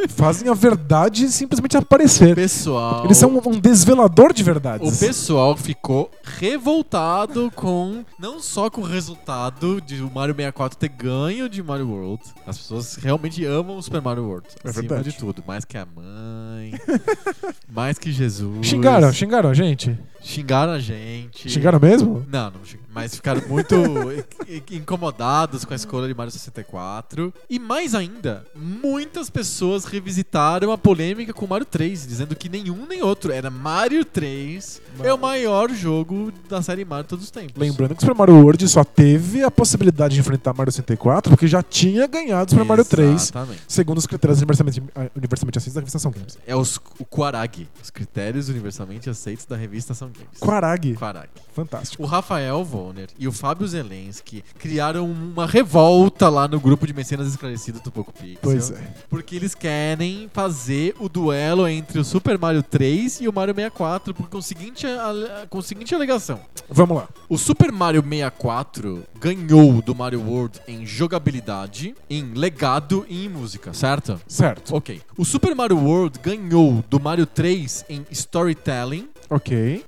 B: Fazem a verdade simplesmente aparecer.
A: Pessoal.
B: Eles são um- um desvelador de verdades.
A: O pessoal ficou revoltado com não só com o resultado de o Mario 64 ter ganho de Mario World. As pessoas realmente amam o Super Mario World.
B: É
A: acima
B: verdade.
A: de tudo, mais que a mãe, mais que Jesus.
B: Xingaram, xingaram a gente.
A: Xingaram a gente.
B: Xingaram mesmo?
A: Não, não xingaram. Mas ficaram muito i- i- incomodados com a escolha de Mario 64. E mais ainda, muitas pessoas revisitaram a polêmica com Mario 3, dizendo que nenhum nem outro. Era Mario 3, é o maior jogo da série Mario de todos os tempos.
B: Lembrando que o Super Mario World só teve a possibilidade de enfrentar Mario 64 porque já tinha ganhado o Super Mario 3,
A: Exatamente.
B: segundo os critérios universalmente, ah, universalmente aceitos da revista São Games.
A: É os, o Quarag, os critérios universalmente aceitos da revista São Games.
B: Quarag.
A: Quarag.
B: Fantástico.
A: O Rafael Voner e o Fábio Zelensky criaram uma revolta lá no grupo de mecenas esclarecido do Poco Pixel.
B: Pois é.
A: Porque eles querem fazer o duelo entre o Super Mario 3 e o Mario 64 por- com, o seguinte, ale- com a seguinte alegação.
B: Vamos lá.
A: O Super Mario 64 ganhou do Mario World em jogabilidade, em legado e em música, certo?
B: Certo.
A: Ok. O Super Mario World ganhou do Mario 3 em storytelling,
B: Ok.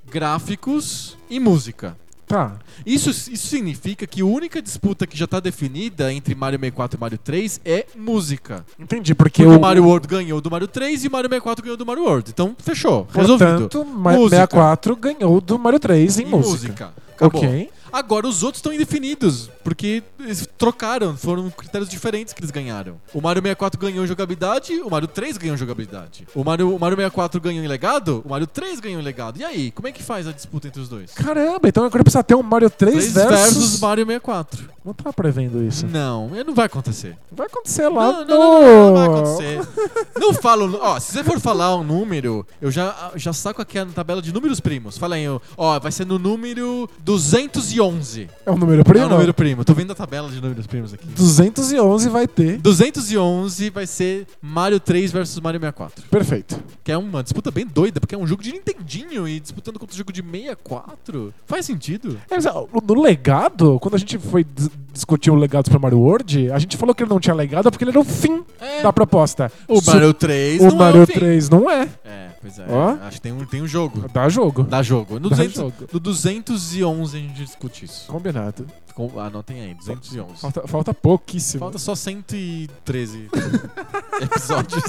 A: gráficos e música.
B: Tá.
A: Isso, isso significa que a única disputa que já está definida entre Mario 64 e Mario 3 é música.
B: Entendi, porque,
A: Porque
B: o
A: o Mario World ganhou do Mario 3 e o Mario 64 ganhou do Mario World. Então, fechou. resolvido.
B: Portanto, Ma-
A: Música.
B: 64 ganhou do Mario 3 em
A: E
B: música.
A: Acabou.
B: Ok.
A: Agora os outros estão indefinidos, porque eles trocaram, foram critérios diferentes que eles ganharam. O Mario 64 ganhou em jogabilidade, o Mario 3 ganhou em jogabilidade. O Mario, o Mario 64 ganhou em legado, o Mario 3 ganhou em legado. E aí, como é que faz a disputa entre os dois?
B: Caramba, então agora precisa ter um Mario 3,
A: 3
B: versus...
A: versus Mario 64.
B: Não tá prevendo isso.
A: Não, é, não vai acontecer.
B: Vai acontecer
A: não, não,
B: lá no...
A: não, não, não vai acontecer. Não falo. Ó, se você for falar um número, eu já, já saco aqui a tabela de números primos. Fala aí, ó, ó, vai ser no número 211.
B: É um número primo?
A: É o número primo. Tô vendo a tabela de números primos aqui.
B: 211 vai ter.
A: 211 vai ser Mario 3 versus Mario 64.
B: Perfeito.
A: Que é uma disputa bem doida, porque é um jogo de Nintendinho e disputando contra o jogo de 64. Faz sentido?
B: É, mas, ó, no legado, quando a gente foi dis- discutir o legado do Super Mario World, a gente falou que ele não tinha legado porque ele era o fim
A: É.
B: da proposta.
A: O
B: Su-
A: Mario 3
B: o
A: não
B: Mario
A: é o fim.
B: 3 não é.
A: É, pois é.
B: Ó.
A: Acho que tem um, tem um jogo.
B: Dá jogo.
A: Dá jogo. No,
B: Dá
A: 200,
B: jogo.
A: no 211 a gente discute isso.
B: Combinado.
A: Com, anotem aí, 211.
B: Falta, falta pouquíssimo.
A: Falta só 113 episódios.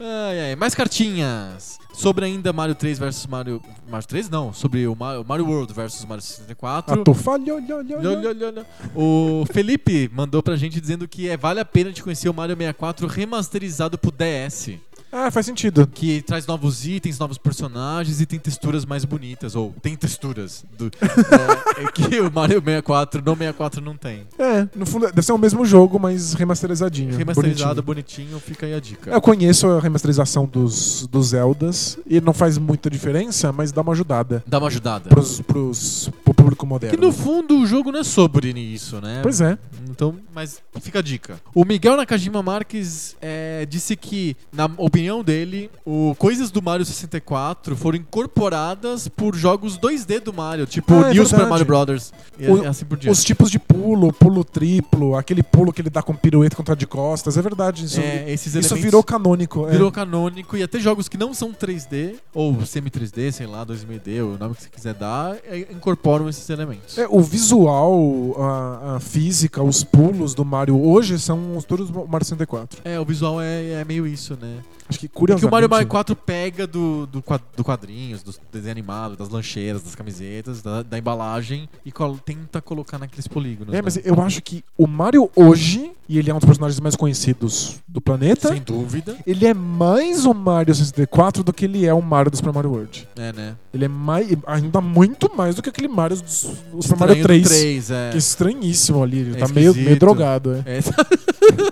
A: ai, ai. Mais cartinhas. Sobre ainda Mario 3 versus Mario... Mario 3 não, sobre o Mario, Mario World versus Mario 64.
B: Ah, tô falho, olha, olha,
A: Lho, lho,
B: olha.
A: lho, lho. O Felipe mandou pra gente dizendo que é, vale a pena de conhecer o Mario 64 remasterizado pro DS.
B: Ah, faz sentido.
A: que traz novos itens, novos personagens e tem texturas mais bonitas, ou tem texturas do, é, é que o Mario 64 no 64 não tem.
B: É, no fundo, deve ser o mesmo jogo, mas remasterizadinho.
A: Remasterizado,
B: bonitinho. É
A: bonitinho, fica aí a dica.
B: Eu conheço a remasterização dos, dos Zeldas e não faz muita diferença, mas dá uma ajudada
A: Dá uma ajudada.
B: pros, pros, pro público moderno.
A: Que no fundo o jogo não é sobre isso, né?
B: Pois é.
A: Então, mas fica a dica. O Miguel Nakajima Marques é, disse que, na opinião dele, o coisas do Mario 64 foram incorporadas por jogos 2D do Mario, tipo
B: Ah, é
A: New Super
B: verdade.
A: Mario Brothers e
B: O-
A: assim por diante.
B: Os tipos de pulo, pulo triplo, aquele pulo que ele dá com pirueta contra de costas, é verdade. Isso,
A: É, esses
B: isso
A: elementos-
B: virou canônico. é.
A: Virou canônico e até jogos que não são 3D, ou semi-3D, sei lá, 2D, ou o nome que você quiser dar, é, incorporam esses elementos.
B: É, o visual, a, a física, os pulos do Mario hoje são os todos do Mario 64.
A: É, o visual é, é meio isso, né?
B: Acho que
A: O que
B: curiosamente...
A: o Mario 64 pega do, do, qua- do quadrinhos, do desenho animado, das lancheiras, das camisetas, da, da embalagem, e col- tenta colocar naqueles polígonos.
B: É, mas
A: né?
B: eu acho que o Mario hoje, e ele é um dos personagens mais conhecidos do planeta,
A: Sem dúvida.
B: ele é mais o Mario 64 do que ele é o Mario do Super Mario World.
A: É, né?
B: Ele é mais, ainda muito mais do que aquele Mario do, s- do Super
A: Estranho
B: Tipo Mario
A: do
B: 3.
A: três, é.
B: Que é estranhíssimo ali, ele
A: É
B: tá meio, meio
A: esquisito.
B: drogado.
A: É.
B: É.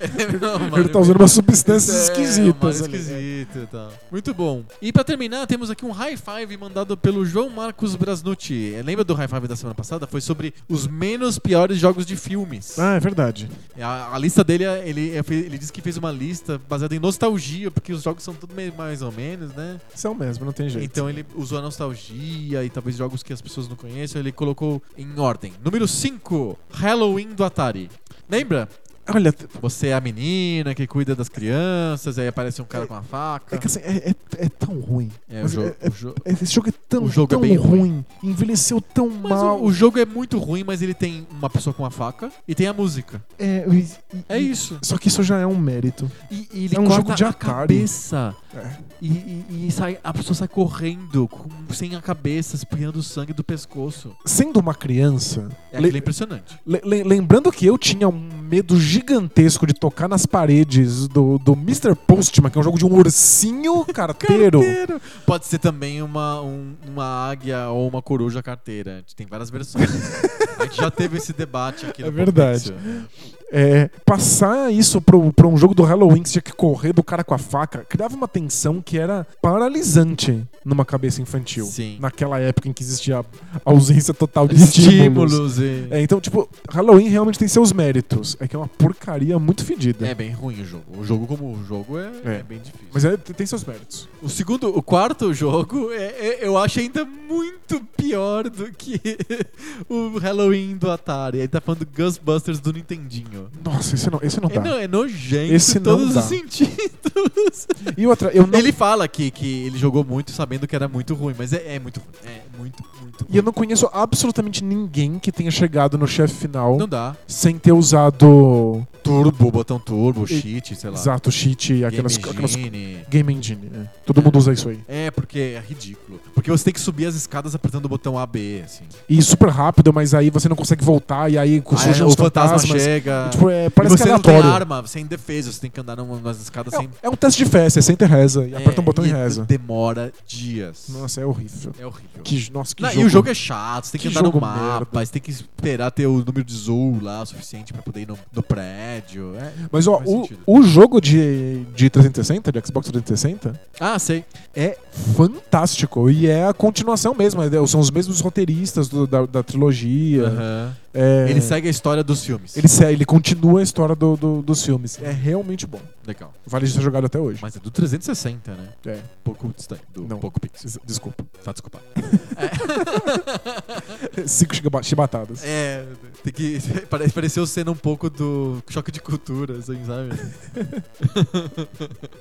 A: É, não,
B: Ele
A: Mario
B: tá usando umas substâncias esquisitas.
A: É,
B: ali.
A: esquisito e tal. Muito bom. E pra terminar, temos aqui um high five mandado pelo João Marcos Brasnucci. Eh, Lembra do high five da semana passada? Foi sobre os menos piores jogos de filmes.
B: Ah, é verdade.
A: A, a lista dele, eh, ele, eh, fe- ele disse que fez uma lista baseada em nostalgia, porque os jogos são tudo meio mais ou menos, né?
B: São mesmo, não tem jeito.
A: Então ele usou a nostalgia e talvez jogos que as pessoas não conheçam, ele colocou em ordem. Número 5, Halloween do Atari. Lembra?
B: Olha, t-
A: Você é a menina que cuida das crianças, aí aparece um cara com uma faca.
B: é que assim, é, é- é tão ruim.
A: É, o
B: Mas
A: jogo,
B: é-
A: o jo-
B: é- Esse jogo é tão,
A: O jogo é
B: tão
A: bem
B: ruim. Envelheceu tão
A: Mas
B: mal.
A: o, o jogo é muito ruim, mas ele tem uma pessoa com uma faca e tem a música.
B: É, e- e-
A: É isso.
B: Só que isso já é um mérito.
A: E, e ele
B: É um
A: corta
B: jogo de
A: a
B: Atari.
A: cabeça.
B: É.
A: E, e- e sai, a pessoa sai correndo com- sem a cabeça, espirrando sangue do pescoço.
B: Sendo uma criança,
A: É
B: le-
A: aquilo é impressionante.
B: le- le- lembrando que eu tinha um medo gigantesco de tocar nas paredes do, do Mr. Postman, que é um jogo de um ursinho carteiro.
A: Pode ser também uma, um- uma águia ou uma coruja carteira. Tem várias versões. a gente já teve esse debate aqui
B: É
A: no
B: verdade.
A: Pompixel.
B: É, passar isso pro, pra um jogo do Halloween que você tinha que correr do cara com a faca criava uma tensão que era paralisante numa cabeça infantil.
A: Sim.
B: Naquela época em que existia a ausência total de
A: Estímulos
B: estímulos.
A: e...
B: É, então, tipo, Halloween realmente tem seus méritos. É que é uma porcaria muito fedida.
A: É bem ruim o jogo. O jogo como o jogo é,
B: É.
A: é bem difícil.
B: Mas é- tem seus méritos.
A: O segundo, o quarto jogo, é- é- eu acho ainda muito pior do que o Halloween do Atari. Ele tá falando do Ghostbusters do Nintendinho.
B: Nossa, esse não, esse não
A: É,
B: dá.
A: não, é nojento
B: Tá. Esse
A: em todos
B: não
A: os
B: dá.
A: sentidos.
B: E outra, eu não,
A: Ele fala que, que ele jogou muito sabendo que era muito ruim, mas é, é muito ruim. É muito, muito ruim.
B: e eu não conheço absolutamente ninguém que tenha chegado no chefe final
A: Não dá.
B: sem ter usado.
A: Turbo, botão turbo, cheat, sei lá.
B: Exato, cheat e aquelas,
A: Game
B: aquelas.
A: Engine.
B: Game Engine. né? Todo mundo usa isso aí.
A: É, porque é ridículo. Porque você tem que subir as escadas apertando o botão AB, assim.
B: E super rápido, mas aí você não consegue voltar e aí
A: Ah,
B: surgem
A: é,
B: os
A: o fantasma
B: fantasmas.
A: chega.
B: Tipo, é,
A: E
B: parece que
A: você
B: é
A: não tem
B: aleatório.
A: arma, você é indefeso, você tem que andar numa- nas escadas sem.
B: É, é um teste de fé, você senta e reza. E
A: É,
B: aperta um botão e reza.
A: Demora dias.
B: Nossa, é horrível.
A: É horrível.
B: Que, nossa, que
A: Não,
B: jogo.
A: E o jogo é chato, você tem que,
B: Que
A: andar no
B: jogo
A: mapa,
B: merda.
A: você tem que esperar ter o número de Zou lá o suficiente pra poder ir no, no prédio. é-
B: Mas ó,
A: faz
B: o,
A: sentido.
B: o jogo de, de 360, de Xbox 360,
A: Ah, sei.
B: é fantástico. E é a continuação mesmo. é- São os mesmos roteiristas do- da, da trilogia.
A: Aham.
B: É,
A: Ele segue a história dos filmes.
B: ele, se- ele continua a história do- do- dos filmes. É realmente bom.
A: Legal.
B: Vale de ser jogado até hoje.
A: Mas é do 360, né?
B: É,
A: Pouco distante. Do
B: Não.
A: Poco Pixel.
B: des- desculpa.
A: Tá É. desculpado.
B: Cinco chiba- chibatadas.
A: É, tem que. pare- Pareceu cena um pouco do choque de cultura, assim, sabe?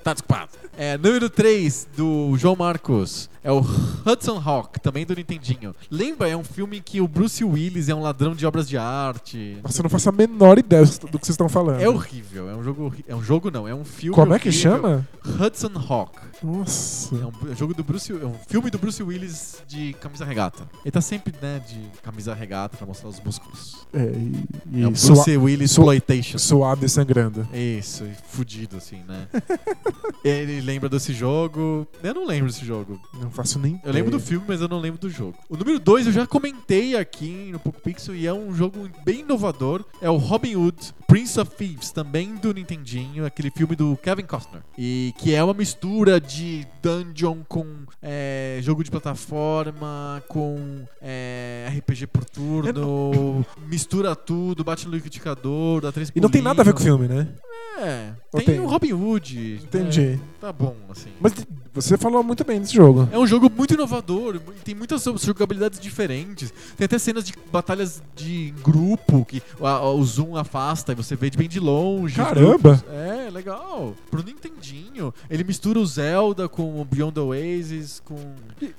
A: tá desculpado. É, número 3 do João Marcos é o Hudson Hawk, também do Nintendinho. Lembra? É um filme que o Bruce Willis é um ladrão de obras de arte.
B: Nossa, eu não faço a menor ideia do que vocês estão falando.
A: É horrível, é um jogo. horri- É um jogo não, é um filme.
B: Uhum. Como é que
A: horrível.
B: chama?
A: Hudson Hawk.
B: Nossa.
A: É um bu- jogo do Bruce, é um filme do Bruce Willis de camisa regata. Ele tá sempre, né, de camisa regata pra mostrar os músculos.
B: É, e, e
A: é o Bruce
B: sua-
A: Willis
B: sua-
A: exploitation.
B: suado e sangrando.
A: Isso, e fudido assim, né? Ele lembra desse jogo. Eu não lembro desse jogo.
B: Não faço nem.
A: Eu lembro do filme, mas eu não lembro do jogo. O número 2 eu já comentei aqui no Poco Pixel e é um jogo bem inovador. É o Robin Hood, Prince of Thieves, também do Nintendinho, aquele filme do Kevin Costner. E que é uma mistura de dungeon com é, jogo de plataforma, com é, RPG por
B: Eu
A: turno, mistura tudo, bate no liquidificador, dá três
B: E não tem nada a ver com o
A: pulinhos.
B: filme, né?
A: É,
B: Ou
A: tem,
B: tem?
A: o Robin Hood. né?
B: Entendi.
A: Tá bom, assim.
B: Mas você falou muito bem desse jogo.
A: É um jogo muito inovador, e tem muitas jogabilidades diferentes. Tem até cenas de batalhas de grupo, que a- a- o zoom afasta e você vê de bem de longe. os
B: Caramba!
A: grupos. É, legal. Pro Nintendinho, ele mistura o Zelda com o Beyond the Oasis, com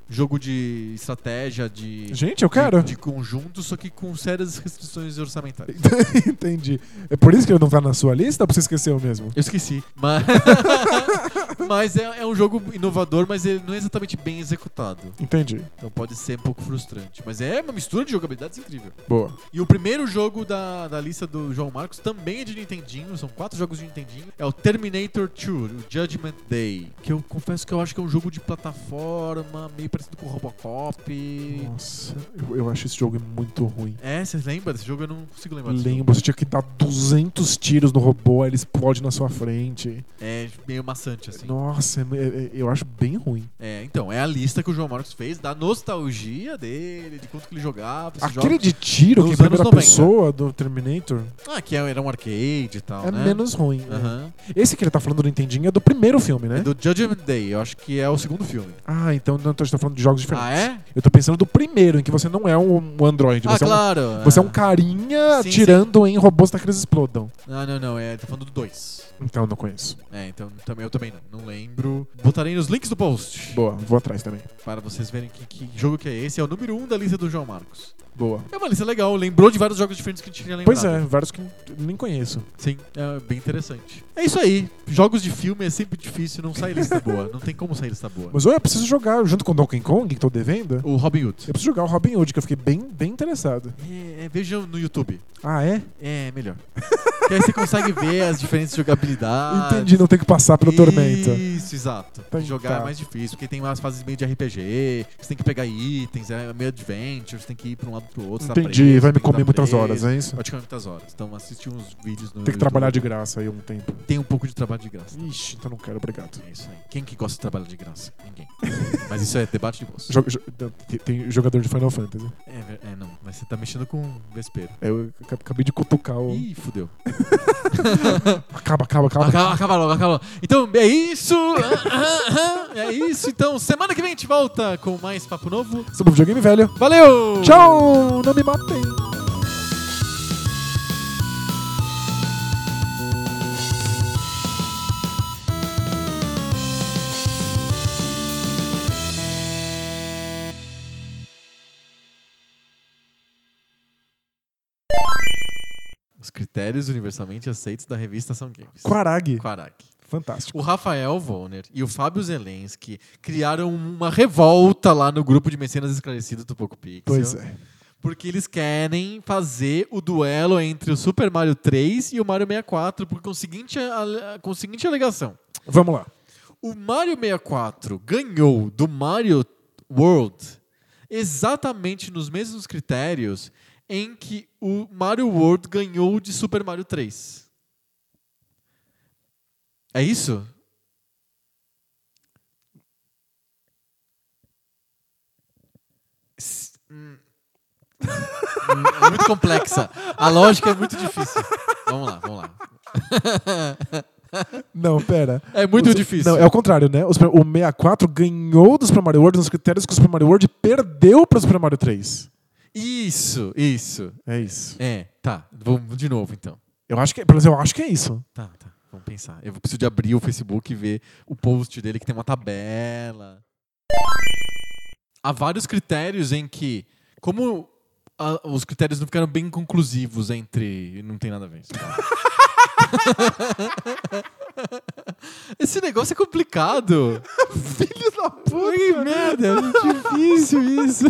A: jogo de estratégia de...
B: Gente, eu quero.
A: De, de conjunto, só que com sérias restrições orçamentárias.
B: Entendi. É por isso que ele não tá na sua lista ou você esqueceu mesmo?
A: Eu esqueci. Mas, mas é, é um jogo inovador, mas ele não é exatamente bem executado.
B: Entendi.
A: Então pode ser um pouco frustrante. Mas é uma mistura de jogabilidades incrível.
B: Boa.
A: E o primeiro jogo da, da lista do João Marcos também é de Nintendinho. São quatro jogos de Nintendinho. É o Terminator 2, o Judgment Day. Que eu confesso que eu acho que é um jogo de plataforma, meio parecido com Robocop.
B: Nossa, eu, eu acho esse jogo muito ruim.
A: É, você lembra desse jogo? Eu não consigo lembrar desse jogo.
B: Lembro, você tinha que dar 200 tiros no robô, aí ele explode na sua frente.
A: É meio maçante, assim.
B: Nossa, é- é- é- eu acho bem ruim.
A: É, então, é a lista que o João Marcos fez da nostalgia dele, de quanto que ele jogava. esses
B: Aquele
A: jogos.
B: de tiro que em
A: dos
B: primeira
A: anos 90.
B: pessoa do Terminator
A: Ah, que era um arcade e tal,
B: é
A: né?
B: menos ruim. né?
A: Aham.
B: Esse que ele tá falando do Nintendinho é do primeiro filme, né?
A: É do Judgment Day, eu acho que é o segundo filme.
B: Ah, então não, então a gente tá falando de jogos diferentes.
A: Ah, é?
B: Eu tô pensando do primeiro, em que você não é um, um android.
A: Ah,
B: você,
A: claro.
B: é um, você é um carinha
A: Sim,
B: atirando em robôs até que eles explodam.
A: Ah, não, não, é, tá falando do 2.
B: Então, não conheço.
A: É, então também, eu também não, não lembro. Botarei nos links do post
B: Boa, vou atrás também.
A: para vocês verem que, que jogo que é esse. É o número 1 um da lista do João Marcos.
B: Boa.
A: É uma lista legal, lembrou de vários jogos diferentes que a gente tinha lembrado.
B: Pois é, vários que eu nem conheço.
A: Sim, é bem interessante. É isso aí. Jogos de filme é sempre difícil, não sai lista boa. Não tem como sair lista boa.
B: Mas olha, eu preciso jogar junto com o Donkey Kong, que tô devendo.
A: O Robin
B: Eu
A: Hood.
B: preciso jogar o Robin Hood, que eu fiquei bem, bem interessado.
A: É, é, vejam no YouTube.
B: Ah, é?
A: É melhor. Porque aí você consegue ver as diferentes jogabilidades.
B: Entendi, não tem que passar pelo tormento.
A: Isso, exato.
B: Tá,
A: Jogar
B: tá.
A: é mais difícil, porque tem umas fases meio de RPG, você tem que pegar itens, é meio adventure, você tem que ir pra um lado pro outro. tá
B: Entendi,
A: preso,
B: vai
A: tem
B: me
A: que
B: comer
A: dar um
B: muitas
A: preço,
B: horas, é isso?
A: Vai te comer muitas horas. Então assiste uns vídeos no
B: Tem que trabalhar de graça aí um tempo.
A: graça. Tem um pouco de trabalho de graça.
B: Ixi, então não quero, obrigado.
A: É isso aí. Quem que gosta de trabalho de graça? Ninguém. Mas isso é debate de gosto.
B: Jo- jo- tem- tem jogador de Final Fantasy. É,
A: É, ver- é, não. Mas você tá mexendo com vespeiro.
B: Eu ac- acabei de cutucar o.
A: Ih, fudeu.
B: Acaba, acaba, acaba.
A: Acaba, acaba logo, acaba logo. Então, é isso. Ah, ah, ah. é isso. Então, semana que vem a gente volta com mais Papo Novo.
B: Sobre o videogame velho.
A: Valeu!
B: Tchau, não me matem.
A: Os critérios universalmente aceitos da revista são games.
B: Quarag.
A: Quarak.
B: Fantástico.
A: O Rafael Voner e o Fábio Zelensky criaram uma revolta lá no grupo de mecenas esclarecidos do Poco Pixel.
B: Pois é.
A: Porque eles querem fazer o duelo entre o Super Mario 3 e o Mario 64 por- com, o seguinte, ale- com a seguinte alegação.
B: Vamos lá.
A: O Mario 64 ganhou do Mario World exatamente nos mesmos critérios em que o Mario World ganhou de Super Mario 3. É isso? S- hum. Hum, é muito complexa. A lógica é muito difícil. Vamos lá, vamos lá.
B: Não, pera.
A: É muito
B: Os-
A: difícil.
B: Não, é o contrário, né? O Super- O 64 ganhou do Super Mario World nos critérios que o Super Mario World perdeu para o Super Mario 3.
A: Isso, isso.
B: É isso.
A: É, tá. Vamos de novo, então.
B: Eu acho que, pelo menos eu acho que é isso.
A: Tá, tá. Vamos pensar. Eu preciso de abrir o Facebook e ver o post dele que tem uma tabela. Há vários critérios em que, como ah, os critérios não ficaram bem conclusivos entre. Não tem nada a ver. isso. Esse negócio é complicado. Filho da puta! Que merda, é muito difícil isso.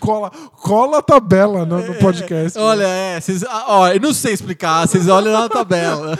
B: Cola, cola a tabela no, no podcast.
A: Olha, é, vocês, ah, ó, eu não sei explicar, vocês olham na tabela.